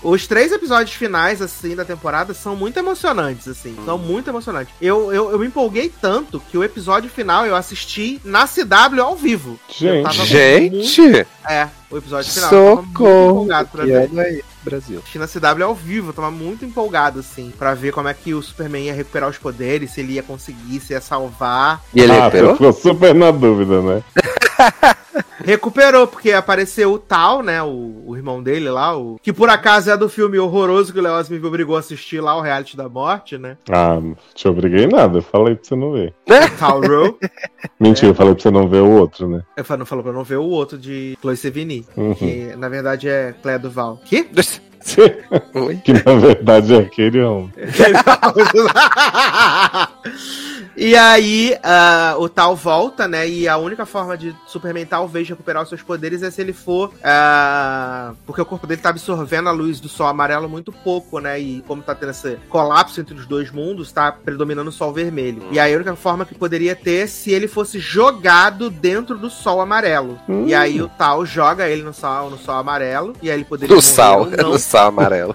B: Os três episódios finais, assim, da temporada são muito emocionantes, assim. São muito emocionantes. Eu, eu, eu me empolguei tanto que o episódio final eu assisti na CW ao vivo. Eu
C: Gente.
B: tava com muito-
D: Gente!
B: É, o episódio final. Eu tava muito
D: Socorro!
B: empolgado pra
D: E
B: ver.
D: olha aí, Brasil.
B: Assisti na CW ao vivo, eu tava muito empolgado, assim, pra ver como é que o Superman ia recuperar os poderes, se ele ia conseguir, se ia salvar.
D: E ele
C: ah, você
D: recuperou?
C: ficou super na dúvida, né?
B: Recuperou, porque apareceu o Tal, né? O, o irmão dele lá, o. Que por acaso é do filme horroroso que o Leoz me obrigou a assistir lá, o Reality da Morte, né?
C: Ah, não te obriguei em nada, eu falei pra você não ver.
B: Tal Rowe.
C: Mentira, eu falei pra você não ver o outro, né?
B: Eu falo- não falou pra não ver o outro de Chloe Sevigny,
C: Uhum.
B: que na verdade é Cléa Duval. Que?
D: Oi?
C: que na verdade é aquele homem.
B: e aí, ah, o tal volta, né? E a única forma de Superman talvez recuperar os seus poderes é se ele for. ah, porque o corpo dele tá absorvendo a luz do sol amarelo muito pouco, né? E como tá tendo esse colapso entre os dois mundos, tá predominando o sol vermelho. E aí, a única forma que poderia ter é se ele fosse jogado dentro do sol amarelo.
C: Hum.
B: E aí, o tal joga ele no sol, no sol amarelo. E aí, ele poderia.
D: No
B: morrer
D: sal, é
B: ou não.
D: no sal amarelo.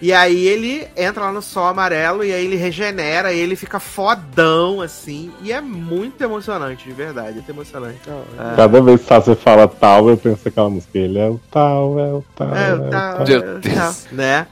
B: E aí ele entra lá no sol amarelo e aí ele regenera e ele fica fodão, assim. E é muito emocionante, de verdade. É muito emocionante. Ah.
C: Cada vez que você fala tal, eu penso aquela música. Ele é o tal, é o tal.
B: É,
C: É,
B: eu
C: o tal.
B: tá,
D: Meu
B: eu
D: Deus.
B: tá, né?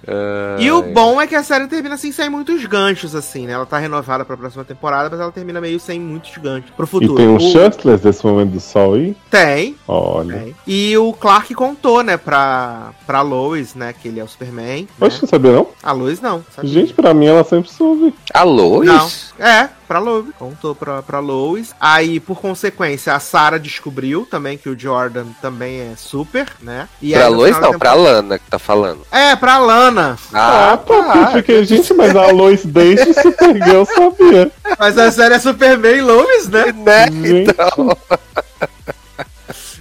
B: E o bom é que a série termina assim sem muitos ganchos, assim, né? Ela tá renovada pra próxima temporada, mas ela termina meio sem muitos ganchos pro futuro.
C: E tem um
B: O-
C: Shuttlers desse momento do sol aí?
B: Tem,
C: Olha.
B: tem. E o Clark contou, né, pra, pra Lois, né, que ele é o Superman. né? Tá
C: Poxa, não sabia não?
B: A Lois não. sabe?
C: Gente, pra mim ela sempre soube.
D: Alô?
B: Não.
D: isso?
B: É, pra Lois. Contou pra, pra Lois. Aí, por consequência, a Sarah descobriu também que o Jordan também é super, né? E
D: Pra
B: aí, no
D: Lois
B: final da
D: não, pra Lana que tá falando.
B: temporada- É, pra Lana.
C: Ah, tá. porque eu fiquei, gente, mas a Lois desde Supergirl sabia.
B: Mas a série é Superman e Lois, né?
C: então.
D: Né?
C: Gente,
D: Então,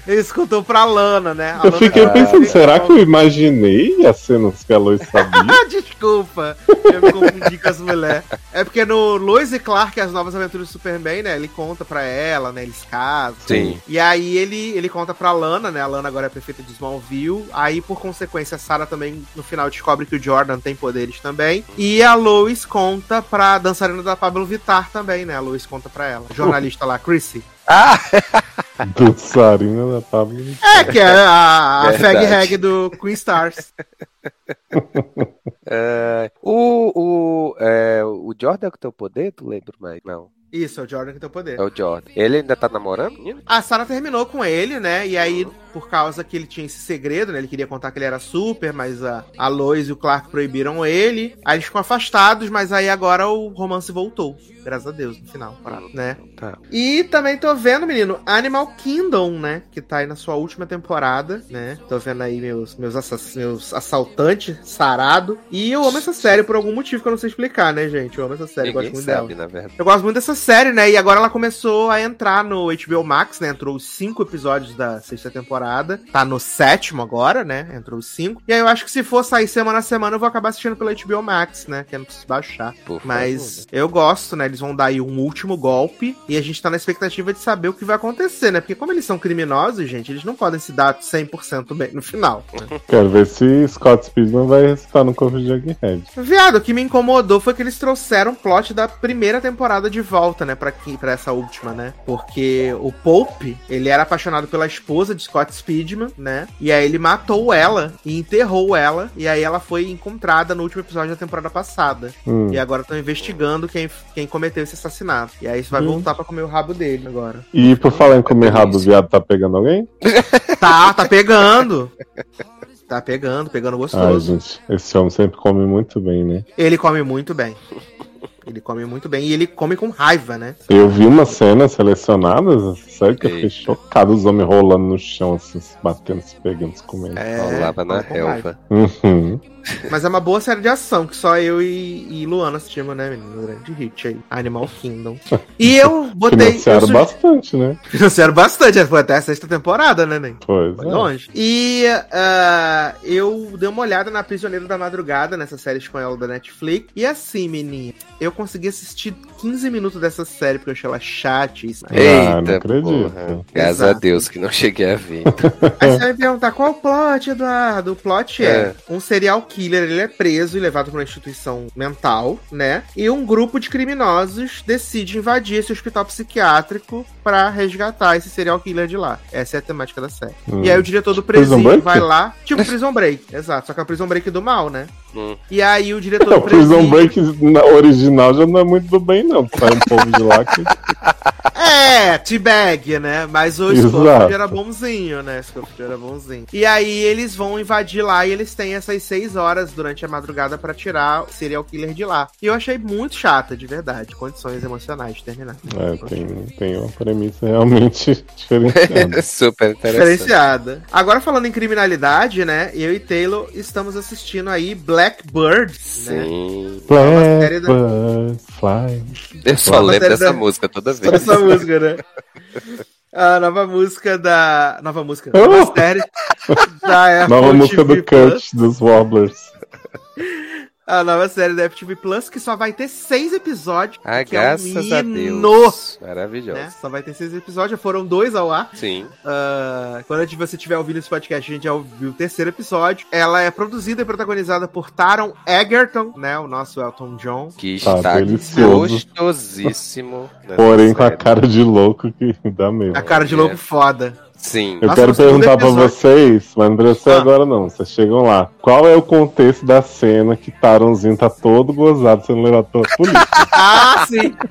B: Eles contou pra Lana, né? A
C: Eu
B: Lana
C: fiquei
B: já-
C: pensando, será que eu imaginei as cenas que a Lois sabia?
B: Ah, desculpa. Eu me confundi com as mulheres. É porque no Lois e Clark, as novas aventuras do Superman, né? Ele conta pra ela, né? Eles casam.
D: Sim.
B: E aí ele, ele conta pra Lana, né? A Lana agora é prefeita de Smallville. Aí, por consequência, a Sarah também, no final, descobre que o Jordan tem poderes também. E a Lois conta pra dançarina da Pablo Vittar também, né? A Lois conta pra ela. O jornalista lá, Chrissy.
D: Ah,
C: Dançarina da Pablo.
B: É, que é a, a
D: Verdade.
B: fag hag do Queen Stars.
D: é, o, o, é, o Jordan que tem o poder, tu lembra mais? Não,
B: Isso, é o Jordan que tem o poder.
D: é o Jordan. Ele ainda tá namorando, menino?
B: A Sarah terminou com ele, né? E aí, por causa que ele tinha esse segredo, né? Ele queria contar que ele era super, mas a, a Lois e o Clark proibiram ele. Aí eles ficam afastados, mas aí agora o romance voltou. Graças a Deus, no final, né?
D: Tá.
B: E também tô vendo, menino, Animal Kingdom, né? Que tá aí na sua última temporada, né? Tô vendo aí meus, meus, assass- meus assaltantes, sarado. E eu amo essa série por algum motivo que eu não sei explicar, né, gente? Eu amo essa série, gosto
D: Ninguém
B: muito dela.
D: sabe, na verdade.
B: Eu gosto muito dessa série, né? E agora ela começou a entrar no HBO Max, né? Entrou os cinco episódios da sexta temporada. Tá no sétimo agora, né? Entrou os cinco. E aí eu acho que se for sair semana a semana, eu vou acabar assistindo pelo HBO Max, né? Que eu não preciso baixar.
D: Por Tá
B: Mas eu gosto, né? Eles vão dar aí um último golpe e a gente tá na expectativa de saber o que vai acontecer, né? Porque como eles são criminosos, gente, eles não podem se dar 100% bem no final.
C: Quero ver se Scott Speedman vai recitar no corpo de Jughead.
B: Viado, o que me incomodou foi que eles trouxeram o plot da primeira temporada de volta, né, pra, que, pra essa última, né? Porque o Pope, ele era apaixonado pela esposa de Scott Speedman, né? E aí ele matou ela e enterrou ela, e aí ela foi encontrada no último episódio da temporada passada.
C: Hum.
B: E agora estão investigando quem, quem cometeu esse assassinato. E aí isso vai
C: Hum.
B: voltar pra comer o rabo dele agora.
C: E por falar em comer rabo, o viado tá pegando alguém?
B: Tá, tá pegando! Tá pegando, pegando
C: Ai,
B: gostoso.
C: gente, esse homem sempre come muito bem, né?
B: ele come muito bem. Ele come muito bem e ele come com raiva, né?
C: Eu vi umas cenas selecionadas, sério que eu fiquei
D: Eita.
C: chocado, os homens rolando no chão, assim, se batendo, se pegando, se comendo.
D: É. Rolava na
B: tá com raiva.
D: relva.
C: Uhum.
B: Mas é uma boa série de ação, que só eu e, e Luana assistimos, né, menino? Grande hit aí. Animal Kingdom. E eu botei. eu
C: Financiaram
B: sugeri-
C: bastante, né?
B: Financiaram bastante. Foi até a sexta temporada, né, Nen?
C: Pois
B: Foi
C: é.
B: longe. E ah, eu dei uma olhada na Prisioneiro da Madrugada, nessa série espanhola da Netflix. E assim, menina, eu consegui assistir 15 minutos dessa série, porque eu achei ela chatíssima.
C: Ah, não
D: Eita,
C: acredito.
D: porra. Graças a
B: Exato.
D: Deus que não cheguei a ver.
B: Aí você vai me perguntar qual é o plot, Eduardo? O plot é,
D: É.
B: um serial killer, ele é preso e levado pra uma instituição mental, né? E um grupo de criminosos decide invadir esse hospital psiquiátrico pra resgatar esse serial killer de lá. Essa é a temática da série.
C: Hum.
B: E aí o diretor do
C: Prison
B: presídio
C: Break?
B: vai lá, tipo Prison Break, exato, só que é o Prison Break do mal, né?
D: Hum.
B: E aí o diretor
C: Não,
B: do presídio...
C: Então, Prison Break na- original já não é muito do bem, não. Sai um povo de lá que.
B: É, T-Bag, né? Mas o
C: Exato.
B: Scofield era bonzinho, né? Scofield era bonzinho. E aí eles vão invadir lá e eles têm essas seis horas durante a madrugada pra tirar o serial killer de lá. E eu achei muito chata, de verdade. Condições emocionais de terminar.
C: É, tem, tem uma premissa realmente diferenciada.
D: É Super interessante.
B: Diferenciada. Agora falando em criminalidade, né? Eu e Taylor estamos assistindo aí Blackbird, né?
D: Sim.
B: série da-
C: Blackbird Fly.
D: Eu só
B: Uma
D: lembro
B: série da-
D: dessa música toda vez.
B: Essa música, né? A nova música da. Nova música.
C: Oh!
B: Nova série. Da
C: Nova
B: Apple
C: música
B: TV+.
C: do Kurt, dos Wobblers.
B: A nova série da FTV Plus, que só vai ter seis episódios.
D: Ah,
B: que é um
D: graças a
B: hino,
D: Deus. Maravilhoso.
B: Né? Só vai ter seis episódios, já foram dois ao ar.
D: Sim.
B: Ah, quando a gente- você estiver ouvindo esse podcast, a gente já ouviu o terceiro episódio. Ela é produzida e protagonizada por Taron Egerton, né? O nosso Elton John.
D: Que
C: Tá
D: está
C: delicioso.
D: gostosíssimo. né? nessa
C: Porém, com a
D: série.
C: cara de louco que dá medo.
B: A cara de louco foda.
D: Sim.
C: Eu
B: Nossa,
C: quero
B: no segundo
C: perguntar pra
B: episódio.
C: vocês, mas não precisa ser
B: Ah.
C: agora não. Vocês chegam lá. Qual é o contexto da cena que Taronzinho tá todo gozado sendo levado pela polícia?
B: Ah, sim!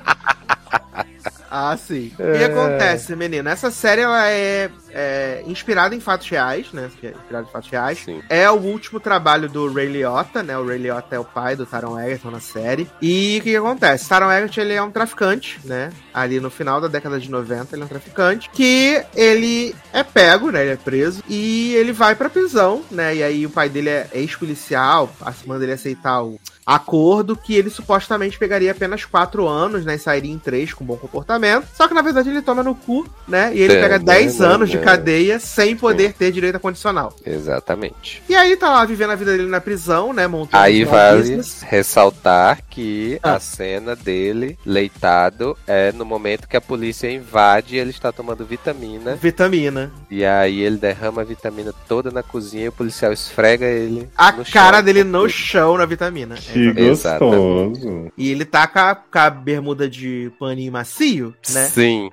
B: Ah, sim. O
D: É.
B: que acontece, menino? Essa série ela é, é inspirada em fatos reais, né? Inspirada em fatos reais.
D: Sim.
B: É o último trabalho do Ray Liotta, né? O Ray Liotta é o pai do Taron Egerton na série. E o que, que acontece? Taron Egerton, ele é um traficante, né? Ali no final da década de 90, ele é um traficante que ele é pego, né? Ele é preso e ele vai pra prisão, né? E aí o pai dele é ex-policial, manda ele aceitar o acordo que ele supostamente pegaria apenas 4 anos, né? E sairia em 3 com bom comportamento. Só que na verdade ele toma no cu, né? E ele
D: É,
B: pega
D: né,
B: 10
D: né,
B: anos de de cadeia sem poder ter direito a condicional.
D: Exatamente.
B: E aí tá lá vivendo a vida dele na prisão, né? Montando
D: Aí
B: um
D: vale
B: business.
D: ressaltar que
B: Ah.
D: a cena dele leitado é no momento que a polícia invade e ele está tomando vitamina.
B: Vitamina.
D: E aí ele derrama a vitamina toda na cozinha e o policial esfrega ele.
B: A cara
D: no chão. tá
B: dele no chão na vitamina.
C: Que
B: É.
D: Exatamente.
C: gostoso.
B: E ele tá com a, com a bermuda de paninho macio, né?
D: Sim,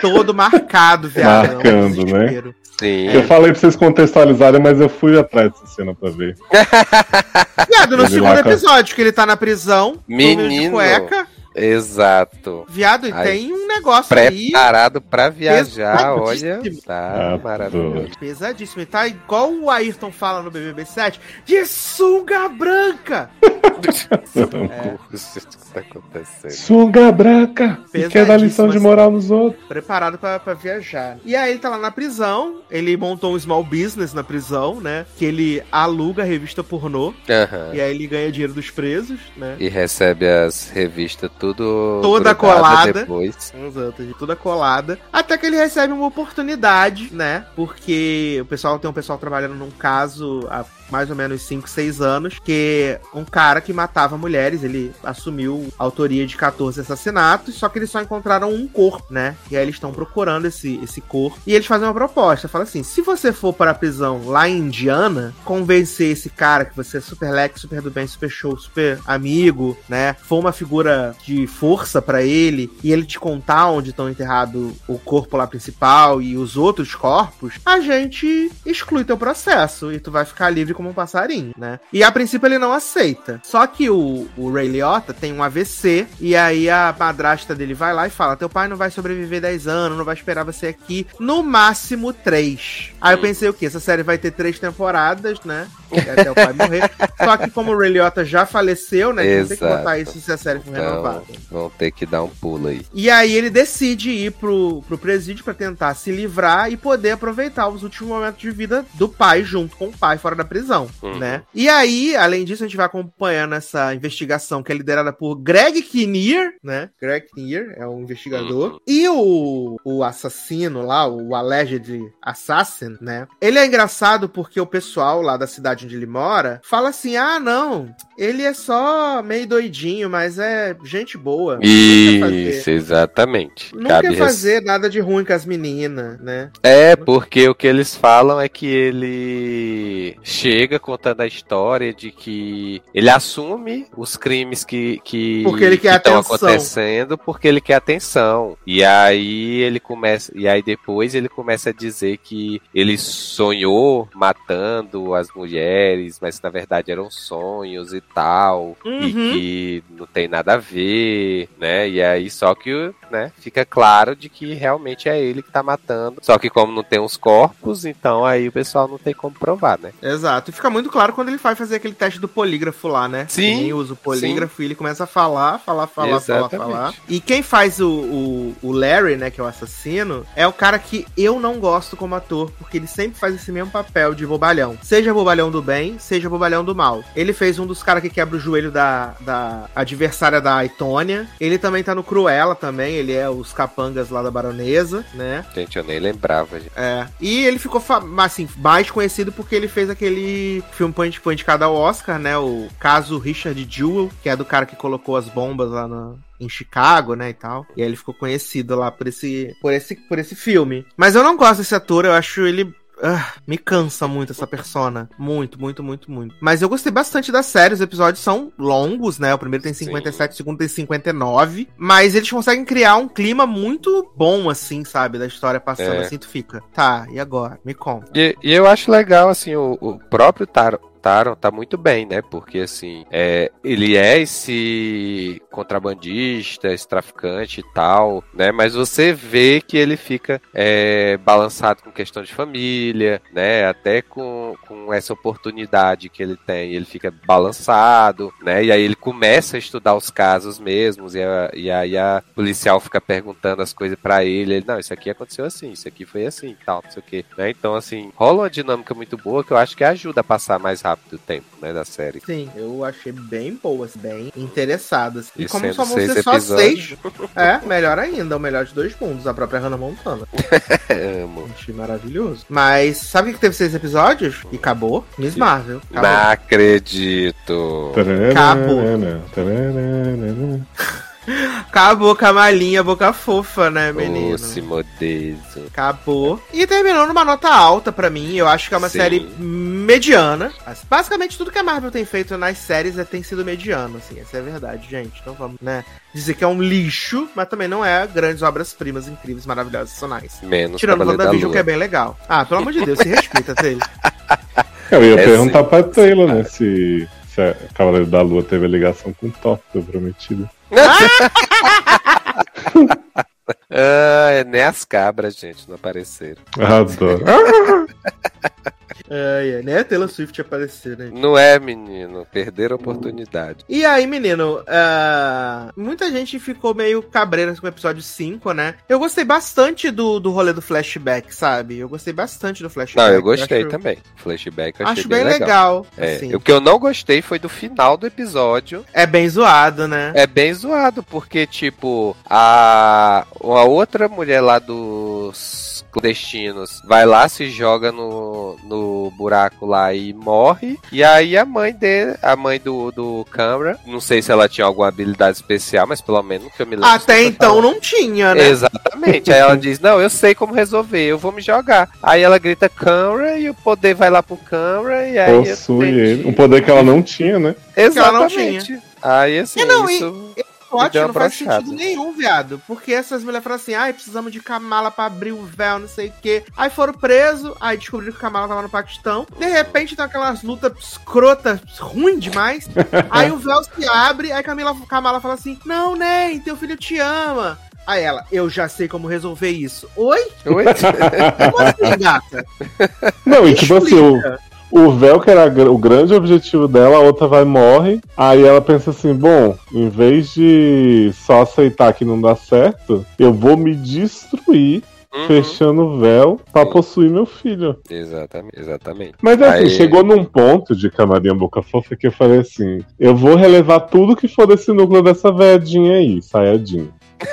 B: Todo marcado, viado. É um
C: Marcando, né?
B: desespero.
D: sim.
C: Eu falei pra vocês contextualizarem, mas eu fui atrás dessa cena pra ver.
B: Viado, no
C: Ele
B: segundo
C: lá com-
B: episódio, que ele tá na prisão, todo de
D: Menino.
B: cueca.
D: Exato.
B: Viado, e
D: Aí.
B: tem um negócio aí.
D: Preparado pra viajar, olha.
B: Pesadíssimo.
D: Tá
C: Ah,
D: maravilhoso.
B: Pesadíssimo. E tá igual o Ayrton fala no BBB7, de sunga branca.
D: Isso que tá acontecendo.
C: Sunga branca! E
B: Pesadíssima
C: quer dar lição de
B: cena.
C: moral nos outros.
B: Preparado pra, pra viajar. E aí ele tá lá na prisão, ele montou um small business na prisão, né? Que ele aluga a revista pornô,
D: Aham.
B: e aí ele ganha dinheiro dos presos, né?
D: E recebe as revistas tudo.
B: Toda
D: grudada
B: colada.
D: Depois.
B: Exato, de toda colada. Até que ele recebe uma oportunidade, né? Porque o pessoal tem um pessoal trabalhando num caso há mais ou menos 5, 6 anos, que um cara que matava mulheres, ele assumiu a autoria de 14 assassinatos, só que eles só encontraram um corpo, né? E aí eles estão procurando esse, esse corpo. E eles fazem uma proposta, fala assim, se você for para a prisão lá em Indiana, convencer esse cara que você é super leque, super do bem, super show, super amigo, né? For uma figura de força pra ele e ele te contar onde estão enterrado o corpo lá principal e os outros corpos, a gente exclui teu processo e tu vai ficar livre como um passarinho, né? E a princípio ele não aceita. Só que o, o Ray Liotta tem um AVC e aí a madrasta dele vai lá e fala: teu pai não vai sobreviver 10 anos, não vai esperar você aqui, no máximo 3. Aí eu pensei o quê? Essa série vai ter três temporadas, né? Até o pai morrer. Só que como o Ray Liotta já faleceu, né? Então Tem que
D: Exato.
B: botar isso se a série for renovada.
D: Então, vão ter que dar um pulo aí.
B: E aí ele decide ir pro, pro presídio pra tentar se livrar e poder aproveitar os últimos momentos de vida do pai junto com o pai fora da prisão,
D: Uhum.
B: né? E aí, além disso, a gente vai acompanhando essa investigação que é liderada por Greg Kinnear, né? Greg Kinnear é um investigador.
D: Uhum.
B: E o, o assassino lá, o alleged assassin, né? Ele é engraçado porque o pessoal lá da cidade onde ele mora fala assim, ah, não, ele é só meio doidinho, mas é gente boa. Nunca fazer.
D: Isso, exatamente.
B: Não quer
D: res-
B: fazer nada de ruim com as meninas, né?
D: É, porque o que eles falam é que ele chega contando a história de que ele assume os crimes que que
B: Porque ele quer
D: que tão
B: atenção.
D: acontecendo porque ele quer atenção. E aí ele começa e aí depois ele começa a dizer que ele sonhou matando as mulheres, mas na verdade eram sonhos e tal, e
B: Uhum.
D: que não tem nada a ver, né? E aí só que, né, fica claro de que realmente é ele que tá matando. Só que como não tem os corpos, então aí o pessoal não tem como provar, né?
B: Exato. E fica muito claro quando ele vai fazer aquele teste do polígrafo lá, né?
D: Sim,
B: Ninguém usa o polígrafo e ele começa a falar, falar, falar, falar,
D: Exatamente.
B: falar. E quem faz o, o, o Larry, né, que é o assassino, é o cara que eu não gosto como ator, porque ele sempre faz esse mesmo papel de bobalhão. Seja bobalhão do bem, seja bobalhão do mal. Ele fez um dos caras que quebra o joelho da, da adversária da Aitônia. Ele também tá no Cruella também, ele é os capangas lá da baronesa, né?
D: Gente, eu nem lembrava. Gente.
B: É. E ele ficou fa- assim, mais conhecido porque ele fez aquele filme point point cada Oscar, né? O caso Richard Jewell, que é do cara que colocou as bombas lá na- em Chicago, né, e tal. E aí ele ficou conhecido lá por esse, por esse, por esse filme. Mas eu não gosto desse ator, eu acho ele ah, me cansa muito essa persona. Muito, muito, muito, muito. Mas eu gostei bastante da série. Os episódios são longos, né? O primeiro tem 57, o segundo tem 59. Mas eles conseguem criar um clima muito bom, assim, sabe? Da história passando.
D: É.
B: Assim tu fica. Tá, e agora? Me conta.
D: E, e eu acho legal, assim, o, o próprio Taron, Taron tá muito bem, né? Porque, assim, é, ele é esse contrabandista, esse traficante e tal, né? Mas você vê que ele fica é, balançado com questão de família, né? Até com, com essa oportunidade que ele tem, né? ele fica balançado, né? E aí ele começa a estudar os casos mesmos, e, a- e aí a policial fica perguntando as coisas pra ele, ele, não, isso aqui aconteceu assim, isso aqui foi assim, tal, não sei o quê. né? Então, assim, rola uma dinâmica muito boa que eu acho que ajuda a passar mais rápido o tempo, né, da série.
B: Sim, eu achei bem boas, bem interessadas. E,
D: E
B: como
D: sendo
B: só vão
D: é seis
B: ser só seis,
D: episódios.
B: é, melhor ainda, o melhor de dois mundos, a própria Hannah Montana.
D: Amo.
B: Achei maravilhoso. Mas sabe o que teve seis episódios? E acabou? Miss Marvel. Acabou.
D: Não acredito.
B: Cabo.
C: Tararana,
B: Acabou com a malinha, boca fofa, né, menino?
D: Ô, Simodeso.
B: Acabou. E terminou numa nota alta pra mim. Eu acho que é uma
D: Sim.
B: série mediana. As- Basicamente, tudo que a Marvel tem feito nas séries é, tem sido mediano, assim. Essa é a verdade, gente. Não vamos, né, dizer que é um lixo, mas também não é grandes obras-primas incríveis, maravilhosas, sonais.
D: Menos
B: Tirando o
D: Cavaleiro da
B: WandaVision,
D: Lua.
B: que é bem legal. Ah, pelo amor de Deus, se respeita, Taylor.
C: Eu ia
D: É,
C: perguntar
D: sim.
C: pra Taylor, né, se, se a Cavaleiro da Lua teve a ligação com o Tóquio prometida.
D: Ah, é nem as cabras, gente, não apareceram.
C: Adoro.
B: Ai, ai, né? A Taylor Swift aparecer, né?
D: Não é, menino. Perderam a oportunidade.
B: E aí, menino, ah, muita gente ficou meio cabreira com o episódio 5, né? Eu gostei bastante do, do rolê do flashback, sabe? Eu gostei bastante do flashback.
D: Não, eu gostei
B: acho,
D: também. Flashback eu achei
B: Acho bem legal.
D: É,
B: assim.
D: O que eu não gostei foi do final do episódio.
B: É bem zoado, né?
D: É bem zoado, porque, tipo, a, a outra mulher lá dos clandestinos vai lá, se joga no, no buraco lá e morre. E aí a mãe dele, a mãe do, do Câmara, não sei se ela tinha alguma habilidade especial, mas pelo menos que eu me lembro.
B: Até então não tinha, né?
D: Exatamente. Aí ela diz: Não, eu sei como resolver, eu vou me jogar. Aí ela grita câmera e o poder vai lá pro câmera
B: É
D: e aí. assim,
C: Possui ele. Um poder que ela não tinha, né?
B: ela não
D: Exatamente. Aí assim,
B: É, não, e-
D: isso.
B: Eu acho que
D: deu
B: não
D: uma
B: faz
D: brochada.
B: sentido nenhum, viado. Porque essas mulheres falaram assim, ai, precisamos de Kamala pra abrir o véu, não sei o quê. Aí foram presos, aí descobriram que Kamala tava no Paquistão. De repente, tem aquelas lutas escrotas, ruim demais. aí o véu se abre, aí Camila, Kamala fala assim, não, Ney, teu filho te ama. Aí ela, eu já sei como resolver isso. Oi?
D: Oi?
B: Como assim, gata?
C: Não, e tipo assim, o,
B: Explica.
C: o véu que era gr- o grande objetivo dela, a outra vai e morre. Aí ela pensa assim, bom, em vez de só aceitar que não dá certo, eu vou me destruir
D: Uhum.
C: fechando o véu pra
D: Sim.
C: possuir meu filho.
D: Exatamente, exatamente.
C: Mas assim,
D: Aí-
C: chegou num ponto de camarinha boca fofa que eu falei assim, eu vou relevar tudo que for desse núcleo dessa velhinha aí, saiadinha.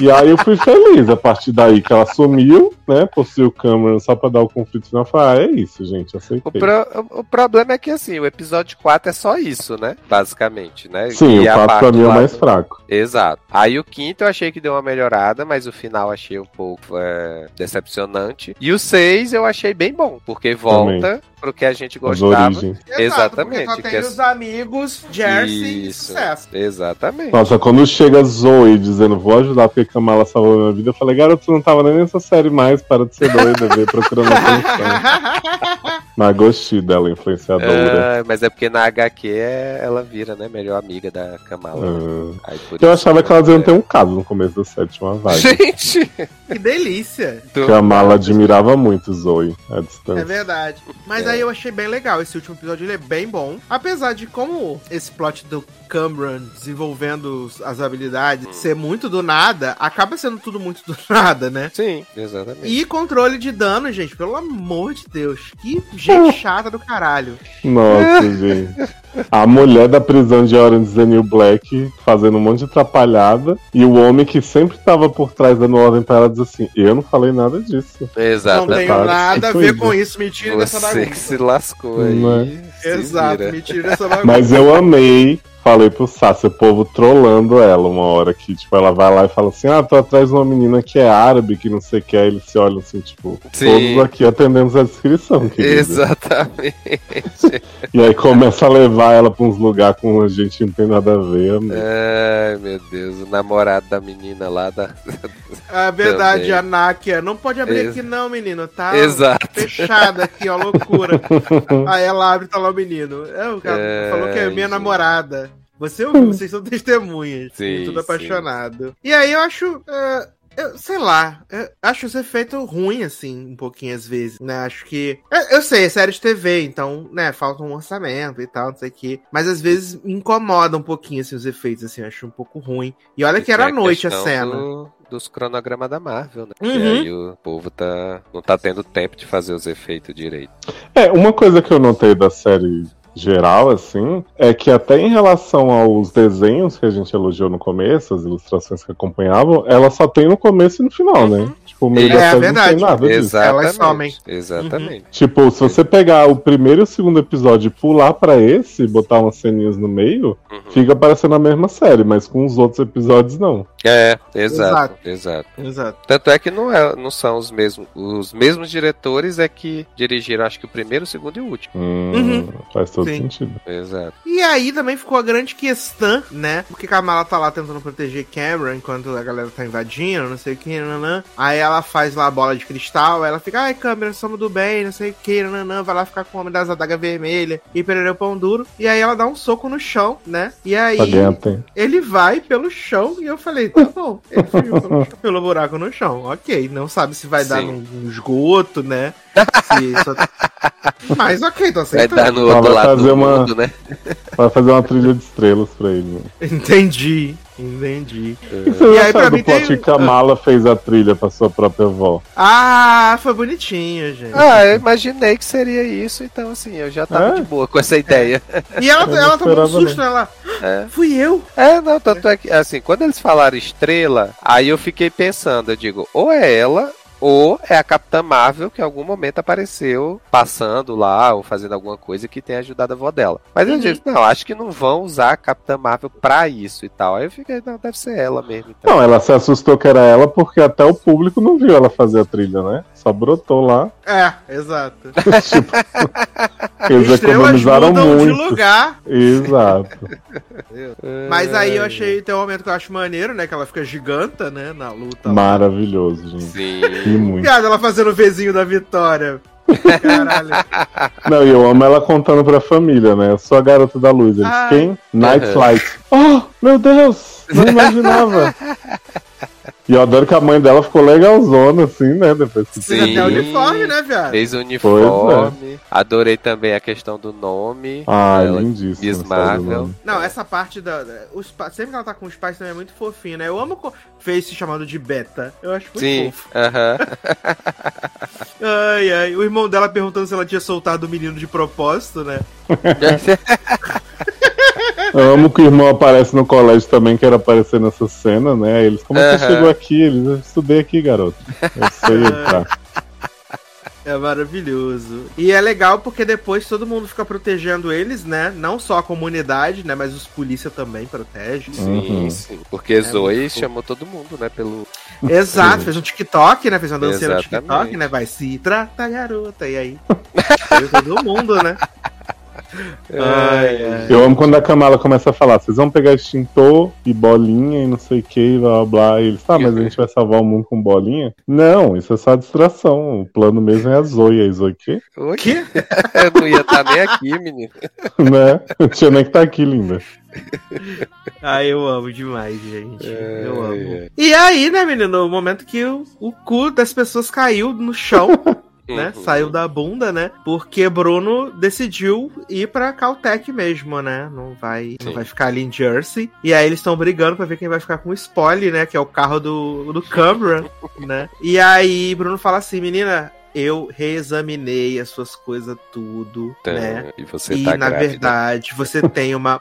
C: e aí eu fui feliz a partir daí que ela sumiu, né? Possuiu o Cameron só pra dar o conflito final. Eu Falei, ah, é isso, gente,
D: O,
C: aceitei.
D: pro- o- o problema é que assim, o episódio 4 é só isso, né? Basicamente, né?
C: Sim, o
D: a
C: 4 pra
D: parte
C: mim é o
D: lá
C: mais
D: do-
C: fraco.
D: Exato. Aí o quinto eu achei que deu uma melhorada, mas o final achei um pouco é, decepcionante. E o seis eu achei bem bom, porque volta pro que a gente
C: As
D: gostava.
C: origens.
B: Exato, porque
D: Exatamente,
B: Só
D: que
B: tem
D: é-
B: os amigos, Jersey e
D: Isso.
B: sucesso.
D: Exatamente.
C: Nossa, quando chega Zoe dizendo vou ajudar porque Kamala salvou minha vida, eu falei, garoto, tu não tava nem nessa série mais, para de ser doida, veio procurando atenção.
D: Então.
C: Mas gostei dela, influenciadora.
D: Ah, mas é porque na HQ é- ela vira, né? Melhor amiga da Kamala.
C: Ah.
D: Aí por
C: Eu
D: isso
C: achava que elas iam ter um caso no começo da sétima vibe.
D: Gente!
B: que delícia.
D: do-
C: Porque a Mala admirava muito Zoe à
B: É
C: distância.
B: verdade. Mas
D: É.
B: aí eu achei bem legal. Esse último episódio ele é bem bom. Apesar de como esse plot do Cameron desenvolvendo os- as habilidades
D: Hum.
B: ser muito do nada, acaba sendo tudo muito do nada, né?
D: Sim, exatamente.
B: E controle de dano, gente, pelo amor de Deus. Que
D: Uh.
B: gente chata do caralho.
C: Nossa, gente. A mulher da prisão de Orange is the New Black fazendo um monte de atrapalhada. E o homem que sempre tava por trás dando ordem pra ela diz assim: Eu não falei nada disso.
D: Exato.
B: Não tenho
C: claro.
B: nada a ver com isso. Me tire dessa
D: tá. Você que
B: bagunça.
D: se lascou
C: Não
D: aí. se
B: Exato,
D: vira.
B: me tire dessa bagunça.
C: Mas eu amei. Falei pro Sassi, o povo trollando ela uma hora que, tipo, ela vai lá e fala assim: Ah, tô atrás de uma menina que é árabe, que não sei o que. Aí eles se olham assim, tipo,
D: Sim.
C: todos aqui atendemos a descrição. querida."
D: Exatamente.
C: E aí começa a levar ela pra uns lugares com a gente que não tem nada a ver. né?
D: Ai, meu Deus, o namorado da menina lá da.
B: A verdade,
D: Também.
B: a Náquia. Não pode abrir
D: Ex-
B: aqui, não, menino, tá?
D: Exato.
B: fechada aqui, ó, loucura. Aí ela abre e tá lá o menino. É, o cara
D: É,
B: falou que é minha
D: gente.
B: namorada. Você ouviu, vocês são testemunhas.
D: Sim,
B: tudo
D: sim.
B: apaixonado. E aí eu acho. é, eu, sei lá, eu acho esse efeito ruim, assim, um pouquinho às vezes, né? Acho que. Eu, eu sei, é série de TV, então, né, falta um orçamento e tal, não sei o quê. Mas às vezes me incomoda um pouquinho, assim, os efeitos, assim, eu acho um pouco ruim. E olha que
D: E
B: era à
D: tem
B: noite a
D: questão
B: cena.
D: do- dos cronogramas da Marvel, né?
B: Uhum.
D: E aí o povo tá. não tá tendo tempo de fazer os efeitos direito.
C: É, uma coisa que eu notei da série geral, assim, é que até em relação aos desenhos que a gente elogiou no começo, as ilustrações que acompanhavam, ela só tem no começo e no final, né? Tipo, o meio
D: É,
C: da
D: é
C: série
B: verdade.
C: não tem nada disso.
D: Exatamente.
B: Elas somem.
D: Exatamente.
C: Tipo, se você pegar o primeiro e o segundo episódio e pular pra esse, botar umas ceninhas no meio,
D: Uhum.
C: fica parecendo a mesma série, mas com os outros episódios não.
D: É, exato, exato.
B: Exato.
D: Tanto é que não, é- não são os mesmos. Os mesmos diretores é que dirigiram, acho que o primeiro, o segundo e o último.
C: Hum,
B: Uhum.
C: Faz todo
B: Sim.
C: sentido.
D: Exato.
B: E aí também ficou a grande questão, né? Porque Kamala tá lá tentando proteger Cameron enquanto a galera tá invadindo, não sei o que, nanã. Aí ela faz lá a bola de cristal, aí ela fica, ai, Cameron, somos do bem, não sei o que, nanã. Vai lá ficar com o homem das adagas vermelhas e perereu pão duro. E aí ela dá um soco no chão, né? E aí
D: Tá
C: Pra ganhar Tá tempo.
B: ele vai pelo chão e eu falei, tá bom. Ele foi pelo, pelo buraco no chão, ok. Não sabe se vai dar
D: Sim.
B: num, num esgoto, né? Se só- tá-" Mas ok, tô
D: Vai
B: aceitando.
D: dar no
C: Ela
D: outro
C: Então, vai
D: lado
C: fazer
D: do
C: uma-
D: mundo, né?
C: Pra fazer uma trilha de estrelas pra ele. né?
B: Entendi, entendi.
C: O que vocês
B: E aí, pra
C: acharam
B: mim,
C: do plot
B: tem-
C: que a Mala fez a trilha pra sua própria avó?
B: Ah, foi bonitinho, gente.
D: Ah, eu imaginei que seria isso, então assim, eu já tava
C: É?
D: de boa com essa ideia.
B: E ela,
C: Eu não
B: ela tomou um
C: esperava,
B: susto, né? ela.
D: É.
B: Fui eu.
D: É, não, tanto é que, assim, quando eles falaram estrela, aí eu fiquei pensando, eu digo, ou é ela, ou é a Capitã Marvel que em algum momento apareceu passando lá, ou fazendo alguma coisa que tenha ajudado a avó dela. Mas eu
B: Uhum.
D: digo, não, acho que não vão usar a Capitã Marvel pra isso e tal. Aí eu fiquei, não, deve ser ela mesmo. Então.
C: Não, ela se assustou que era ela porque até o público não viu ela fazer a trilha, né? Só brotou lá.
B: É, exato.
C: tipo, eles economizaram
B: de
C: muito.
B: lugar.
C: Exato.
B: Mas aí eu achei, tem um momento que eu acho maneiro, né? Que ela fica giganta, né? Na luta. lá.
C: Maravilhoso, gente.
D: Sim.
C: E muito.
B: Viado, ela fazendo o Vzinho da vitória. Caralho.
C: Não, e eu amo ela contando pra família, né? Eu sou a garota da luz. Eles,
B: Ai.
C: quem? Night
D: Uhum.
C: Flight. Oh, meu Deus! Não imaginava. e eu adoro que a mãe dela ficou legalzona, assim, né? Depois que
B: Precisa
D: Sim.
B: até o uniforme, né, viado?
D: Fez o uniforme. Adorei também a questão do nome.
C: é. Ah,
D: Ela-
C: lindíssimo.
D: Miss
C: sabe o
D: Marvel.
C: nome.
B: Não, essa parte da. da- Os, pa- sempre que ela tá com os pais também é muito fofinho, né? Eu amo co- fez se chamando de beta. Eu acho muito
D: Sim.
B: fofo.
D: aham.
B: Ai, ai. O irmão dela perguntando se ela tinha soltado o menino de propósito, né?
C: Eu amo que o irmão aparece no colégio também, que era aparecer nessa cena, né? Aí Eles, como é que você
D: Aham.
C: chegou aqui? Eles, eu estudei aqui, garoto. Eu sei, tá.
B: É maravilhoso. E é legal porque depois todo mundo fica protegendo eles, né? Não só a comunidade, né? Mas os polícia também protegem.
D: Sim,
C: Uhum.
D: sim. Porque Zoe chamou todo mundo, né? Pelo.
B: Exato, fez um TikTok, né? Fez uma dancinha no
D: Exatamente.
B: TikTok, né? Vai se trata, garota. E aí? Veio todo mundo, né? Ai, ai.
C: Eu amo quando a Kamala começa a falar, vocês vão pegar extintor e bolinha e não sei o que, e blá blá blá. E eles, tá, mas a gente vai salvar o mundo com bolinha? Não, isso é só distração. O plano mesmo é a Zoe. A Zoe o quê?
D: Oi?
B: Quê?
D: Eu não ia estar nem aqui, menino.
C: né? Não tinha nem que tá aqui, linda.
B: Ai, eu amo demais, gente.
D: É,
B: eu amo.
D: é.
B: E aí, né, menino? O momento que o, o cu das pessoas caiu no chão, né?
D: Uhum.
B: Saiu da bunda, né? Porque Bruno decidiu ir pra Caltech mesmo, né? Não vai, não
D: Sim.
B: vai ficar ali em Jersey. E aí eles estão brigando pra ver quem vai ficar com o spoiler, né? Que é o carro do, do Cameron, né? E aí Bruno fala assim, menina. Eu reexaminei as suas coisas tudo,
D: Então,
B: né?
D: E você
B: e
D: tá
B: na
D: grávida.
B: verdade, você tem uma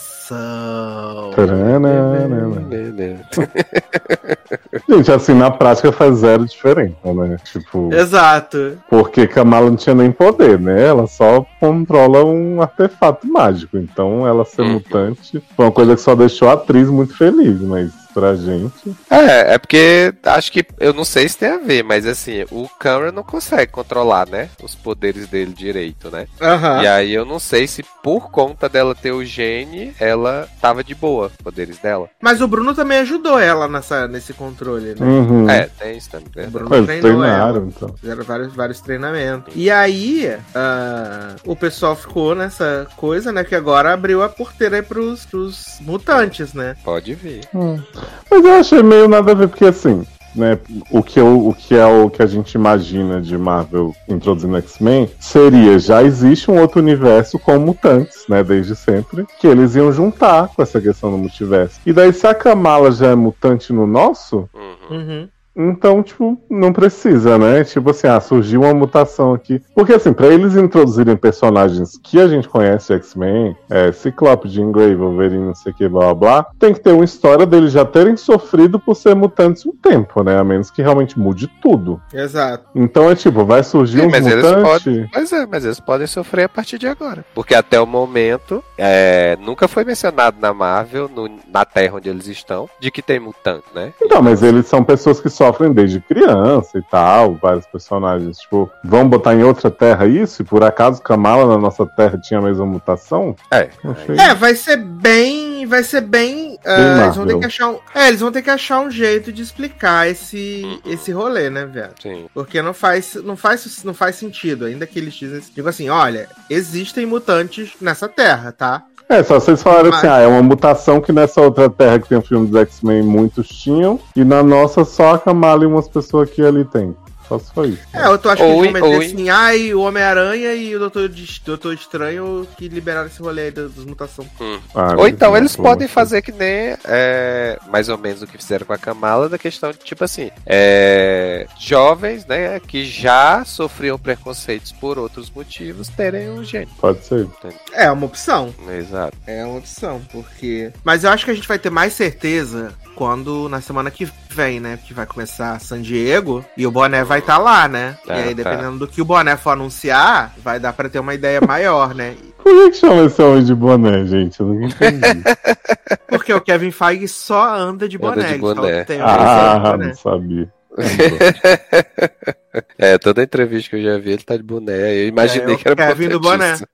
B: mutação.
D: Né,
C: Taranana. né, Gente, assim, na prática faz zero diferença, né? Tipo.
D: É.
B: Exato.
C: Porque Kamala não tinha nem poder, né? Ela só controla um artefato mágico. Então, ela ser
D: Uhum.
C: mutante foi uma coisa que só deixou a atriz muito feliz, mas pra gente.
D: É, é porque acho que eu não sei se tem a ver, mas assim, o Cameron não consegue controlar, né? Os poderes dele direito, né?
B: Aham.
D: E aí eu não sei se por conta dela ter o gene, ela tava de boa, os poderes dela.
B: Mas o Bruno também ajudou ela nessa, nesse controle, né?
C: Uhum.
D: É, tem isso também.
B: O
D: né?
B: Bruno
C: Eles
B: treinou ela.
C: treinaram, então.
B: Fizeram vários, vários treinamentos. E aí, ah, o pessoal ficou nessa coisa, né? Que agora abriu a porteira aí pros, pros mutantes, né?
D: Pode vir.
C: Mas eu achei meio nada a ver, porque assim, né, o que, eu, o que é o que a gente imagina de Marvel introduzindo X-Men seria, já existe um outro universo com mutantes, né, desde sempre, que eles iam juntar com essa questão do multiverso. E daí se a Kamala já é mutante no nosso,
D: Uhum.
B: Uhum.
C: Então, tipo, não precisa, né? Tipo assim, ah, surgiu uma mutação aqui. Porque, assim, pra eles introduzirem personagens que a gente conhece, X-Men, é, Ciclope, Jean Grey, Wolverine, não sei o que, blá blá blá, tem que ter uma história deles já terem sofrido por ser mutantes um tempo, né? A menos que realmente mude tudo.
B: Exato.
C: Então é tipo, vai surgir
D: Sim,
C: uns
D: mas eles
C: mutantes.
D: Mas é, mas eles podem sofrer a partir de agora. Porque até o momento, é, nunca foi mencionado na Marvel, no- na Terra onde eles estão, de que tem mutante, né?
C: Então, mas eles são pessoas que sofrem desde criança e tal, vários personagens. Tipo, vão botar em outra terra isso? E por acaso Kamala na nossa terra tinha a mesma mutação?
D: É.
C: Achei.
B: É, vai ser bem. Vai ser bem. ah,
C: Marvel.
B: eles vão ter que achar um. É, eles vão ter que achar um jeito de explicar esse, esse rolê, né, velho?
D: Sim.
B: Porque não faz, não, faz, não faz sentido, ainda que eles dizem digo assim, olha, existem mutantes nessa terra, tá?
C: É, só vocês falaram
B: Mas-
C: assim, ah, é uma mutação que nessa outra terra que tem o filme dos X-Men muitos tinham, e na nossa só a Kamala e umas pessoas aqui e ali tem. Só se foi isso.
B: É, eu tô achando
D: Oi,
B: que eles vão meter
D: oi.
B: assim, ai, o Homem-Aranha e o Doutor, Dis- Doutor Estranho que liberaram esse rolê aí das das mutações.
C: Ah,
D: Ou então eles
C: pô,
D: podem
C: mas-
D: fazer que nem é, mais ou menos o que fizeram com a Kamala, da questão de tipo assim, é, jovens, né, que já sofriam preconceitos por outros motivos, terem um gênio.
C: Pode ser.
B: É uma opção.
D: Exato.
B: É uma opção, porque. Mas eu acho que a gente vai ter mais certeza quando na semana que vem, né? Que vai começar San Diego e o Boné vai estar lá, né?
D: Tá,
B: e aí,
D: tá.
B: dependendo do que o Boné for anunciar, vai dar pra ter uma ideia maior, né?
C: Por que, que chama esse homem de boné, gente? Eu não entendi.
B: Porque o Kevin Feige só anda de
D: Anda
B: boné.
D: de
B: ele fala
D: boné.
B: que tem um
C: ah,
B: boné.
C: não sabia.
D: É, toda entrevista que eu já vi, ele tá de boné. Eu imaginei
B: É,
D: que era
B: o Kevin do boné.
D: importantíssimo.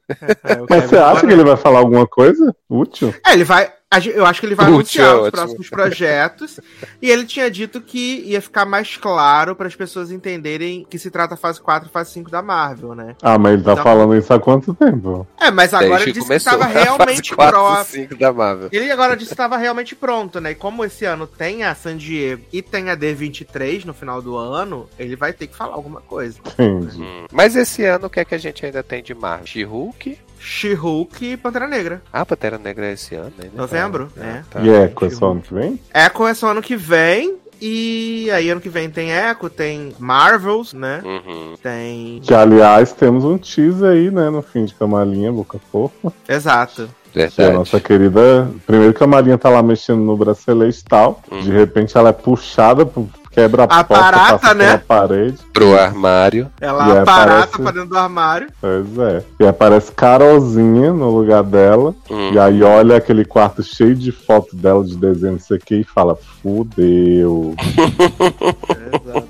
B: É, o
C: Mas
B: Kevin
C: você
B: do
C: acha
B: boné.
C: que ele vai falar alguma coisa útil?
B: É, ele vai. a gen- Eu acho que ele vai
D: Putz, é
B: anunciar os
D: ótimo.
B: próximos projetos. e ele tinha dito que ia ficar mais claro para as pessoas entenderem que se trata a fase 4 e fase 5 da Marvel, né?
C: Ah, mas ele tá
B: Não.
C: falando isso há quanto tempo?
B: É, mas agora
D: Desde
B: ele
D: que
B: disse que
D: começou
B: estava
D: a fase
B: realmente
D: 4 e
B: próximo.
D: 5 da Marvel.
B: Ele agora disse que estava realmente pronto, né? E como esse ano tem a San Diego e tem a D23 no final do ano, ele vai ter que falar alguma coisa.
D: Uhum.
C: Entendi.
D: Hum. Mas esse ano, o que é que a gente ainda tem de Marvel? She-Hulk?
B: She-Hulk e Pantera Negra.
D: Ah, Pantera Negra é esse ano, né?
B: Novembro,
D: Ah,
B: né?
D: tá.
C: E é, com esse ano que vem?
B: Echo é só ano que vem. E aí ano que vem tem Echo, tem Marvels, né?
D: Uhum.
B: Tem.
C: Que, aliás, temos um teaser aí, né, no fim de Camalinha, boca fofa.
B: Exato.
C: Que a
D: Verdade.
C: nossa querida... Primeiro Camalinha tá lá mexendo no bracelete e tal.
D: Hum.
C: De repente ela é puxada, pu- quebra a,
B: A
C: porta,
B: barata,
C: passa
B: né?
C: pela parede.
D: Pro armário.
B: Ela
C: E aí
B: barata
C: aparece-
B: pra dentro do armário.
C: Pois é. E aparece Carolzinha no lugar dela.
D: Hum.
C: E aí olha aquele quarto cheio de foto dela, de desenho, não sei o que, e fala, fudeu.
D: É,
B: Exato.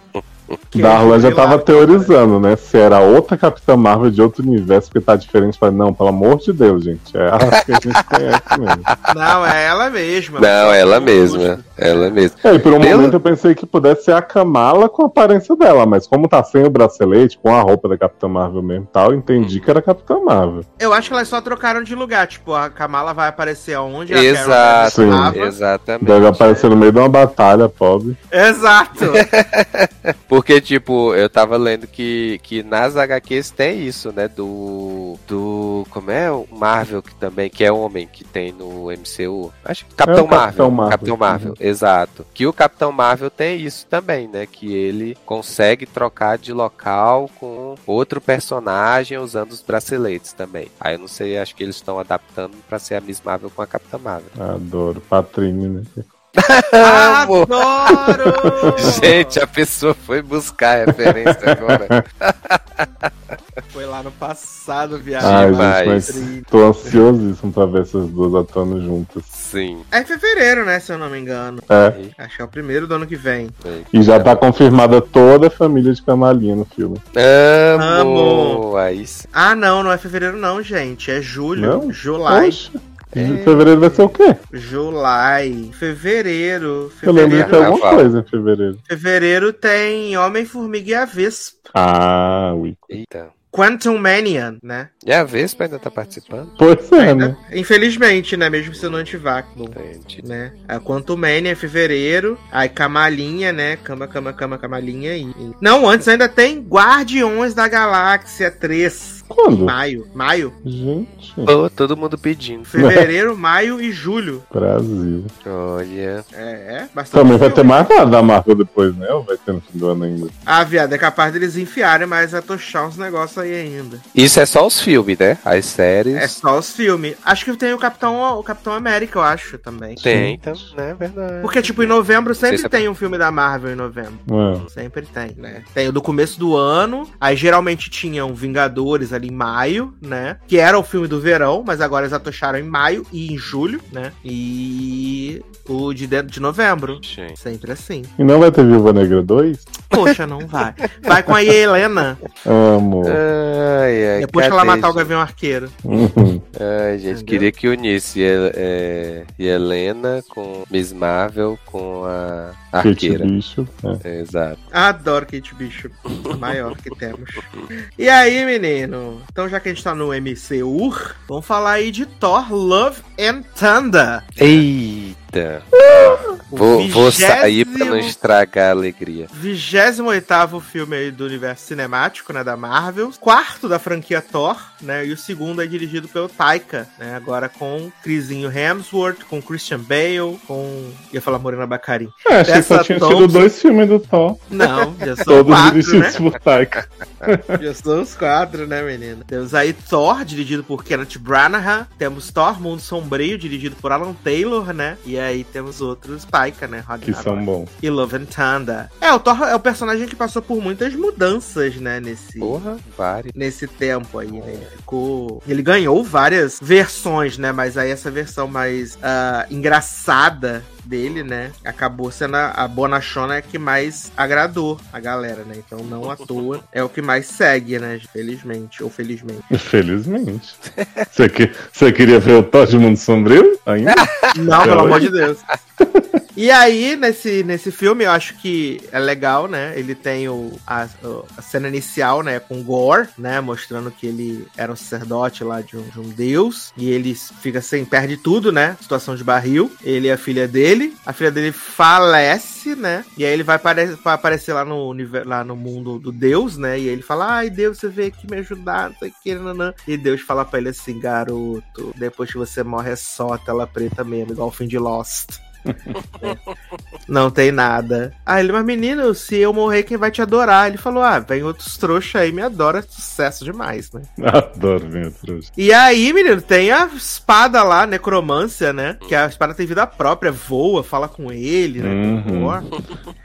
B: Que
C: Darlan já
B: milagre.
C: tava teorizando, né? Se era outra Capitã Marvel de outro universo, porque tá diferente. Falei, não, pelo amor de Deus, gente. É a que a gente conhece mesmo.
B: Não, é ela mesma.
D: Não, é ela mesma. Ela mesma.
C: É, e por um
D: Pelo-
C: momento eu pensei que pudesse ser a Kamala com a aparência dela, mas como tá sem o bracelete, com a roupa da Capitã Marvel mesmo e tal, eu entendi que era a Capitã Marvel.
B: Eu acho que elas só trocaram de lugar. Tipo, a Kamala vai aparecer onde? é
D: Exato.
B: A Carol
C: Sim.
B: vai aparecer.
D: Exatamente.
C: Deve aparecer no meio de uma batalha, pobre.
B: Exato.
D: Porque, tipo, eu tava lendo que, que nas HQs tem isso, né? Do. Do. Como é? O Marvel que também, que é homem, que tem no MCU. Acho que Capitão
C: É o Capitão
D: Marvel.
C: Marvel. Uhum.
D: Capitão Marvel, exato. Que o Capitão Marvel tem isso também, né? Que ele consegue trocar de local com outro personagem usando os braceletes também. Aí eu não sei, acho que eles estão adaptando pra ser a Miss Marvel com a Capitã Marvel.
C: Adoro. Patrine, né?
B: Ah,
D: Amor.
B: Adoro!
D: Gente, a pessoa foi buscar a referência agora.
B: Foi lá no passado,
C: Ai,
B: viagem.
D: demais.
C: gente, mas tô ansiosíssimo pra ver essas duas atuando juntas.
D: Sim.
B: É em fevereiro, né? Se eu não me engano.
C: É.
B: Acho que é o primeiro do ano que vem.
C: E já tá confirmada toda a família de Camalinha no filme.
D: Amo! Aí sim.
B: Ah, não, não é fevereiro, não, gente. É julho.
C: Não?
B: July.
C: Poxa, de fevereiro vai ser o quê?
B: July. Fevereiro.
C: Eu lembro de
B: Fevereiro.
C: ter
D: Carnaval.
C: alguma coisa em fevereiro.
B: Fevereiro tem Homem-Formiga e a Vespa.
C: Ah, ui.
D: Eita.
B: Quantum Manian, né?
D: E a Vespa ainda tá participando?
C: Pois é, né?
B: Infelizmente, né? Mesmo sendo antivacuum.
D: Gente.
B: né? A Quantum Mania é fevereiro. Aí Camalinha, né? Cama, cama, cama, Camalinha. E... e- Não, antes ainda tem Guardiões da Galáxia 3.
C: Quando?
B: Maio. Maio.
C: Gente,
D: Pô, todo mundo pedindo.
B: Fevereiro, maio e julho.
C: Brasil.
D: Olha.
B: É, é. Bastante
C: Também Tá, vai ter
B: filme.
C: mais nada da Marvel depois, né? Ou vai ter no fim do ano ainda?
B: Ah, viado, é capaz deles enfiarem, mas atochar uns negócios aí ainda.
D: Isso é só os filmes, né? As séries.
B: É só os filmes. Acho que tem o Capitão, o Capitão América, eu acho, também.
D: Tem, então, né? Verdade.
B: Porque, tipo, em novembro sempre
D: Sei se é-
B: tem um filme da Marvel em novembro.
C: É.
B: Sempre tem, né? Tem o do começo do ano, aí geralmente tinham Vingadores ali em maio, né? Que era o filme do verão, mas agora eles atocharam em maio e em julho, né? E o de dentro de novembro.
D: Gente.
B: Sempre assim.
C: E não vai ter Viúva Negra 2?
B: Poxa, não vai. Vai com a Helena,
C: Amo.
D: É. Ai, ai,
B: depois que ela
D: cadê,
B: matar o
D: gente?
B: Gavião Arqueiro.
C: Uhum.
D: Ai, gente,
B: Entendeu?
D: queria que unisse é, é, e Helena com Miss Marvel com a
C: Kate
D: arqueira.
C: Bicho. É.
D: É, Exato.
B: Adoro Kate Bishop, a maior que temos. E aí, menino? Então, já que a gente tá no MCU, vamos falar aí de Thor Love and Thunder.
D: Eita!
B: O
D: Vou, vou sair pra não
B: vigésimo-
D: estragar a alegria.
B: 28 filme aí do universo cinemático, né, da Marvel. Quarto da franquia Thor, né, e o segundo é dirigido pelo Taika, né, agora com Crisinho Hemsworth, com Christian Bale, com... ia falar Morena Bacarin.
C: É, achei que só
B: Tessa
C: tinha
B: Thompson.
C: tido dois filmes do Thor.
B: Não, já são
C: Todos
B: quatro, né?
C: dirigidos por Taika.
B: Já são os quatro, né, menina? Temos aí Thor, dirigido por Kenneth Branagh. Temos Thor, Mundo Sombrio, dirigido por Alan Taylor, né? E aí temos outros Taika, né?
C: Que
B: Ragnarok.
C: são bons.
B: E Love and Thunder. É, o Thor é o personagem que passou por muitas mudanças, né? Nesse
D: Porra, várias.
B: nesse tempo aí, né? Ele ficou. Ele ganhou várias versões, né? Mas aí essa versão mais ah, engraçada dele, né? Acabou sendo a, a bonachona que mais agradou a galera, né? Então não à toa é o que mais segue, né? Felizmente, ou felizmente.
C: Infelizmente. Você que, você queria ver o Thor de Mundo Sombrio? Ainda?
B: Não, pelo
C: Caralho.
B: amor de Deus. E aí, nesse, nesse filme, eu acho que é legal, né? Ele tem o, a, o- a cena inicial, né? Com Gore, né? Mostrando que ele era um sacerdote lá de um, de um deus. E ele fica sem, perde tudo, né? Situação de barril. Ele e a filha dele. A filha dele falece, né? E aí ele vai, apare vai aparecer lá no, univer- lá no mundo do deus, né? E ele fala: Ai, Deus, você veio aqui me ajudar, não sei o que, nanã. E Deus fala pra ele assim: Garoto, depois que você morre é só a tela preta mesmo, igual o fim de Lost. Não tem nada. Aí ele, mas menino, se eu morrer, quem vai te adorar? Ele falou: ah, vem outros trouxa aí, me adora, sucesso demais, né?
C: Adoro minha trouxa.
B: E aí, menino, tem a espada lá, necromância, né? Que a espada tem vida própria, voa, fala com ele, né?
C: Uhum.
B: Ó,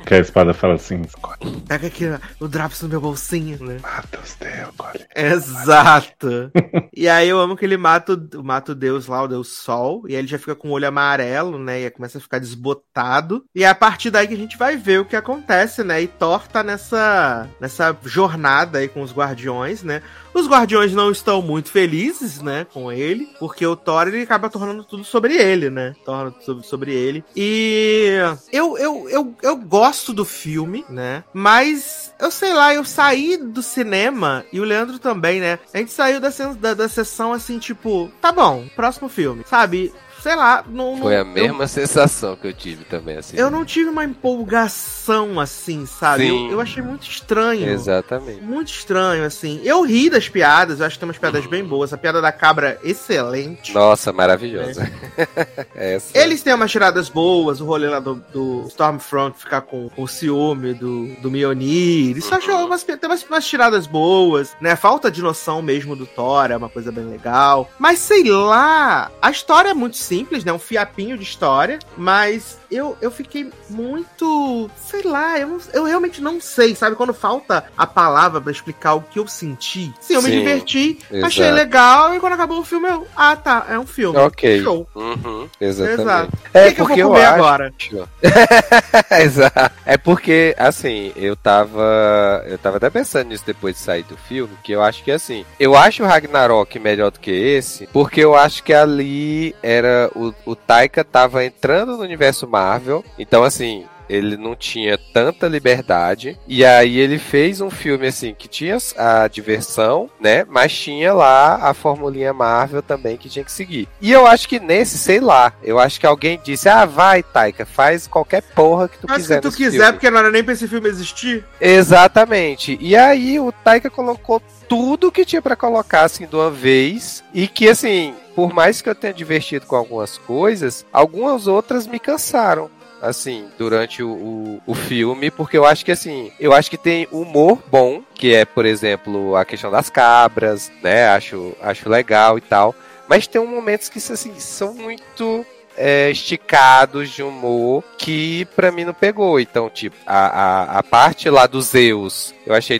C: Que a espada fala assim: escolhe
B: Pega aqui o Draps no meu bolsinho, né?
C: mata os teus, escolhe.
B: Exato. e aí eu amo que ele mata o, mata o deus lá, o deus sol, e aí ele já fica com o olho amarelo, né? E aí começa a ficar desbotado. E é a partir daí que a gente vai ver o que acontece, né? E Thor tá nessa, nessa jornada aí com os guardiões, né? Os guardiões não estão muito felizes, né, com ele, porque o Thor ele acaba tornando tudo sobre ele, né? Torna tudo sobre- sobre ele. E eu, eu, eu, eu gosto do filme, né? Mas eu sei lá, eu saí do cinema e o Leandro também, né? A gente saiu da, sen- da, da sessão assim, tipo, tá bom, próximo filme, sabe? Sei lá, não. não-
D: Foi a
B: eu-
D: mesma sensação que eu tive também, assim.
B: Eu, não tive uma empolgação assim, sabe?
D: Sim.
B: Eu, eu achei muito estranho.
D: Exatamente.
B: Muito estranho, assim. Eu ri das piadas, eu acho que tem umas piadas bem boas. A piada da cabra, excelente.
D: Nossa, maravilhosa.
B: É.
D: Essa.
B: Eles têm umas tiradas boas, o rolê lá do, do Stormfront ficar com, com o ciúme do, do Mionir. Isso eu acho umas, pi- tem umas, umas tiradas boas, né? Falta de noção mesmo do Thor é uma coisa bem legal. Mas sei lá, a história é muito simples, né? Um fiapinho de história. Mas eu, eu fiquei muito. Sei lá, eu, não- eu realmente não sei, sabe? Quando falta a palavra pra explicar o que eu senti. Sim, eu me
D: Sim,
B: diverti, achei
D: exato.
B: legal. E quando acabou o filme, eu. Ah, tá, é um filme.
D: Ok.
B: Show.
D: Uhum,
B: Exato.
D: exatamente.
B: O que que eu vou comer agora?
D: É, acho- Exato. É porque, assim, eu tava. Eu tava até pensando nisso depois de sair do filme, que eu acho que assim. Eu acho o Ragnarok melhor do que esse, porque eu acho que ali era. O, o Taika tava entrando no universo Marvel. Então, assim. ele não tinha tanta liberdade. E aí ele fez um filme assim que tinha a diversão, né? Mas tinha lá a formulinha Marvel também que tinha que seguir. E eu acho que nesse, sei lá, eu acho que alguém disse: "Ah, vai, Taika, faz qualquer porra que tu
B: Mas
D: quiser".
B: se tu
D: nesse
B: quiser,
D: filme."
B: porque não era nem pra esse filme existir.
D: Exatamente. E aí o Taika colocou tudo que tinha pra colocar assim de uma vez e que assim, por mais que eu tenha divertido com algumas coisas, algumas outras me cansaram. Assim, durante o, o, o filme, porque eu acho que assim, eu acho que tem humor bom, que é, por exemplo, a questão das cabras, né? Acho, acho legal e tal. Mas tem momentos que assim, são muito é, esticados de humor que pra mim não pegou. Então, tipo, a, a, a parte lá do Zeus eu achei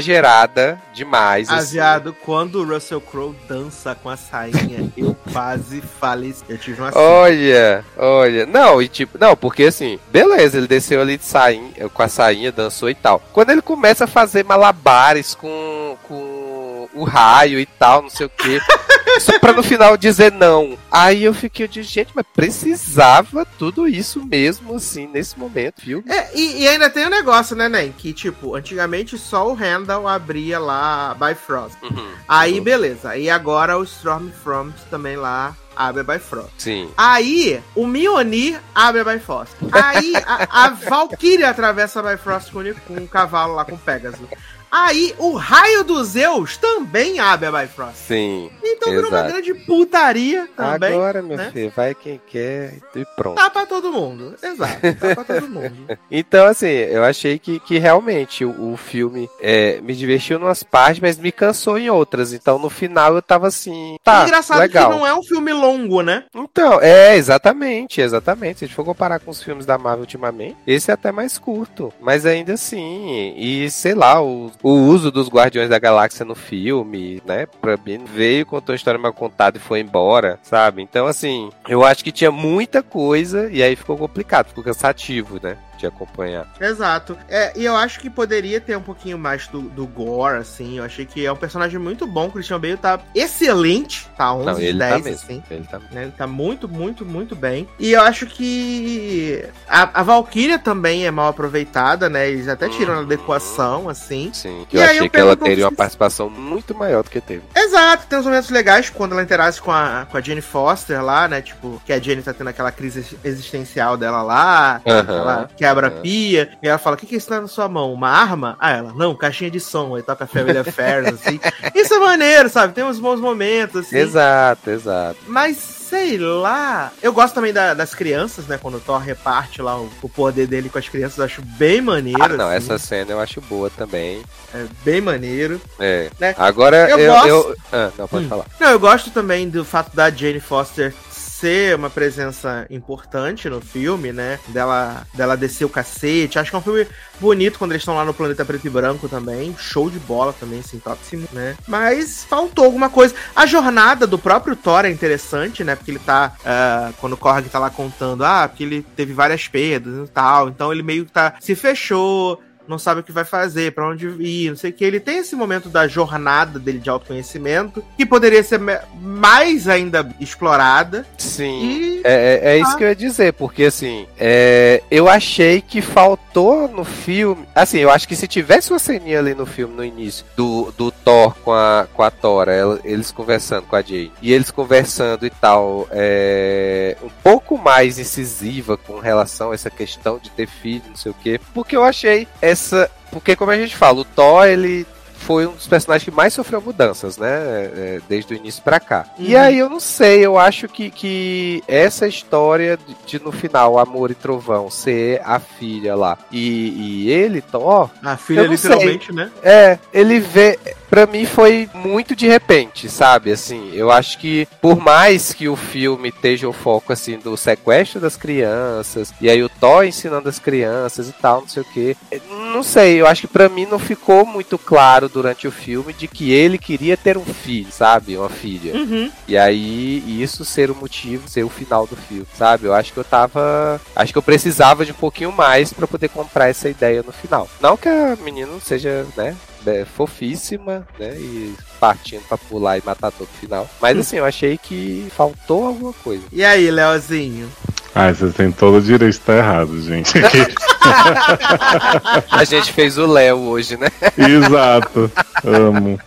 D: exagerada demais.
B: Ah,
D: assim.
B: viado, quando o Russell Crowe dança com a sainha, eu quase faleci. Eu tive uma
D: Olha, olha. Não, e tipo, não, porque assim, beleza, ele desceu ali de sainha, com a sainha, dançou e tal. Quando ele começa a fazer malabares com, com o raio e tal, não sei o quê. Só pra no final dizer não. Aí eu fiquei de gente, mas precisava tudo isso mesmo, assim, nesse momento, viu?
B: É, e, e ainda tem um negócio, né, Nen? Que, tipo, antigamente só o Randall abria lá a Bifrost.
D: Uhum.
B: Aí,
D: Uhum.
B: beleza. E agora o Stormfront também lá abre a Bifrost.
D: Sim.
B: Aí, o Mionir abre a Bifrost. Aí, a, a Valkyrie atravessa a Bifrost com, o Ni- com um cavalo lá, com o Pegasus. Aí, o raio do Zeus também abre a Bifrost.
D: Sim.
B: Então, virou uma
D: Exato.
B: grande putaria também.
D: Agora, meu
B: né?
D: filho, vai quem quer e pronto.
B: Tá pra todo mundo. Exato. Tá pra todo mundo.
D: Então, assim, eu achei que, que realmente o, o filme é, me divertiu em umas partes, mas me cansou em outras. Então, no final, eu tava assim. Tá,
B: Engraçado
D: legal.
B: que não é um filme longo, né?
D: Então, é, exatamente, exatamente. Se a gente for comparar com os filmes da Marvel ultimamente, esse é até mais curto. Mas ainda assim, e sei lá, o, o uso dos Guardiões da Galáxia no filme, né? Pra mim, veio, contou a história mal contada e foi embora, sabe? Então, assim, eu acho que tinha muita coisa e aí ficou complicado, ficou cansativo, né? De acompanhar.
B: Exato. É, e eu acho que poderia ter um pouquinho mais do, do gore, assim. Eu achei que é um personagem muito bom. O Christian Bale tá excelente. Tá 11
D: Não,
B: de
D: ele
B: 10,
D: tá mesmo.
B: assim.
D: Ele tá
B: né? Ele tá muito, muito, muito bem. E eu acho que a, a Valkyria também é mal aproveitada, né? Eles até tiram ela da equação, assim.
D: Sim,
B: E
D: eu
B: aí
D: achei
B: eu
D: que ela
B: pergunto
D: teria uma
B: se-
D: participação muito maior do que teve.
B: Exato, tem uns momentos legais quando ela interage com a, com a Jane Foster lá, né? Tipo, que a Jane tá tendo aquela crise existencial dela lá. Ela é quebra a
D: Aham.
B: pia e ela fala: O que, que é isso tá na sua mão? Uma arma? Ah, ela, não, caixinha de som. Aí toca a Family Affairs, assim. Isso é maneiro, sabe? Tem uns bons momentos, assim.
D: Exato, exato.
B: Mas sei lá. Eu gosto também da- das crianças, né? Quando o Thor reparte lá o, o poder dele com as crianças, eu acho bem maneiro.
D: Ah, não,
B: assim.
D: essa cena eu acho boa também.
B: É bem maneiro.
D: É.
B: Né?
D: Agora
B: Eu
D: eu.
B: gosto-
D: eu- Ah, não, pode
B: Hum.
D: falar.
B: Não, eu gosto também do fato da Jane Foster ser uma presença importante no filme, né? Dela, dela descer o cacete. Acho que é um filme bonito quando eles estão lá no planeta preto e branco também. Show de bola também, assim, tóximo, né? Mas faltou alguma coisa. A jornada do próprio Thor é interessante, né? Porque ele tá. ah, quando o Korg tá lá contando, ah, porque ele teve várias perdas e tal. Então ele meio que tá. Se fechou não sabe o que vai fazer, pra onde ir, não sei o que. Ele tem esse momento da jornada dele de autoconhecimento, que poderia ser me- mais ainda explorada.
D: Sim.
B: E.
D: É, é- é
B: Ah.
D: isso que eu ia dizer, porque assim, é, eu achei que faltou no filme. Assim, eu acho que se tivesse uma ceninha ali no filme, no início, do, do Thor com a, com a Tora, ela- eles conversando com a Jane, e eles conversando e tal, é, um pouco mais incisiva com relação a essa questão de ter filho, não sei o quê, porque eu achei essa. Porque, como a gente fala, o Thor, ele foi um dos personagens que mais sofreu mudanças, né? é, desde o início pra cá. E
B: Uhum.
D: aí eu não sei, eu acho que, que essa história de, de, no final Amor e Trovão ser a filha lá e, e ele, Thor,
B: A
D: Eu
B: filha,
D: não
B: literalmente, né?
D: é, ele vê. Pra mim foi muito de repente, sabe? Assim, eu acho que por mais que o filme esteja o foco assim do sequestro das crianças e aí o Thor ensinando as crianças e tal, não sei o quê. Não sei, eu acho que pra mim não ficou muito claro durante o filme de que ele queria ter um filho, sabe? Uma filha.
B: Uhum.
D: E aí, isso ser o motivo, ser o final do filme, sabe? Eu acho que eu tava. Acho que eu precisava de um pouquinho mais pra poder comprar essa ideia no final. Não que a menina não seja, né? é, fofíssima, né? E partindo pra pular e matar todo o final. Mas assim, eu achei que faltou alguma coisa.
B: E aí, Leozinho?
C: Ah, vocês têm todo o direito de estar errado, gente.
D: A gente fez o Léo hoje, né?
C: Exato. Amo.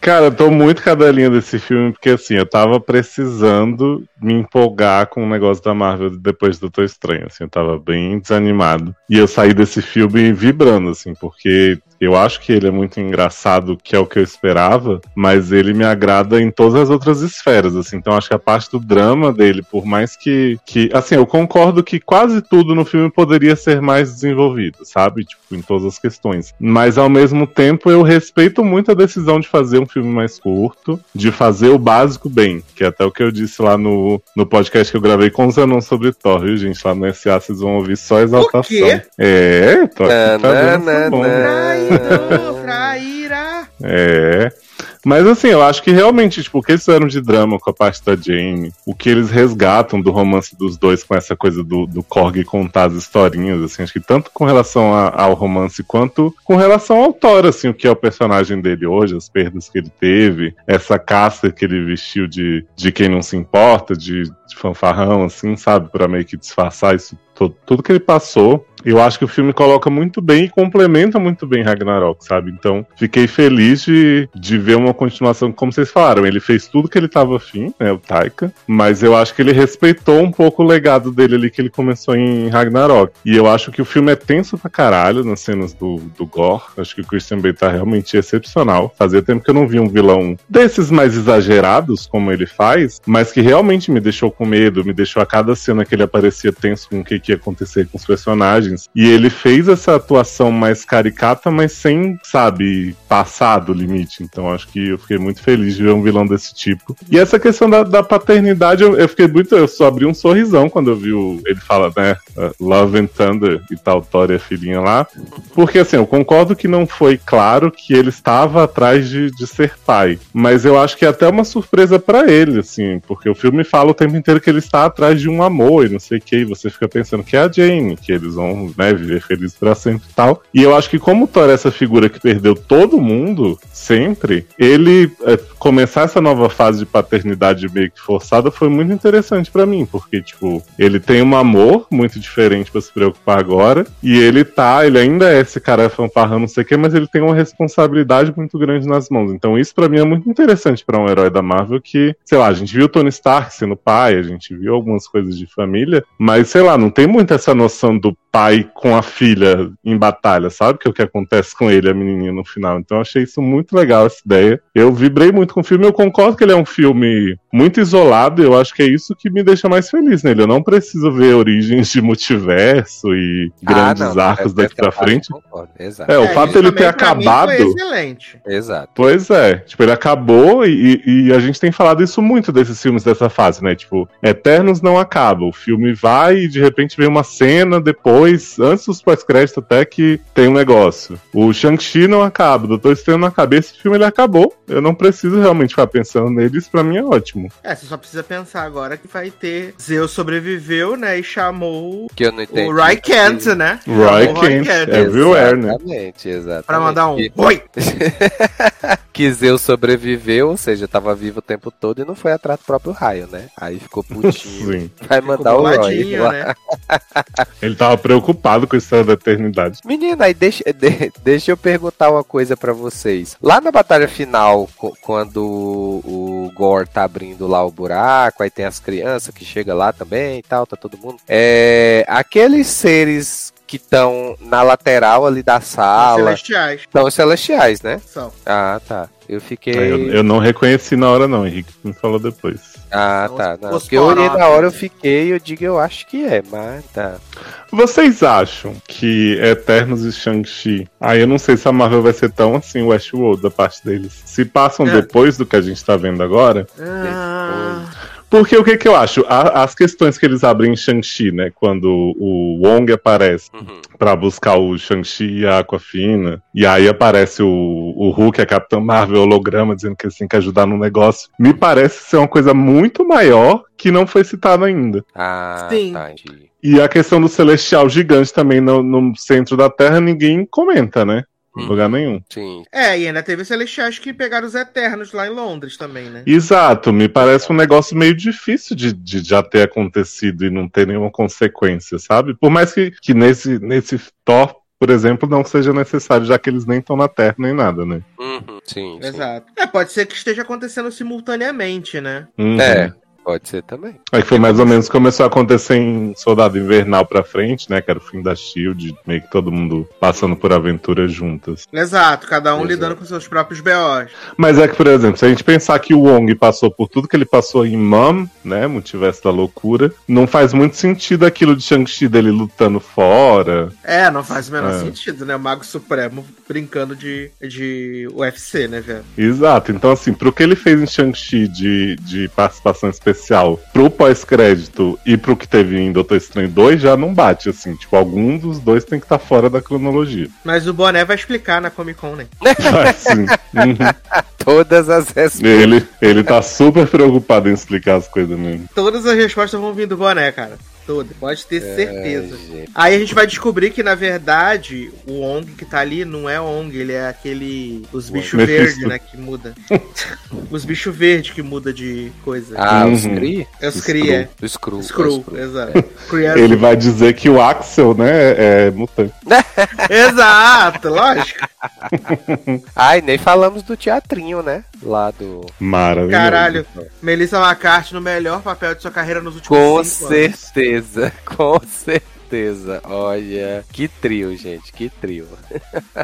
C: Cara, eu tô muito cadelinha desse filme, porque assim, eu tava precisando me empolgar com o negócio da Marvel depois do Doutor Estranho, assim, eu tava bem desanimado. E eu saí desse filme vibrando, assim, porque eu acho que ele é muito engraçado, que é o que eu esperava, mas ele me agrada em todas as outras esferas, assim. Então acho que a parte do drama dele, por mais que, que assim, eu concordo que quase tudo no filme poderia ser mais desenvolvido, sabe? Tipo, em todas as questões. Mas ao mesmo tempo eu respeito muito a decisão de fazer um filme mais curto, de fazer o básico bem, que é até o que eu disse lá no, no podcast que eu gravei com os anãos sobre Thor, viu, gente? Lá no SA vocês vão ouvir só exaltação.
B: quê?
C: É, Thor. né?
D: É.
B: Traíra, traíra.
C: É. Mas assim, eu acho que realmente, tipo, o que eles fizeram de drama com a parte da Jamie, o que eles resgatam do romance dos dois com essa coisa do, do Korg contar as historinhas, assim, acho que tanto com relação a- ao romance quanto com relação ao Thor, assim, o que é o personagem dele hoje, as perdas que ele teve, essa casca que ele vestiu de, de quem não se importa, de, de fanfarrão, assim, sabe, pra meio que disfarçar isso, to- tudo que ele passou. Eu acho que o filme coloca muito bem e complementa muito bem Ragnarok, sabe? Então, fiquei feliz de, de ver uma continuação, como vocês falaram. Ele fez tudo que ele tava afim, né? O Taika. Mas eu acho que ele respeitou um pouco o legado dele ali que ele começou em Ragnarok. E eu acho que o filme é tenso pra caralho nas cenas do, do Gore. Acho que o Christian Bale tá realmente excepcional. Fazia tempo que eu não vi um vilão desses mais exagerados, como ele faz, mas que realmente me deixou com medo, me deixou a cada cena que ele aparecia tenso com o que, que ia acontecer com os personagens. E ele fez essa atuação mais caricata, mas sem, sabe, passar do limite. Então acho que eu fiquei muito feliz de ver um vilão desse tipo. E essa questão da, da paternidade, eu, eu fiquei muito. Eu só abri um sorrisão quando eu vi o, ele fala, né? uh, Love and Thunder e tal, Thor e a filhinha lá. Porque assim, eu concordo que não foi claro que ele estava atrás de, de ser pai. Mas eu acho que é até uma surpresa pra ele, assim, porque o filme fala o tempo inteiro que ele está atrás de um amor e não sei o que, e você fica pensando que é a Jane, que eles vão, né, viver felizes pra sempre e tal. E eu acho que como o Thor é essa figura que perdeu todo mundo, sempre, ele eh, começar essa nova fase de paternidade meio que forçada foi muito interessante pra mim, porque, tipo, ele tem um amor muito diferente pra se preocupar agora, e ele tá, ele ainda é esse cara fanfarrão, não sei o quê, mas ele tem uma responsabilidade muito grande nas mãos. Então, isso pra mim é muito interessante pra um herói da Marvel que, sei lá, a gente viu o Tony Stark sendo pai, a gente viu algumas coisas de família, mas sei lá, não tem muito essa noção do pai com a filha em batalha, sabe? Que é o que acontece com ele, a menininha no final. Então eu achei isso muito legal, essa ideia. Eu vibrei muito com o filme, eu concordo que ele é um filme muito isolado, e eu acho que é isso que me deixa mais feliz nele. Eu não preciso ver origens de multiverso e grandes
D: Ah, não,
C: arcos
D: essa-
C: daqui
D: essa
C: pra
D: parte
C: frente.
D: eu concordo, Exato.
C: É, o
B: É,
C: fato
B: isso
C: dele
B: também
C: ter
B: pra mim foi
C: acabado.
B: excelente.
D: Exato.
C: Pois é, tipo, ele acabou e, e- e a gente tem falado isso muito desses filmes dessa fase, né? Tipo, Eternos não acaba, o filme vai e de repente vem uma cena depois, antes dos pós-créditos até que tem um negócio. O Shang-Chi não acaba, o Doutor Estranho não acaba, esse filme ele acabou, eu não preciso realmente ficar pensando nele, isso pra mim é ótimo.
B: É, você só precisa pensar agora que vai ter. Zeus sobreviveu, né? E chamou
D: Que eu não entendi.
B: o Roy Kent, né?
C: Roy
B: Roy
C: Kent,
B: Kent,
C: everywhere, né?
D: Exatamente, exatamente.
B: Pra mandar um.
D: Que,
B: Oi!
D: que Zeus sobreviveu, ou seja, tava vivo o tempo todo e não foi atrás do próprio raio, né? Aí ficou putinho.
C: Sim.
D: Vai mandar o Roy.
B: Boladinho, né?
C: Ele tava preocupado com a história da eternidade.
D: Menina, aí deixa, de- deixa eu perguntar uma coisa pra vocês. Lá na batalha final, co- quando o Gore tá abrindo lá o buraco, aí tem as crianças que chegam lá também e tal, tá todo mundo. É, aqueles seres que estão na lateral ali da
B: Os
D: sala
B: Celestiais.
D: são os celestiais, né?
B: São.
D: Ah, tá. Eu fiquei.
C: Aí Eu, eu não reconheci na hora, não, Henrique me falou depois.
D: Ah,
B: Os-
D: tá. Não,
B: os
D: porque eu olhei na
B: paróquias.
D: hora, eu fiquei, eu digo, eu acho que é, mas tá.
C: Vocês acham que Eternos e Shang-Chi. Aí eu não sei se a Marvel vai ser tão assim, Westworld, da parte deles. Se passam
B: É.
C: depois do que a gente tá vendo agora.
B: Ah,
C: Porque o que que eu acho? A- as questões que eles abrem em Shang-Chi, né? Quando o Wong aparece
D: Uhum.
C: pra buscar o Shang-Chi e a Aquafina. E aí aparece o, o Hulk, a Capitã Marvel, holograma, dizendo que eles têm que ajudar no negócio. Me parece ser uma coisa muito maior que não foi citada ainda.
D: Ah,
B: Sim.
D: tá. entendi.
C: E a questão do celestial gigante também no, no centro da Terra, ninguém comenta, né? em lugar nenhum.
D: Sim.
B: É, e ainda teve os Celestiais que pegaram os Eternos lá em Londres também, né?
C: Exato, me parece um negócio meio difícil de, de já ter acontecido e não ter nenhuma consequência, sabe? Por mais que, que nesse, nesse Thor, por exemplo, não seja necessário, já que eles nem estão na Terra nem nada, né?
D: Uhum, sim, sim.
B: Exato. É, pode ser que esteja acontecendo simultaneamente, né?
C: Uhum.
D: É, pode ser também.
C: Aí que foi mais ou menos começou a acontecer em Soldado Invernal pra frente, né? Que era o fim da Shield, meio que todo mundo passando por aventuras juntas.
B: Exato, cada um
C: Exato.
B: lidando com seus próprios BOs.
C: Mas é que, por exemplo, se a gente pensar que o Wong passou por tudo que ele passou em Mom, né? Multiverso da loucura, não faz muito sentido aquilo de Shang-Chi dele lutando fora.
B: É, não faz o menor
C: É.
B: sentido, né? O Mago Supremo brincando de, de UFC, né, velho?
C: Exato. Então, assim, pro que ele fez em Shang-Chi de, de participação especial, pro pós-crédito e pro que teve em Doutor Estranho 2, já não bate, assim. Tipo, algum dos dois tem que estar fora da cronologia.
B: Mas o Boné vai explicar na Comic Con, né?
C: Assim, uhum.
D: Todas as respostas.
C: ele, ele tá super preocupado em explicar as coisas mesmo.
B: Todas as respostas vão vir do Boné, cara. Todas, pode ter certeza. Aí a gente vai descobrir que, na verdade, o Ong que tá ali não é Ong, ele é aquele. Os bichos
C: Mephisto.
B: verdes, né? Que muda. os bichos verdes que muda de coisa.
D: Ah, os
C: Uhum.
D: Cree?
B: é os Kree, é.
D: Do Screw.
B: Screw, exato. Kree é-
C: É Ele vai dizer que o Axel, né, é mutante.
B: Exato, lógico.
D: Ai, nem falamos do teatrinho, né? Lá do.
C: Maravilhoso.
B: Caralho. Melissa McCarthy no melhor papel de sua carreira nos últimos
D: Com
B: cinco anos.
D: certeza, com certeza. Olha, que trio, gente, que trio.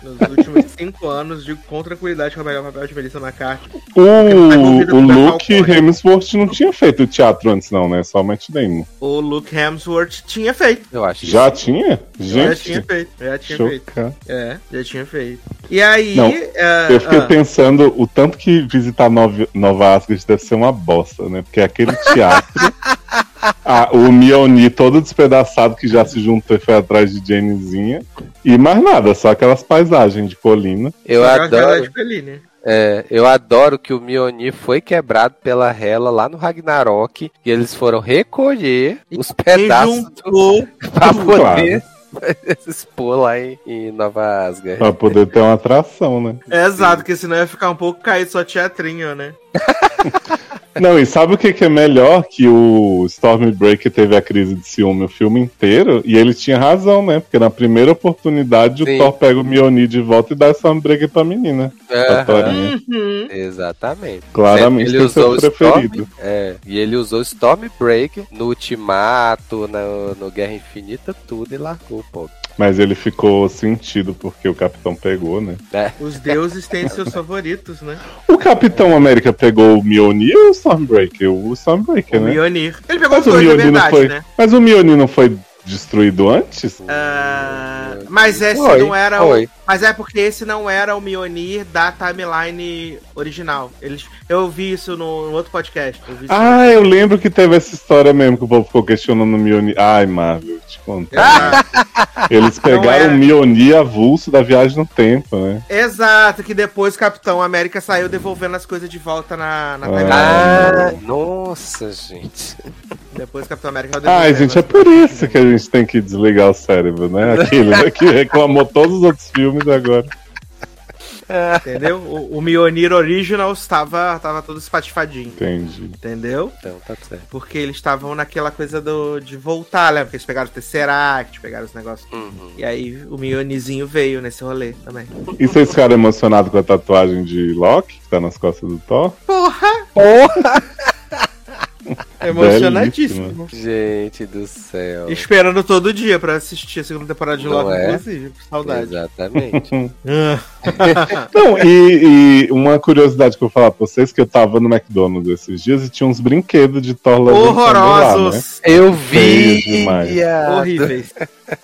B: Nos últimos cinco anos, digo com tranquilidade que é o melhor papel de Melissa McCarthy.
C: O,
B: tá envolvido com o
C: o Luke
B: Falcone.
C: Hemsworth não tinha feito teatro antes, não, né? Só Matt Damon.
B: O Luke Hemsworth tinha feito.
D: Eu acho
C: Já tinha?
B: Já
C: Gente,
B: tinha feito. Já tinha feito.
C: chocado.
B: É, já tinha feito. E aí.
C: Não,
B: é,
C: Eu fiquei
B: ah,
C: pensando o tanto que visitar Nova, Nova Asgard deve ser uma bosta, né? Porque aquele teatro, a- o Mioni todo despedaçado que já se juntou e foi atrás de Janezinha, e mais nada, só aquelas paisagens de colina.
D: Eu
B: Gabriel Gerard
D: adoro,
B: ficou ali, né?
D: é, eu adoro que o Mjolnir foi quebrado pela Hela lá no Ragnarok e eles foram recolher os
B: E
D: pedaços do,
B: juntou
D: pra
C: tudo,
D: poder expor lá em, em Nova Asgard.
C: Pra poder ter uma atração, né?
B: É, Exato, porque senão ia ficar um pouco caído só teatrinho, né?
C: Não, e sabe o que, que é melhor? Que o Stormbreaker teve a crise de ciúme o filme inteiro, e ele tinha razão, né? Porque na primeira oportunidade
D: Sim.
C: o Thor pega o Mioni de volta e dá Stormbreaker pra menina. Pra
D: Aham,
C: Thorinha.
B: Uhum.
D: Exatamente.
C: Claramente
D: Ele
C: tem
D: usou
C: seu
D: o
C: preferido.
D: Storm, é, e ele usou Stormbreak no Ultimato, no, no Guerra Infinita, tudo e largou, pô.
C: Mas ele ficou sentido porque o Capitão pegou, né?
B: Os deuses têm seus favoritos, né?
C: O Capitão América pegou o Mjolnir ou o Stormbreaker? O Stormbreaker,
B: O
C: né?
B: Mionir. Ele pegou os
C: Mas o
B: dois, na
C: Mjolnir não
B: verdade,
C: foi...
B: né?
C: Mas o Mjolnir não foi destruído antes?
B: Ah, mas esse
D: Foi,
B: não era o...
D: Oi.
B: Mas é porque esse não era o Mionir da timeline original. Eles... Eu vi isso no, no outro podcast. Eu vi isso
C: Ah, eu lembro que teve essa história mesmo que o povo ficou questionando o Mjolnir. Ai, Marvel, te conto.
B: no... Exato.
C: Eles pegaram
B: era.
C: o Mjolnir avulso da viagem no tempo, né?
B: Exato, que depois o Capitão América saiu devolvendo as coisas de volta na, na
C: Ah.
B: timeline.
D: Ah, nossa, gente.
B: Depois o Capitão América saiu
C: Ai,
B: devolvendo
C: gente, é
B: as
C: por
B: coisas de
C: isso que a gente tem que desligar o cérebro, né? Aquele né, que reclamou todos os outros filmes agora.
B: Entendeu? O, o Mionir Original estava, tava todo espatifadinho.
C: Entendi.
B: Entendeu?
D: Então tá certo.
B: Porque eles estavam naquela coisa do, de voltar, né? Porque eles pegaram o Tesseract, pegaram os negócios.
D: Uhum.
B: E aí o Mionizinho veio nesse rolê também.
C: E vocês ficaram emocionados com a tatuagem de Loki, que tá nas costas do Thor?
B: Porra!
D: Porra!
B: Emocionadíssimo.
D: Gente do céu.
B: Esperando todo dia pra assistir a segunda temporada de
D: Não
B: Loki,
D: é?
B: inclusive. com Saudade.
D: Exatamente.
B: Ah,
C: Não, e, e uma curiosidade que eu vou falar pra vocês, que eu tava no McDonald's esses dias e tinha uns brinquedos de Thor levantando lá, né?
B: Horrorosos!
D: Eu vi!
C: Feio demais.
B: Horríveis.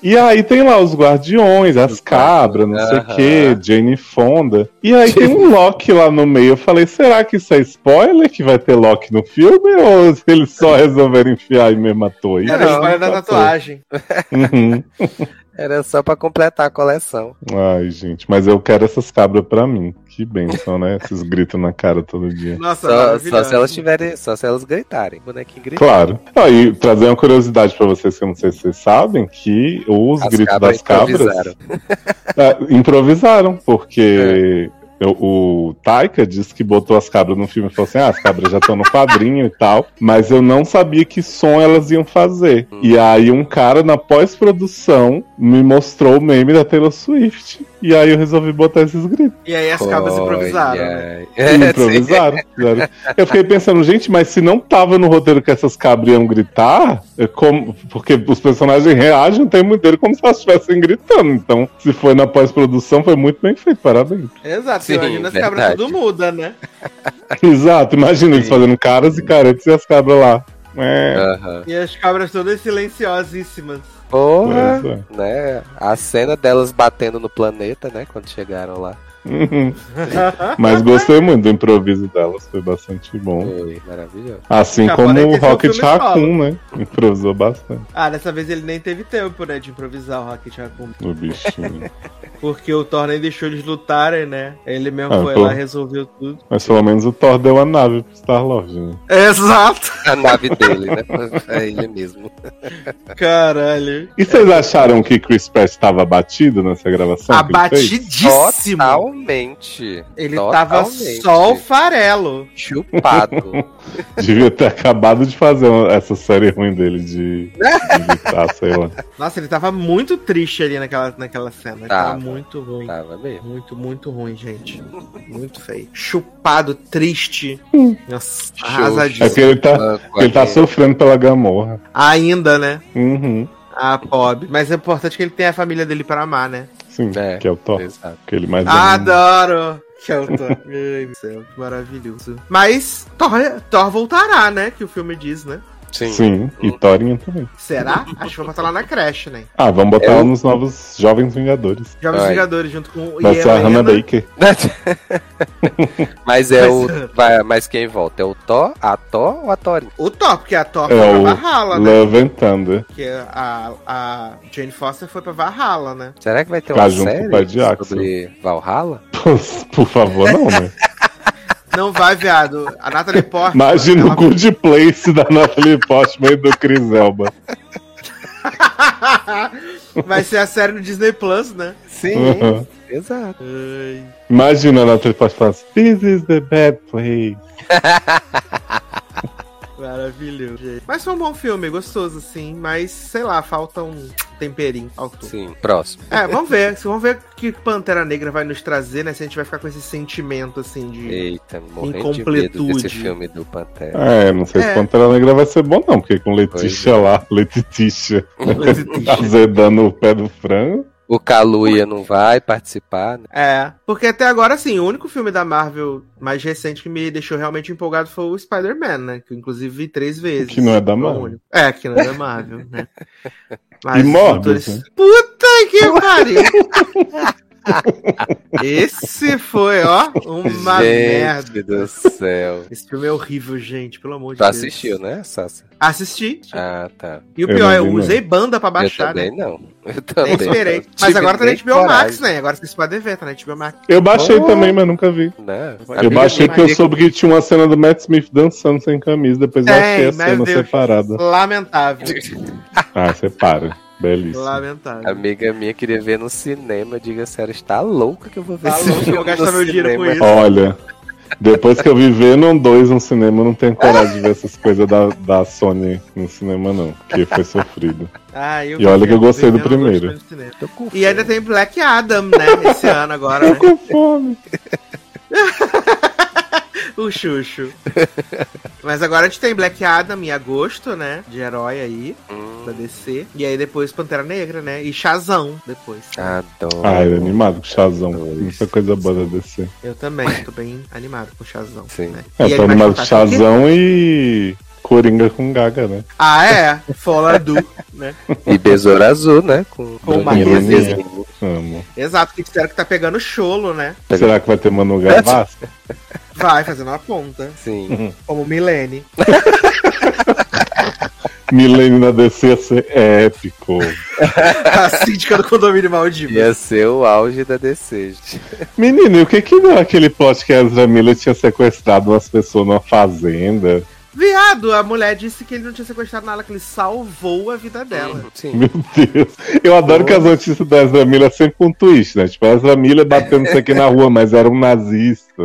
C: E aí tem lá os guardiões, as
D: Os
C: cabras, não sei o
D: Aham.
C: quê, Jane Fonda. E aí tem um Loki lá no meio. Eu falei, será que isso é spoiler que vai ter Loki no filme? Ou se eles só resolveram enfiar e mesmo à toa? E
B: Era a
C: não,
B: história é da
D: tá
C: não foi.
B: tatuagem.
C: Uhum.
D: Era só pra completar a coleção.
C: Ai, gente, mas eu quero essas cabras pra mim. Que benção, né? Esses gritos na cara todo dia.
B: Nossa,
D: Só,
B: Tá maravilhoso.
D: só se elas tiverem, só se elas gritarem, bonequinho gritando.
C: Claro. Ah, e trazer uma curiosidade pra vocês que eu não sei se vocês sabem, que os
D: As
C: gritos
D: cabras
C: das cabras
D: improvisaram.
C: Ah, improvisaram, porque eu- o Taika disse que botou as cabras no filme e falou assim: ah, as cabras já estão no quadrinho e tal, mas eu não sabia que som elas iam fazer. E aí um cara na pós-produção me mostrou o meme da Taylor Swift. E aí eu resolvi botar esses gritos.
B: E aí as cabras improvisaram.
D: Olha.
B: né?
D: É, sim.
C: improvisaram. fizeram. Eu fiquei pensando, gente, mas se não tava no roteiro que essas cabras iam gritar, é como- porque os personagens reagem o tempo inteiro como se elas estivessem gritando. Então, se foi na pós-produção, foi muito bem feito. Parabéns.
B: Exato,
D: Sim,
B: você imagina as cabras
D: verdade.
B: tudo muda, né?
C: Exato, imagina eles
D: Sim.
C: fazendo caras e caretas e as cabras lá. É,
D: Aham.
B: E as cabras todas silenciosíssimas.
D: Porra,
C: Pois é.
D: né? A cena delas batendo no planeta, né? Quando chegaram lá.
C: uhum. Mas gostei muito do improviso delas, foi bastante bom.
D: Foi maravilhoso.
C: Assim
B: Já
C: como
B: podem
C: o
B: ter seu
C: Rocket
B: filme
C: Raccoon, né? Improvisou bastante
B: ah, dessa vez ele nem teve tempo, né, de improvisar o Rocket Raccoon.
C: o bichinho.
B: Porque o Thor nem deixou eles lutarem, né? Ele mesmo
C: Ah,
B: foi
C: pô.
B: lá e resolveu tudo.
C: Mas pelo menos o Thor deu a nave pro Star-Lord, né?
B: Exato!
D: A nave dele, né? É ele mesmo.
B: Caralho.
C: E vocês acharam que Chris Pratt estava abatido nessa gravação? que ele fez?
B: Abatidíssimo!
D: Totalmente.
B: Ele tava
D: Totalmente.
B: só o farelo.
D: Chupado.
C: Devia ter acabado de fazer uma- essa série ruim dele de, de gritar, sei lá.
B: Nossa, ele tava muito triste ali naquela, naquela cena. Ele
D: Tava.
B: tava muito ruim.
D: tava mesmo.
B: Muito, muito ruim, gente. Muito feio. Chupado, triste. Nossa,
C: É
B: arrasadinho.
C: porque ele tá,
D: Branco
C: ele tá
D: ali.
C: sofrendo pela Gamorra.
B: Ainda, né?
C: Uhum.
B: Ah, pobre. Mas é importante que ele tenha a família dele para amar, né?
C: Sim,
D: É.
C: que é o Thor.
D: Exato.
C: Que ele mais
B: Ah,
C: ama.
B: Adoro! Que eu tô. Ai, meu céu, que maravilhoso. Mas Thor, Thor voltará, né? Que o filme diz, né?
D: Sim.
C: Sim, e Thorinha também.
B: Será? Acho que vai botar lá na creche, né?
C: Ah, vamos botar
D: É
C: ela
D: o-
C: nos novos Jovens Vingadores.
B: Jovens
D: Ai.
B: Vingadores junto com
C: Vai ser a
B: Helena.
C: Hannah Baker.
D: Mas é o. vai- mas quem volta? É o Thor, a Thor ou a Thorin?
B: O Thor, porque a Thor
C: É
B: foi
C: o
B: pra Valhalla, né?
C: Love and Thunder.
B: Porque a, a Jane Foster foi pra Valhalla, né?
D: Será que vai ter
C: Ficar Tá
D: uma
C: junto com o
D: série
C: pai de Axel.
D: sobre Valhalla?
C: Por favor, não, né?
B: Não vai, viado. A Natalie Portman.
C: Imagina o
B: ela-
C: good place da Natalie Portman e do Chris Elba.
B: Vai ser a série no Disney Plus, né?
C: Hum.
D: Sim, exato.
B: Ai.
C: Imagina a Natalie Portman falando assim, This is the bad place.
B: Maravilhoso. gente. Mas foi um bom filme, gostoso, assim. Mas, sei lá, falta um temperinho ao todo.
D: Sim, próximo.
B: É, vamos ver. Vamos ver o que Pantera Negra vai nos trazer, né? Se a gente vai ficar com esse sentimento, assim, de.
D: Eita, morrendo de medo
B: Incompletude.
D: desse filme do Pantera.
C: É, não sei
B: É.
C: se Pantera Negra vai ser bom, não, porque com Letícia lá, Letícia azedando o pé do frango.
D: O Kaluuya não vai participar, né?
B: É, porque até agora, assim, o único filme da Marvel mais recente que me deixou realmente empolgado foi o Spider-Man, né? Que eu, inclusive vi três vezes.
C: Que não é da
B: Foi o
C: Marvel.
B: único. É, que não é da Marvel, né? Mas
C: E
B: os
C: Morbius,
B: autores-
C: né?
B: Puta que pariu! Esse foi, ó, uma
D: Gente
B: merda.
D: do céu.
B: Esse filme é horrível, gente, pelo amor de
D: Tu
B: Deus.
D: assistiu, né, Sassi?
B: Assisti.
D: Ah, tá.
B: E o
C: Eu
B: pior, é, eu
C: não vi, não.
B: usei banda pra
D: eu
B: baixar, né?
D: também não. Eu
B: Nem
D: também.
B: esperei.
D: não.
B: Mas
D: Tive
B: agora tá na
D: nem
B: HBO Max,
D: coragem,
B: né? Agora vocês podem ver, tá na HBO Max.
C: Eu baixei
D: Oh.
C: também, mas nunca vi.
D: né?
C: Eu
B: Amiga,
C: baixei
B: tem
C: porque eu
B: mais-
C: soube que tinha uma cena do Matt Smith dançando sem camisa, depois eu
B: Tem,
C: achei
B: meu
C: a cena
B: Deus.
C: separada.
B: Lamentável.
C: Ah, separa. Belíssimo.
B: Lamentável.
D: Amiga minha queria ver no cinema. Diga se ela está louca que eu vou ver
B: Tá
D: esse
B: louca, eu
D: filme
B: vou
D: no
B: gastar meu dinheiro com
D: cinema.
B: isso.
C: Olha, depois que eu vi Venom 2 no cinema, eu não tenho coragem de ver essas coisas da, da Sony no cinema, não. Porque foi sofrido.
B: Ah, eu
C: E olha que eu
B: vi
C: gostei do
B: Venom dois
C: primeiro.
B: foi no cinema.
D: Tô com
B: E ainda tem Black Adam, né? Esse ano agora,
C: Tô
B: né?
C: com fome.
B: O Xuxo. Mas agora a gente tem Black Adam em agosto, né? De herói aí,
D: Hum,
B: da DC. E aí depois Pantera Negra, né? E Shazam depois.
D: Adoro.
C: Ai, ele é animado com o Shazão. Muita coisa boa da DC.
B: Eu também, tô bem animado com Shazam.
D: Sim.
B: Né? E
C: É,
B: ele
C: tô
B: vai
C: animado com
B: contar com o quê?
C: Shazão e Coringa com Gaga, né?
B: Ah, é? Fola do, né?
D: E Besouro Azul, né? Com,
B: Com uma
D: Bruninho
C: resenha.
D: Besouro.
C: Amo.
B: Exato, que disseram que tá pegando cholo, né?
C: Será que vai ter Manu Gavassi?
B: Vai fazendo uma ponta,
D: Sim.
B: como Milene.
C: Milênio na DC ia ser épico.
B: A síndica do condomínio maldito.
D: Ia ser o auge da DC. gente.
C: Menino, e o que que deu aquele plot que a Ezra Miller tinha sequestrado umas pessoas numa fazenda?
B: Viado, a mulher disse que ele não tinha sequestrado nada, que ele salvou a vida dela.
D: Sim.
C: Meu Deus. Eu adoro que as notícias da Ezra Miller é sempre com um twist, né? Tipo, a Ezra Miller batendo isso aqui na rua, mas era um nazista.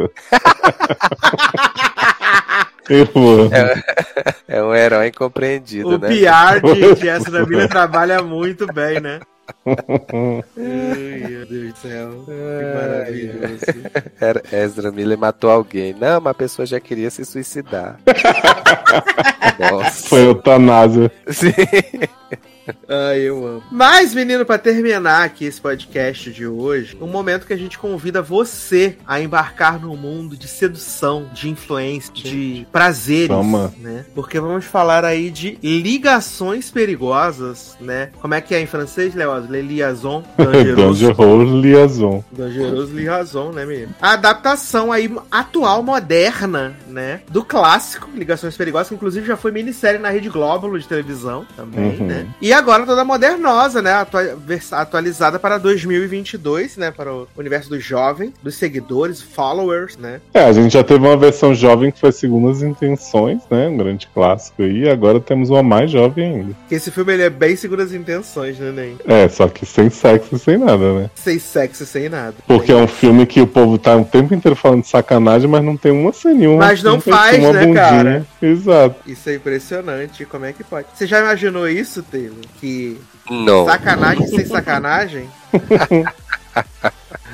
C: Eu amo.
D: É um herói incompreendido,
B: O
D: né?
B: PR de, de essa da Miller trabalha muito bem, né? Ai, meu Deus do céu. Que maravilhoso.
D: Era Ezra Miller matou alguém. Não, mas a pessoa já queria se suicidar. Nossa.
C: Foi eutanásia.
D: Sim.
B: Ai, eu amo. Mas, menino, pra terminar aqui esse podcast de hoje, um momento que a gente convida você a embarcar no mundo de sedução, de influência, de prazeres,
C: Toma.
B: né? Porque vamos falar aí de ligações perigosas, né? Como é que é em francês, Léo? Le liaison dangereuse.
C: Danger Horror Liaison.
B: Dangeroso Liaison, né, menino? A adaptação aí atual, moderna, né? Do clássico Ligações Perigosas, que inclusive já foi minissérie na Rede Glóbulo de televisão também,
C: Uhum.
B: né? E agora toda modernosa, né? atua- vers- atualizada para 2022, né? Para o universo dos jovens, dos seguidores, followers, né?
C: É, a gente já teve uma versão jovem que foi Segundas Intenções, né? Um grande clássico. E agora temos uma mais jovem ainda.
B: Porque esse filme ele é bem seguro as intenções, né, Nen?
C: É, só que sem sexo e sem nada, né?
B: Sem sexo e sem nada. Né?
C: Porque é um filme que o povo tá o tempo inteiro falando de sacanagem, mas não tem uma sem nenhuma.
B: Mas não
C: tem
B: faz,
C: uma
B: né, cara?
C: Exato.
B: Isso é impressionante. Como é que pode? Você já imaginou isso, Taylor? Que
D: Não.
B: sacanagem sem sacanagem?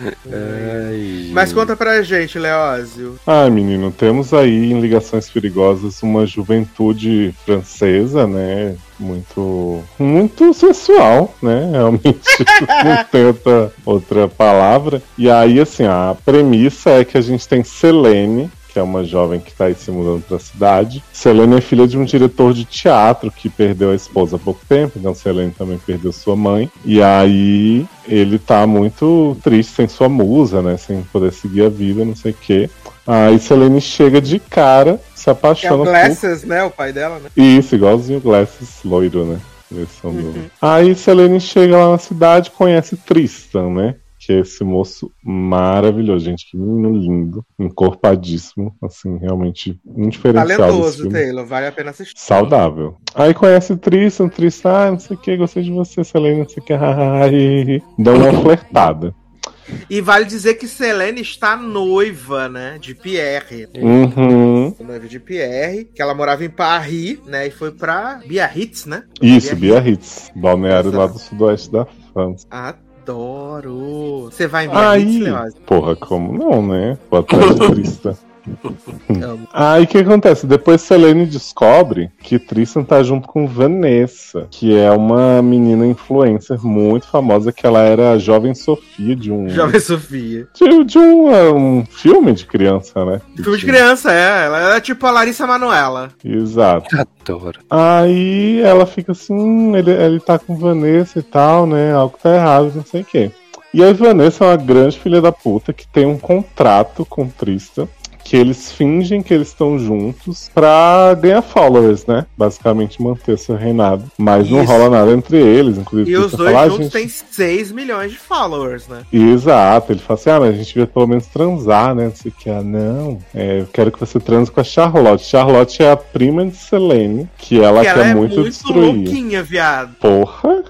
D: Ai,
B: Mas conta pra gente, Leózio.
C: Ah, menino, temos aí em Ligações Perigosas uma juventude francesa, né? Muito. muito sensual, né? Realmente não tem outra, outra palavra. E aí, assim, a premissa é que a gente tem Selene. Que é uma jovem que tá aí se mudando pra cidade. Selene é filha de um diretor de teatro que perdeu a esposa há pouco tempo, então Selene também perdeu sua mãe. E aí ele tá muito triste sem sua musa, né? Sem poder seguir a vida, não sei o quê. Aí Selene chega de cara, se
B: Que é o
C: apaixona por
B: Glasses, né? O pai dela, né?
C: isso, igualzinho o Glasses loiro, né? Versão do... Aí Selene chega lá na cidade conhece Tristan, né? Que é esse moço maravilhoso, gente. Que menino lindo, encorpadíssimo, assim, realmente indiferenciado. desse
B: Talentoso,
C: filme.
B: Tá Taylor. Vale a pena assistir.
C: Saudável. Aí conhece o Tristan, Tristan, ah, não sei o que, gostei de você, Selene, não sei o que, hahaha, hihihi. dá uma flertada.
B: E vale dizer que Selene está noiva, né? De Pierre.
C: Uhum.
B: Noiva de Pierre, que ela morava em Paris, né? E foi pra Biarritz, né?
C: Isso, Biarritz, balneário lá do sudoeste da França.
B: Adoro! Você vai em Biarritz,
C: Aí,
B: Leózio?
C: porra, como não, né? Vou atrás de Tristan.
B: É. Amo.
C: Aí o que acontece? Depois Selene descobre que Tristan tá junto com Vanessa, que é uma menina influencer muito famosa, que ela era a jovem Sofia de um.
B: Jovem Sofia.
C: De, de um, é, um filme de criança, né?
B: Filme de criança, é. Ela era tipo a Larissa Manoela.
C: Exato.
D: adoro.
C: Aí ela fica assim, "Hum, ele, ele tá com Vanessa e tal, né? Algo tá errado, não sei o quê. E a Vanessa é uma grande filha da puta que tem um contrato com Tristan. Que eles fingem que eles estão juntos pra ganhar followers, né? Basicamente manter seu reinado. Mas não
B: Isso.
C: rola nada entre eles, inclusive.
B: E os
C: Tristan
B: dois
C: fala, "Ah,
B: juntos
C: gente,
B: têm 6 milhões de followers, né?
C: Exato, ele fala assim: ah, mas a gente devia pelo menos transar, né? Não sei o que. Ah, não, é, eu quero que você transe com a Charlotte. Charlotte é a prima de Selene, que ela
B: Porque é
C: quer muito, destruir.
B: louquinha, viado.
C: Porra!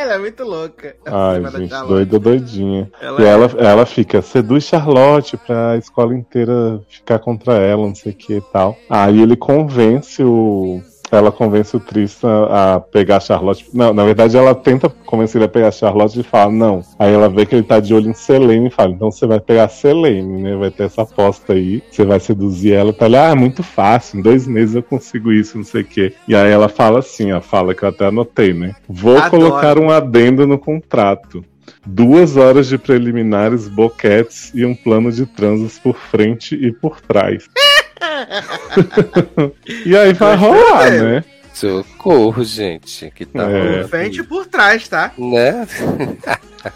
B: Ela é muito louca.
C: Ai,
B: Ela
C: gente,
B: tá louca.
C: doida, doidinha.
B: Ela é
C: E É, ela, ela fica, seduz Charlotte pra escola inteira ficar contra ela, não sei o que e tal. Aí ele convence o. Ela convence o Tristan a pegar a Charlotte. Não, na verdade ela tenta convencer ele a pegar a Charlotte e fala não. Aí ela vê que ele tá de olho em Selene e fala: então você vai pegar a Selene, né? Vai ter essa aposta aí. Você vai seduzir ela. Tá lá, ah, é muito fácil. Em dois meses eu consigo isso, não sei o quê. E aí ela fala assim: ó, fala que eu até anotei, né? Vou
B: Adoro.
C: colocar um adendo no contrato. Duas horas de preliminares, boquetes e um plano de transos por frente e por trás. e aí vai
B: Gostei
C: rolar,
B: dele.
C: né?
D: Socorro, gente. Que tá
C: É.
B: Por
D: rolando.
B: frente e por trás, tá?
D: Né?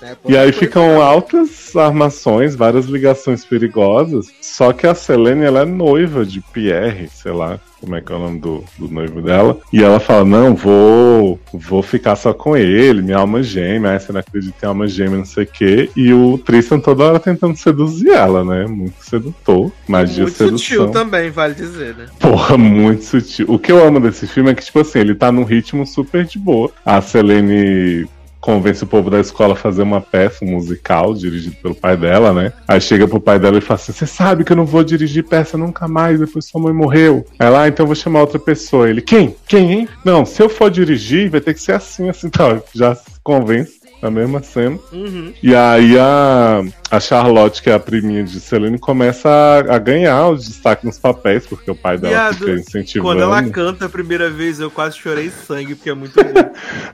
B: né?
C: E aí ficam altas armações, várias ligações perigosas. Só que a Selene, ela é noiva de Pierre, sei lá como é que é o nome do, do noivo dela. E ela fala, não, vou vou ficar só com ele, minha alma gêmea. Aí você não acredita em alma gêmea, não sei o quê. E o Tristan toda hora tentando seduzir ela, né? Muito sedutor, magia
B: Muito
C: sedução.
B: sutil também, vale dizer, né?
C: Porra, muito sutil. O que eu amo desse filme é que, tipo assim, ele tá num ritmo super de boa. A Selene convence o povo da escola a fazer uma peça, um musical, dirigido pelo pai dela, né? Aí chega pro pai dela e fala assim: Você sabe que eu não vou dirigir peça nunca mais, depois sua mãe morreu. Aí lá, ah, então eu vou chamar outra pessoa. Ele, quem? Quem, hein? Não, se eu for dirigir, vai ter que ser assim, assim, tal. Já se convence. Na mesma cena.
B: Uhum.
C: E aí a, a Charlotte, que é a priminha de Celine, começa a, a ganhar os destaques nos papéis, porque o pai dela
B: Viado,
C: fica incentivando.
B: Quando ela canta a primeira vez, eu quase chorei sangue, porque é muito bom.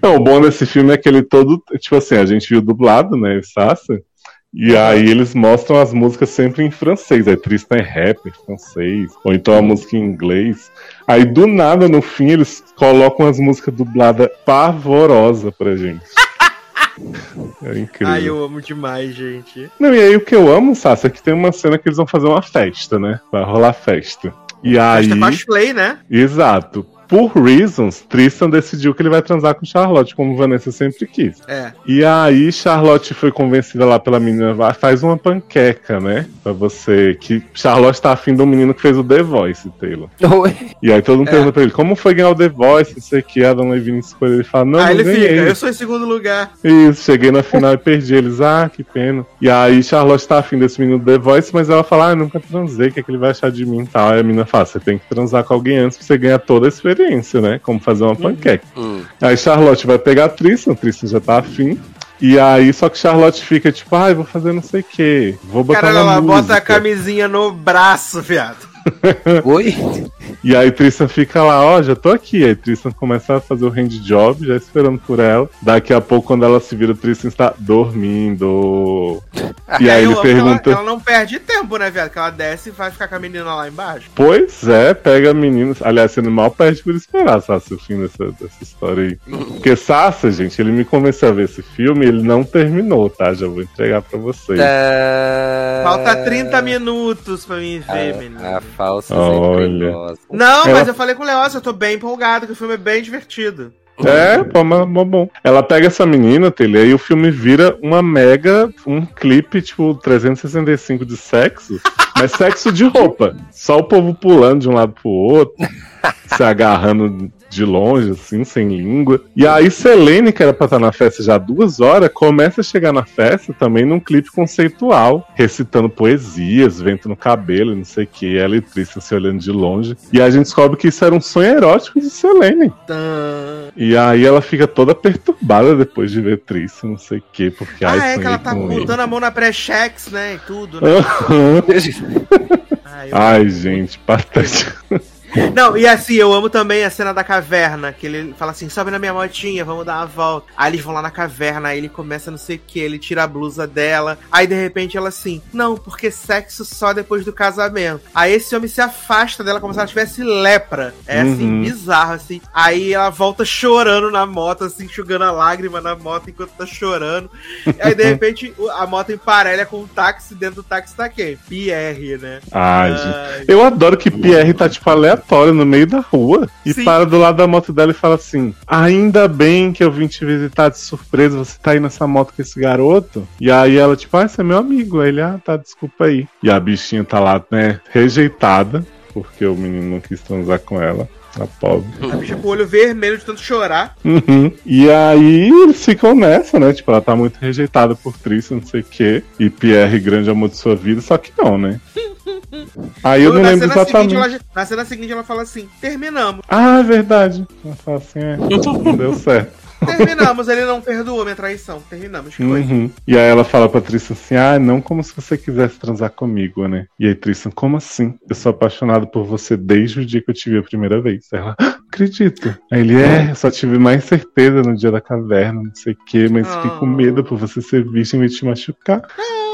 C: Não, o bom desse filme é que ele todo. Tipo assim, a gente viu dublado, né? O Sassa. E
B: Uhum.
C: aí eles mostram as músicas sempre em francês. Aí Tristan é rapper, francês. Ou então a música em inglês. Aí do nada, no fim, eles colocam as músicas dubladas pavorosa pra gente. É incrível.
B: Ai, eu amo demais, gente. É
C: Não, e aí o que eu amo, Sassa, é que tem uma cena que eles vão fazer uma festa, né? Vai rolar festa. E aí.
B: Acho que é Ashley, né?
C: Exato. Por reasons, Tristan decidiu que ele vai transar com Charlotte, como Vanessa sempre quis.
B: É.
C: E aí, Charlotte foi convencida lá pela menina, "Vai, faz uma panqueca, né? Pra você. Que Charlotte tá afim do menino que fez o The Voice, Taylor. E aí todo mundo
B: É.
C: pergunta pra ele, como foi ganhar o The Voice? Não sei o que, a Dona Levine escolheu. Ele fala, não,
B: Aí
C: não
B: Ah, ele
C: ganhei.
B: fica, eu sou em segundo lugar.
C: Isso, cheguei na final e perdi. Eles, ah, que pena. E aí Charlotte tá afim desse menino do The Voice, mas ela fala, ah, eu nunca transei, o que, é que ele vai achar de mim e tal. Aí a menina fala, você tem que transar com alguém antes pra você ganhar toda a experiência, né? Como fazer
B: Uhum.
C: uma panqueca.
D: Hum.
C: Aí Charlotte vai pegar a Tristan, Tristan já tá afim. E aí, só que Charlotte fica tipo, ai, vou fazer não sei o quê. Vou botar
B: Cara,
C: uma
B: ela bota a
C: música."
B: camisinha no braço, viado.
D: Oi?
C: E aí Tristan fica lá, ó, já tô aqui. Aí Tristan começa a fazer o hand job, já esperando por ela. Daqui a pouco, quando ela se vira, Tristan está dormindo. E aí
B: eu
C: ele
B: amo que ela-
C: pergunta.
B: Ela, não perde tempo, né, viado? Que ela desce e vai ficar com a menina lá embaixo.
C: Pois é, pega meninos. Aliás, sendo mal perde por esperar, Sassi, o fim dessa, dessa história aí. Porque Sassi, gente, ele me convenceu a ver esse filme ele não terminou, tá? Já vou entregar pra
D: É,
C: vocês. É.
B: Falta 30 minutos pra mim ver, menino.
D: A, a falsa
C: Olha.
D: sempre perigosa.
B: Não,
C: É, Ela-
B: mas eu falei com o Leócio, eu tô bem empolgado, que o filme é bem divertido.
C: É, pô, mas mas bom. Ela pega essa menina, Taylor, e o filme vira uma mega, um clipe, tipo, 365 de sexo, mas sexo de roupa. Só o povo pulando de um lado pro outro, se agarrando de longe, assim, sem língua. E aí Selene, que era pra estar na festa já há duas horas, começa a chegar na festa também num clipe conceitual, recitando poesias, vento no cabelo, não sei o que, ela e Tristan se olhando de longe. E a gente descobre que isso era um sonho erótico de Selene.
B: Tã.
C: E aí ela fica toda perturbada depois de ver Tristan, não sei o quê, porque
B: Ah,
C: ai,
B: é que
C: sonhei
B: ela tá
C: com ele.
B: botando a mão na pré-chex, né? E tudo, né?
C: Aham.
B: Ai, eu-
C: Ai, gente, patético.
B: Não, e assim, eu amo também a cena da caverna, que ele fala assim, sobe na minha motinha, vamos dar uma volta. Aí eles vão lá na caverna, aí ele começa não sei o que, ele tira a blusa dela, aí de repente ela assim, não, porque sexo só depois do casamento. Aí esse homem se afasta dela como se ela tivesse lepra. É assim,
C: Uhum.
B: bizarro, assim. Aí ela volta chorando na moto, assim, enxugando a lágrima na moto enquanto tá chorando. Aí de repente o- a moto emparelha com um táxi, dentro do táxi tá quem? Pierre, né?
C: Ai, gente.
B: Ai,
C: Eu adoro que Pierre tá, tipo, aleatório no meio da rua e
B: Sim.
C: para do lado da moto dela e fala assim: Ainda bem que eu vim te visitar de surpresa, você tá aí nessa moto com esse garoto. E aí ela, tipo, ah, você é meu amigo. Aí ele, ah, tá, desculpa aí. E a bichinha tá lá, né, rejeitada, porque o menino não quis transar com ela, a pobre.
B: a bicha com o olho vermelho de tanto chorar.
C: Uhum. E aí eles ficam nessa, né? Tipo, ela tá muito rejeitada por Tristan, não sei o quê. E Pierre, grande amor de sua vida, só que não, né? Aí eu não
B: na
C: lembro
B: cena
C: exatamente.
B: Seguinte, ela, na cena seguinte ela fala assim: terminamos,
C: Ah, é verdade. Ela fala assim, é, não deu certo.
B: terminamos, ele não perdoou minha traição, terminamos. que coisa.
C: Uhum. E aí ela fala pra Tristan assim, ah, não como se você quisesse transar comigo, né? E aí Tristan, como assim? Eu sou apaixonado por você desde o dia que eu te vi a primeira vez. Aí Ela, "Ah, acredito. Aí ele, é, eu só tive mais certeza no dia da caverna, não sei o quê, mas fiquei com
B: Ah.
C: medo por você ser visto e me te machucar.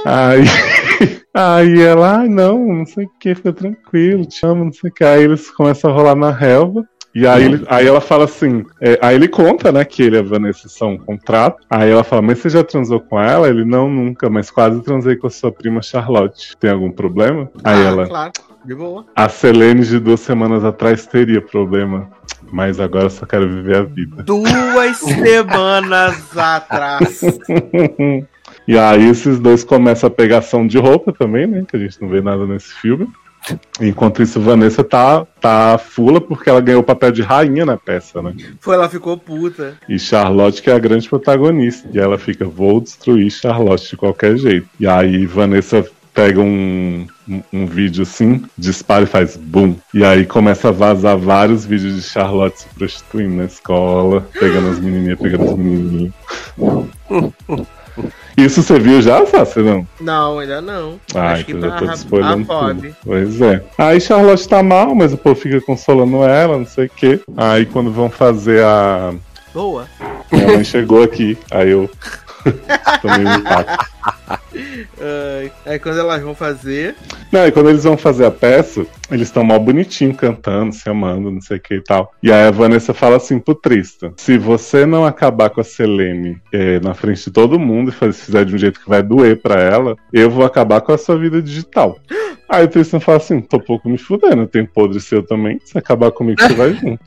C: Aí... Aí "Ah, ela, ai não, não sei o que, fica tranquilo, te amo, não sei o que. Aí eles começam a rolar na relva. E aí, ele- aí ela fala assim, é, aí ele conta, né, que ele e a Vanessa são um contrato. Aí ela fala, mas você já transou com ela? Ele, não, nunca, mas quase transei com a sua prima Charlotte. Tem algum problema? Aí
B: Ah,
C: ela,
B: Claro, de boa.
C: a Selene de duas semanas atrás teria problema, mas agora eu só quero viver a vida.
B: Duas semanas atrás.
C: e aí esses dois começam a pegação de roupa também, né, que a gente não vê nada nesse filme. Enquanto isso, Vanessa tá, tá fula porque ela ganhou o papel de rainha na peça, né?
B: Foi, ela ficou puta.
C: E Charlotte que é a grande protagonista. E ela fica, vou destruir Charlotte de qualquer jeito. E aí Vanessa pega um, um, um vídeo assim, dispara e faz bum. E aí começa a vazar vários vídeos de Charlotte se prostituindo na escola, pegando as menininhas, pegando as menininhas. Isso você viu já, Sassi, não?
B: Não, ainda não.
C: Ah,
B: Acho que tá ah,
C: então já
B: pra
C: tô
B: a, a
C: despoilando
B: Bob.
C: tudo. Pois é. Aí Charlotte tá mal, mas o povo fica consolando ela, não sei o quê. Aí quando vão fazer a,
B: Boa.
C: minha mãe chegou aqui, aí eu tomei um impacto.
B: Ai, Ah, aí quando elas vão fazer.
C: Não, e quando eles vão fazer a peça, eles estão mal bonitinho cantando, se amando, não sei o que e tal. E aí a Vanessa fala assim pro Trista: se você não acabar com a Selene eh, na frente de todo mundo e faz- fizer de um jeito que vai doer pra ela, eu vou acabar com a sua vida digital. Aí o Tristan fala assim: tô pouco me fudendo, eu tenho podre seu também. Se acabar comigo, você vai junto.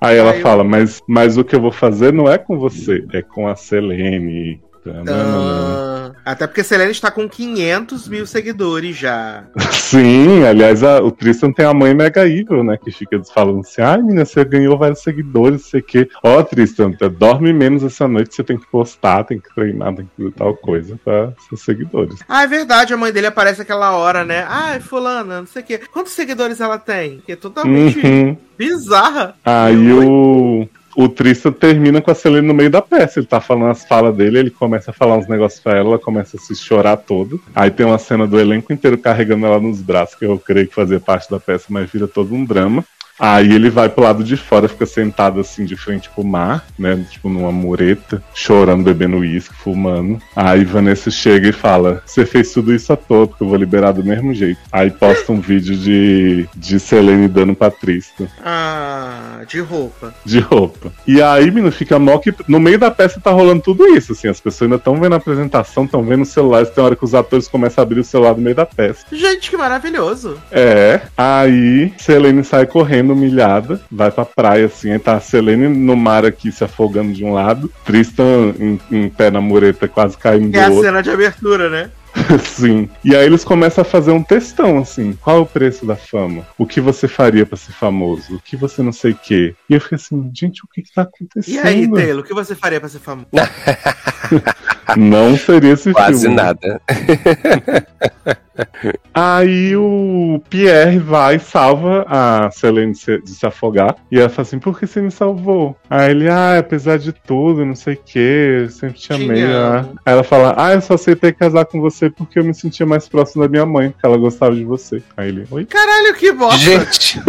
C: Aí ela
B: Aí eu-
C: fala: mas, mas o que eu vou fazer não é com você, é com a Selene. Tananana.
B: ah, até porque Selene está com 500 mil seguidores já.
C: Sim, aliás, a- o Tristan tem a mãe mega evil, né? Que fica falando assim: ai, menina, você ganhou vários seguidores, não sei o quê. Ó, Tristan, tá- dorme menos essa noite, você tem que postar, tem que treinar, tem que fazer tal coisa pra seus seguidores.
B: Ah, é verdade, a mãe dele aparece aquela hora, né? Ai, fulana, não sei o quê. Quantos seguidores ela tem? Que é totalmente
C: Uhum.
B: bizarra.
C: Aí o, o Tristan termina com a Selene no meio da peça. Ele tá falando as falas dele, ele começa a falar uns negócios pra ela, ela começa a se chorar toda. Aí tem uma cena do elenco inteiro carregando ela nos braços, que eu creio que fazia parte da peça, mas vira todo um drama. Aí ele vai pro lado de fora, fica sentado assim de frente pro mar, né? Tipo numa mureta, chorando, bebendo uísque, fumando. Aí Vanessa chega e fala: Você fez tudo isso à toa, porque eu vou liberar do mesmo jeito. Aí posta um vídeo de, de Selene dando pra Tristan
B: Ah, de roupa.
C: de roupa. E aí, menino, fica mó que. No meio da peça tá rolando tudo isso, assim. As pessoas ainda estão vendo a apresentação, estão vendo os celulares. Tem hora que os atores começam a abrir o celular no meio da peça.
B: Gente, que maravilhoso.
C: É. Aí, Selene sai correndo, humilhada, vai pra praia, assim. Aí tá a Selene no mar aqui se afogando de um lado, Tristan em, em pé na mureta, quase caindo do
B: É a
C: outro.
B: cena de abertura, né?
C: Sim. E aí eles começam a fazer um textão, assim. Qual é o preço da fama? O que você faria pra ser famoso? O que você não sei o quê? E eu fiquei assim, gente, o que que tá acontecendo?
B: E aí, Taylor, o que você faria pra ser famoso?
C: Não seria esse
D: Quase
C: filme.
D: nada.
C: Aí o Pierre vai e salva a Selene de se- de se afogar. E ela fala assim: por que você me salvou? Aí ele, ah, apesar de tudo, não sei o que, eu sempre te
B: Te
C: amei. ah."
B: amo.
C: Aí ela fala: ah, eu só aceitei casar com você porque eu me sentia mais próximo da minha mãe, porque ela gostava de você. Aí ele, oi?
B: Caralho, que bosta.
D: Gente,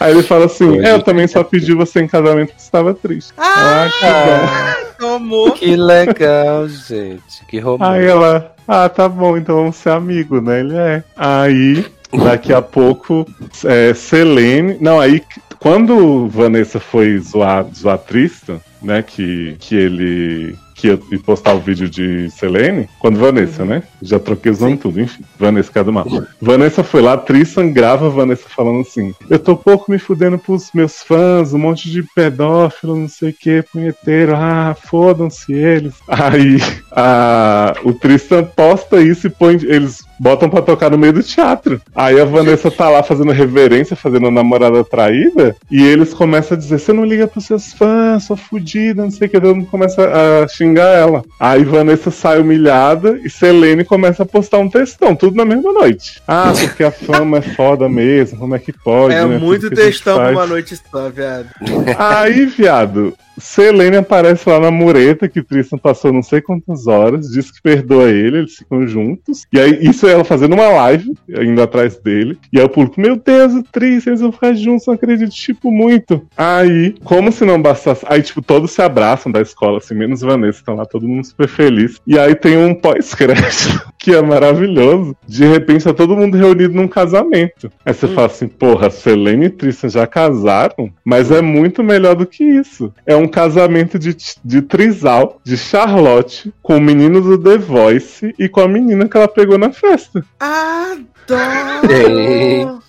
C: Aí ele fala assim:
D: Oi,
C: é, eu
D: gente.
C: também só pedi você em casamento porque estava triste.
B: Ah,
C: Ah, que
B: tomou.
D: Ah. que legal, gente. Que
C: bom. Aí
D: romântico.
C: ela, ah, tá bom, então vamos ser amigo, né? Ele é. Aí. Daqui a pouco, é, Selene. Não, aí quando Vanessa foi zoar, zoar Tristan, né? Que, que ele. Que ia postar o vídeo de Selene. Quando Vanessa, né? Já troquei os nomes tudo, enfim. Vanessa, que é do mal. Vanessa foi lá, Tristan grava a Vanessa falando assim: Eu tô pouco me fudendo pros meus fãs, um monte de pedófilo, não sei o que, punheteiro, ah, fodam-se eles. Aí a- o Tristan posta isso e põe. Eles botam pra tocar no meio do teatro. Aí a Vanessa tá lá fazendo reverência, fazendo a namorada traída, e eles começam a dizer: Você não liga pros seus fãs, sua fudida, não sei o que, todo mundo começa a xingar ela. Aí Vanessa sai humilhada e Selene começa a postar um textão, tudo na mesma noite. Ah, porque a fama é foda mesmo, como é que pode?
B: É
C: né?
B: muito
C: Tudo que a gente
B: textão pra
C: faz.
B: uma noite só, viado.
C: Aí, viado, Selene aparece lá na mureta que Tristan passou não sei quantas horas, diz que perdoa ele, eles ficam juntos. E aí, isso é ela fazendo uma live, indo atrás dele. E aí o público, meu Deus, o Tristan, eles vão ficar juntos, não acredito, tipo, muito. Aí, como se não bastasse. Aí, tipo, todos se abraçam da escola, assim, menos Vanessa, estão lá todo mundo super feliz. E aí tem um pós-crédito que é maravilhoso. De repente tá todo mundo reunido num casamento. Aí você fala assim, porra, Selene e Tristan já casaram, mas é muito melhor do que isso. É um casamento de, de trisal, de Charlotte, com o menino do The Voice e com a menina que ela pegou na festa.
B: Adoro!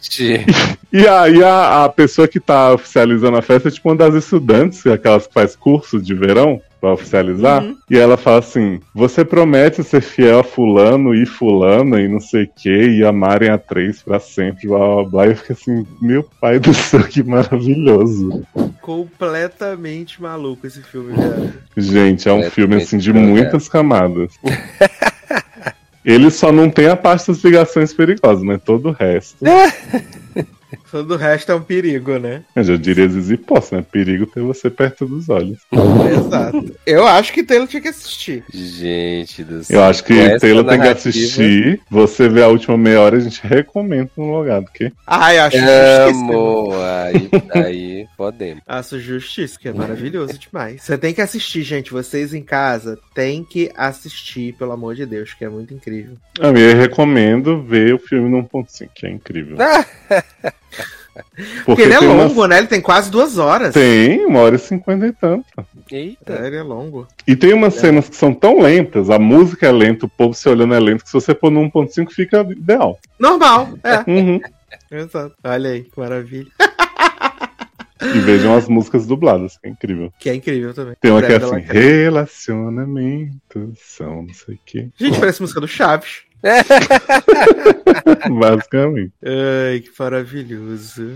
D: Gente.
C: E aí a, a pessoa que tá oficializando a festa é tipo uma das estudantes, aquelas que faz curso de verão. Pra oficializar, e ela fala assim: Você promete ser fiel a Fulano e Fulana e não sei o que, e amarem a três pra sempre, blá blá blá. E eu fico assim: Meu pai do céu, que maravilhoso.
B: Completamente maluco esse filme, velho.
C: Gente, é um
D: É,
C: filme assim de
D: é.
C: muitas camadas. Ele só não tem a parte das ligações perigosas, mas todo o resto.
B: Todo o resto é um perigo, né?
C: Eu já diria Zizi Posse, né? Perigo ter você perto dos olhos.
B: Exato. Eu acho que Taylor tinha que assistir.
D: Gente do céu.
C: Eu acho que
D: Com
B: é
D: essa
C: Taylor tem que
D: narrativa-
C: assistir. Você vê a última meia hora, a gente recomenda um lugar, porque
B: Ai, acho justiça.
D: Amo! Aí, aí podemos.
B: Acho justiça, que é maravilhoso demais. Você tem que assistir, gente. Vocês em casa tem que assistir, pelo amor de Deus, que é muito incrível.
C: eu me recomendo ver o filme no 1.5, que é incrível.
B: Ah! Porque, ele é
C: tem umas-
B: longo, né? Ele tem quase duas horas.
C: Tem, uma hora e cinquenta e tanto.
D: Eita.
B: É, ele é longo.
C: E tem
B: É.
C: umas cenas que são tão lentas, a música é lenta, o povo se olhando é lento, que se você pôr no 1.5 fica ideal.
B: Normal, é.
C: Uhum.
B: Exato. Olha aí, que maravilha.
C: E vejam as músicas dubladas, que é incrível.
B: Que é incrível também.
C: Tem uma que é
B: Breve
C: assim, relacionamentos são não sei o que,
B: Gente, parece música do Chaves.
C: basicamente.
B: Ai, que maravilhoso.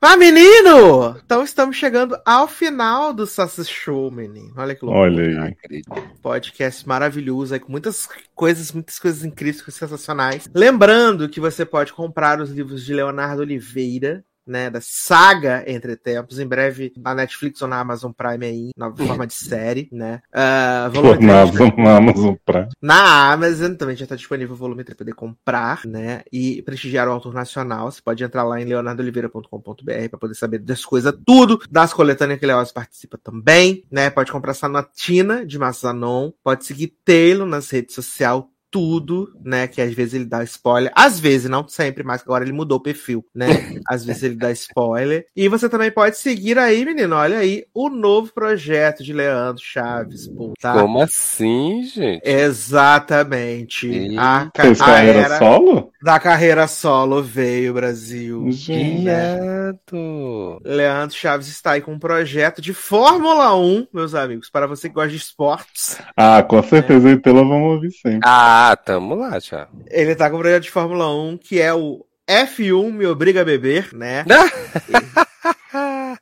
B: Mas, menino! Então estamos chegando ao final do Sassy Show, menino. Olha que louco.
C: Olha aí.
D: Acredito.
B: podcast maravilhoso aí com muitas coisas, muitas coisas incríveis, coisas sensacionais. Lembrando que você pode comprar os livros de Leonardo Oliveira. Né, da saga Entre Tempos, em breve na Netflix ou na Amazon Prime aí, na forma de série, né? Ah, volume três-
C: Formado na Amazon Prime.
B: na Amazon também já está disponível o volume 3 para poder comprar, né? E prestigiar o autor nacional. Você pode entrar lá em leonardoliveira.com.br para poder saber das coisas tudo, das coletâneas que Leoz participa também, né? Pode comprar Sanotina de Massanon, pode seguir Taylor nas redes sociais, tudo, né? Que às vezes ele dá spoiler. Às vezes, não sempre, mas agora ele mudou o perfil, né? Às vezes ele dá spoiler. E você também pode seguir aí, menino, olha aí, o novo projeto de Leandro Chaves, pô, tá?
D: Como assim, gente?
B: Exatamente.
D: E-
B: A, ca-
C: Fez
B: a
C: carreira
B: ah, era
C: solo?
B: da carreira solo veio, Brasil. É.
C: Gente.
D: Irado.
B: Leandro Chaves está aí com um projeto de Fórmula 1, meus amigos, para você que gosta de esportes.
C: Ah,
B: É.
C: com certeza o Italo vamos ouvir sempre.
D: Ah, tamo lá já.
B: Ele está com um projeto de Fórmula 1 que é o F1 Me Obriga a Beber, né?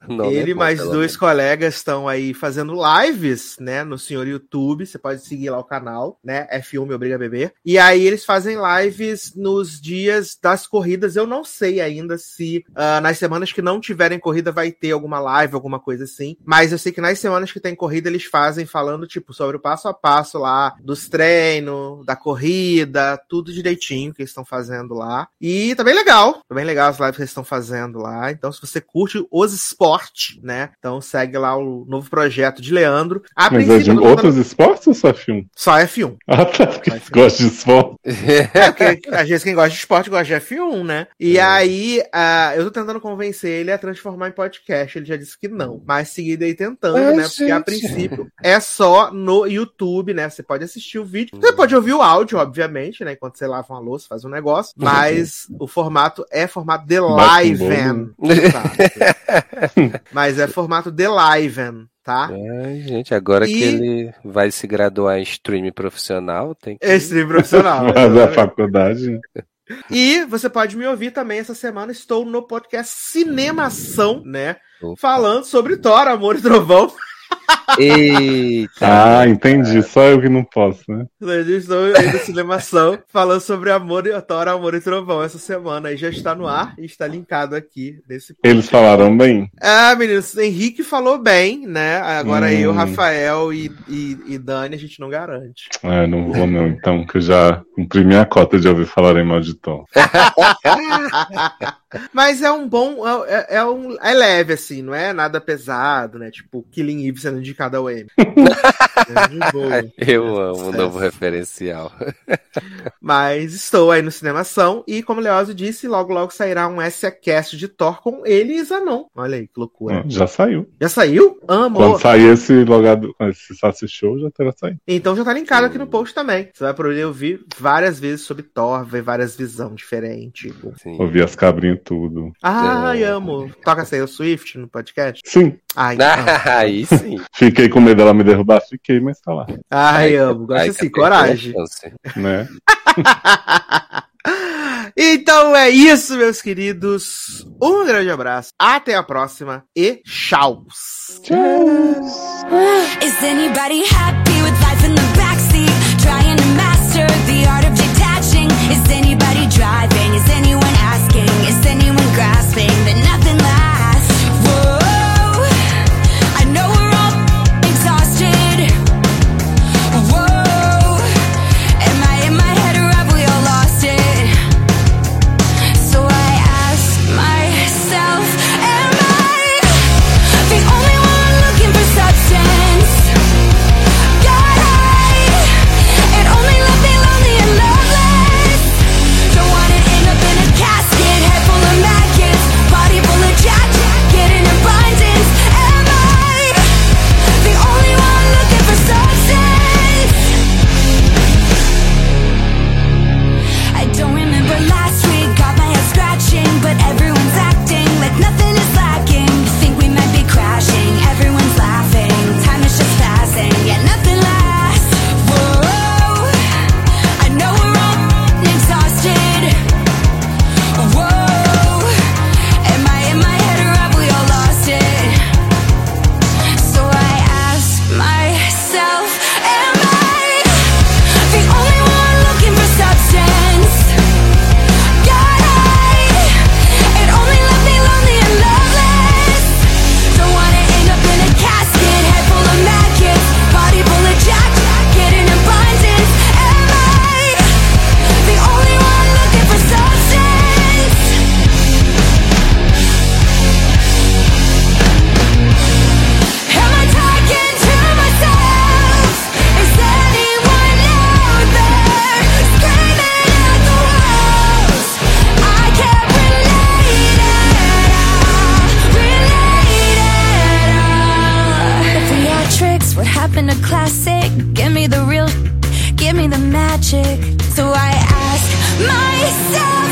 D: Não,
B: Ele
D: né,
B: mais
D: pelo
B: dois colegas estão aí fazendo lives, né, no senhor YouTube. Você pode seguir lá o canal, né? F1 me obriga a beber. E aí eles fazem lives nos dias das corridas. Eu não sei ainda se ah, nas semanas que não tiverem corrida vai ter alguma live, alguma coisa assim. Mas eu sei que nas semanas que tem corrida eles fazem falando tipo sobre o passo a passo lá dos treinos, da corrida, tudo direitinho que eles estão fazendo lá. E tá bem legal, tá bem legal as lives que eles estão fazendo lá. Então se você curte os esportes, né? Então segue lá o novo projeto de Leandro. A
C: Mas é de
B: não tá
C: outros esportes ou só filme?
B: só F1.
C: Ah, tá, porque
B: Vai ser.
C: gosta de esporte.
B: É, porque às vezes quem gosta de esporte gosta de F1, né? E
D: É.
B: aí, ah, eu tô tentando convencer ele a transformar em podcast. Ele já disse que não. Mas seguida aí tentando,
D: Ai,
B: né? Porque a
D: gente.
B: princípio é só no YouTube, né? Você pode assistir o vídeo. Você pode ouvir o áudio, obviamente, né? Enquanto você lava uma louça, faz um negócio.
D: Uhum.
B: Mas o formato é formato de live. tá? mas é formato de live, tá?
D: Ai, É, gente, agora
B: E-
D: que ele vai se graduar em streaming profissional, tem que.
B: Esse profissional.
C: Mas é
B: Ah,
C: a
D: é
B: exatamente.
C: faculdade. né?
B: E você pode me ouvir também essa semana. Estou no podcast Cinemação, né?
D: Opa.
B: Falando sobre Thor, Amor e Trovão. É,
D: Eita.
C: Ah, entendi. Só eu que não posso, né?
B: Nós estamos aí no Cinemação falando sobre amor e Thor, amor e trovão essa semana. E já está no ar e está linkado aqui nesse
C: Eles falaram bem.
B: Ah, meninos, Henrique falou bem, né? Agora
C: Hum.
B: eu, Rafael e, e, e Dani, a gente não garante.
C: Ah, eu não vou não, então, que eu já cumpri minha cota de ouvir falarem mal de Thor.
B: Mas é um bom. É, é- é um, é leve, assim, não é nada pesado, né? Tipo, Killing Eve sendo indicado ao M. é de boa. É.
D: Eu amo o
B: Sucesso.
D: novo referencial.
B: Mas estou aí no Cinemação e, como o Leozio disse, logo logo sairá um SAcast de Thor com ele e Zanon. Olha aí que loucura.
C: Ah, Já saiu.
B: Já saiu? Amo!
C: Quando sair esse logado, esse Sassi Show, já terá saído.
B: Então já tá linkado aqui no post também. Você vai poder ouvir várias vezes sobre Thor, ver várias visões diferentes. Tipo,
D: Sim.
C: Ouvi as cabrinhas tudo.
B: Ai,
D: Hum. É.
B: amo. Toca Taylor Swift no podcast?
C: Sim,
B: Ai, amo.
D: Ah, Aí sim.
C: fiquei com medo dela me derrubar, fiquei, mas tá lá,
B: Ai, amo. Gosto
D: Aí
B: assim,
D: você perdeu a
B: coragem.
D: chance.
C: né?
B: então é isso, meus queridos. Um grande abraço. Até a próxima e tchau.
A: Is anybody happy with life in the backseat? Trying to master the art of detaching. Is anybody driving? Is anyone asking? Is anyone grasping that nothing lasts? Whoa, I know we're all exhausted. Whoa, am I in my head or have we all lost it? So I ask myself, am I the only one looking for substance? God, I and only left me lonely and loveless. Don't wanna end up in a casket, head full of maggots, body full of jack jacket and abundance. Am I the only one looking for substance? I don't remember last week. Got my head scratching, but everyone's acting like nothing is lacking. Think we might be crashing. Everyone's laughing. Time is just passing, yet nothing lasts. Whoa, I know we're all exhausted. Whoa, am I in my head or have we all lost it? So I ask myself, am I the only one looking for substance? God, I it only left me lonely and loveless. Don't wanna end up in a casket, head full of maggots, body full of jack jacket and abundance. Am I the only one looking for substance? Am I talking to myself? Is anyone out there screaming at the walls? I can't relate at all. Relate at all. The theatrics, what happened to classic? Give me the real, give me the magic. So I ask myself.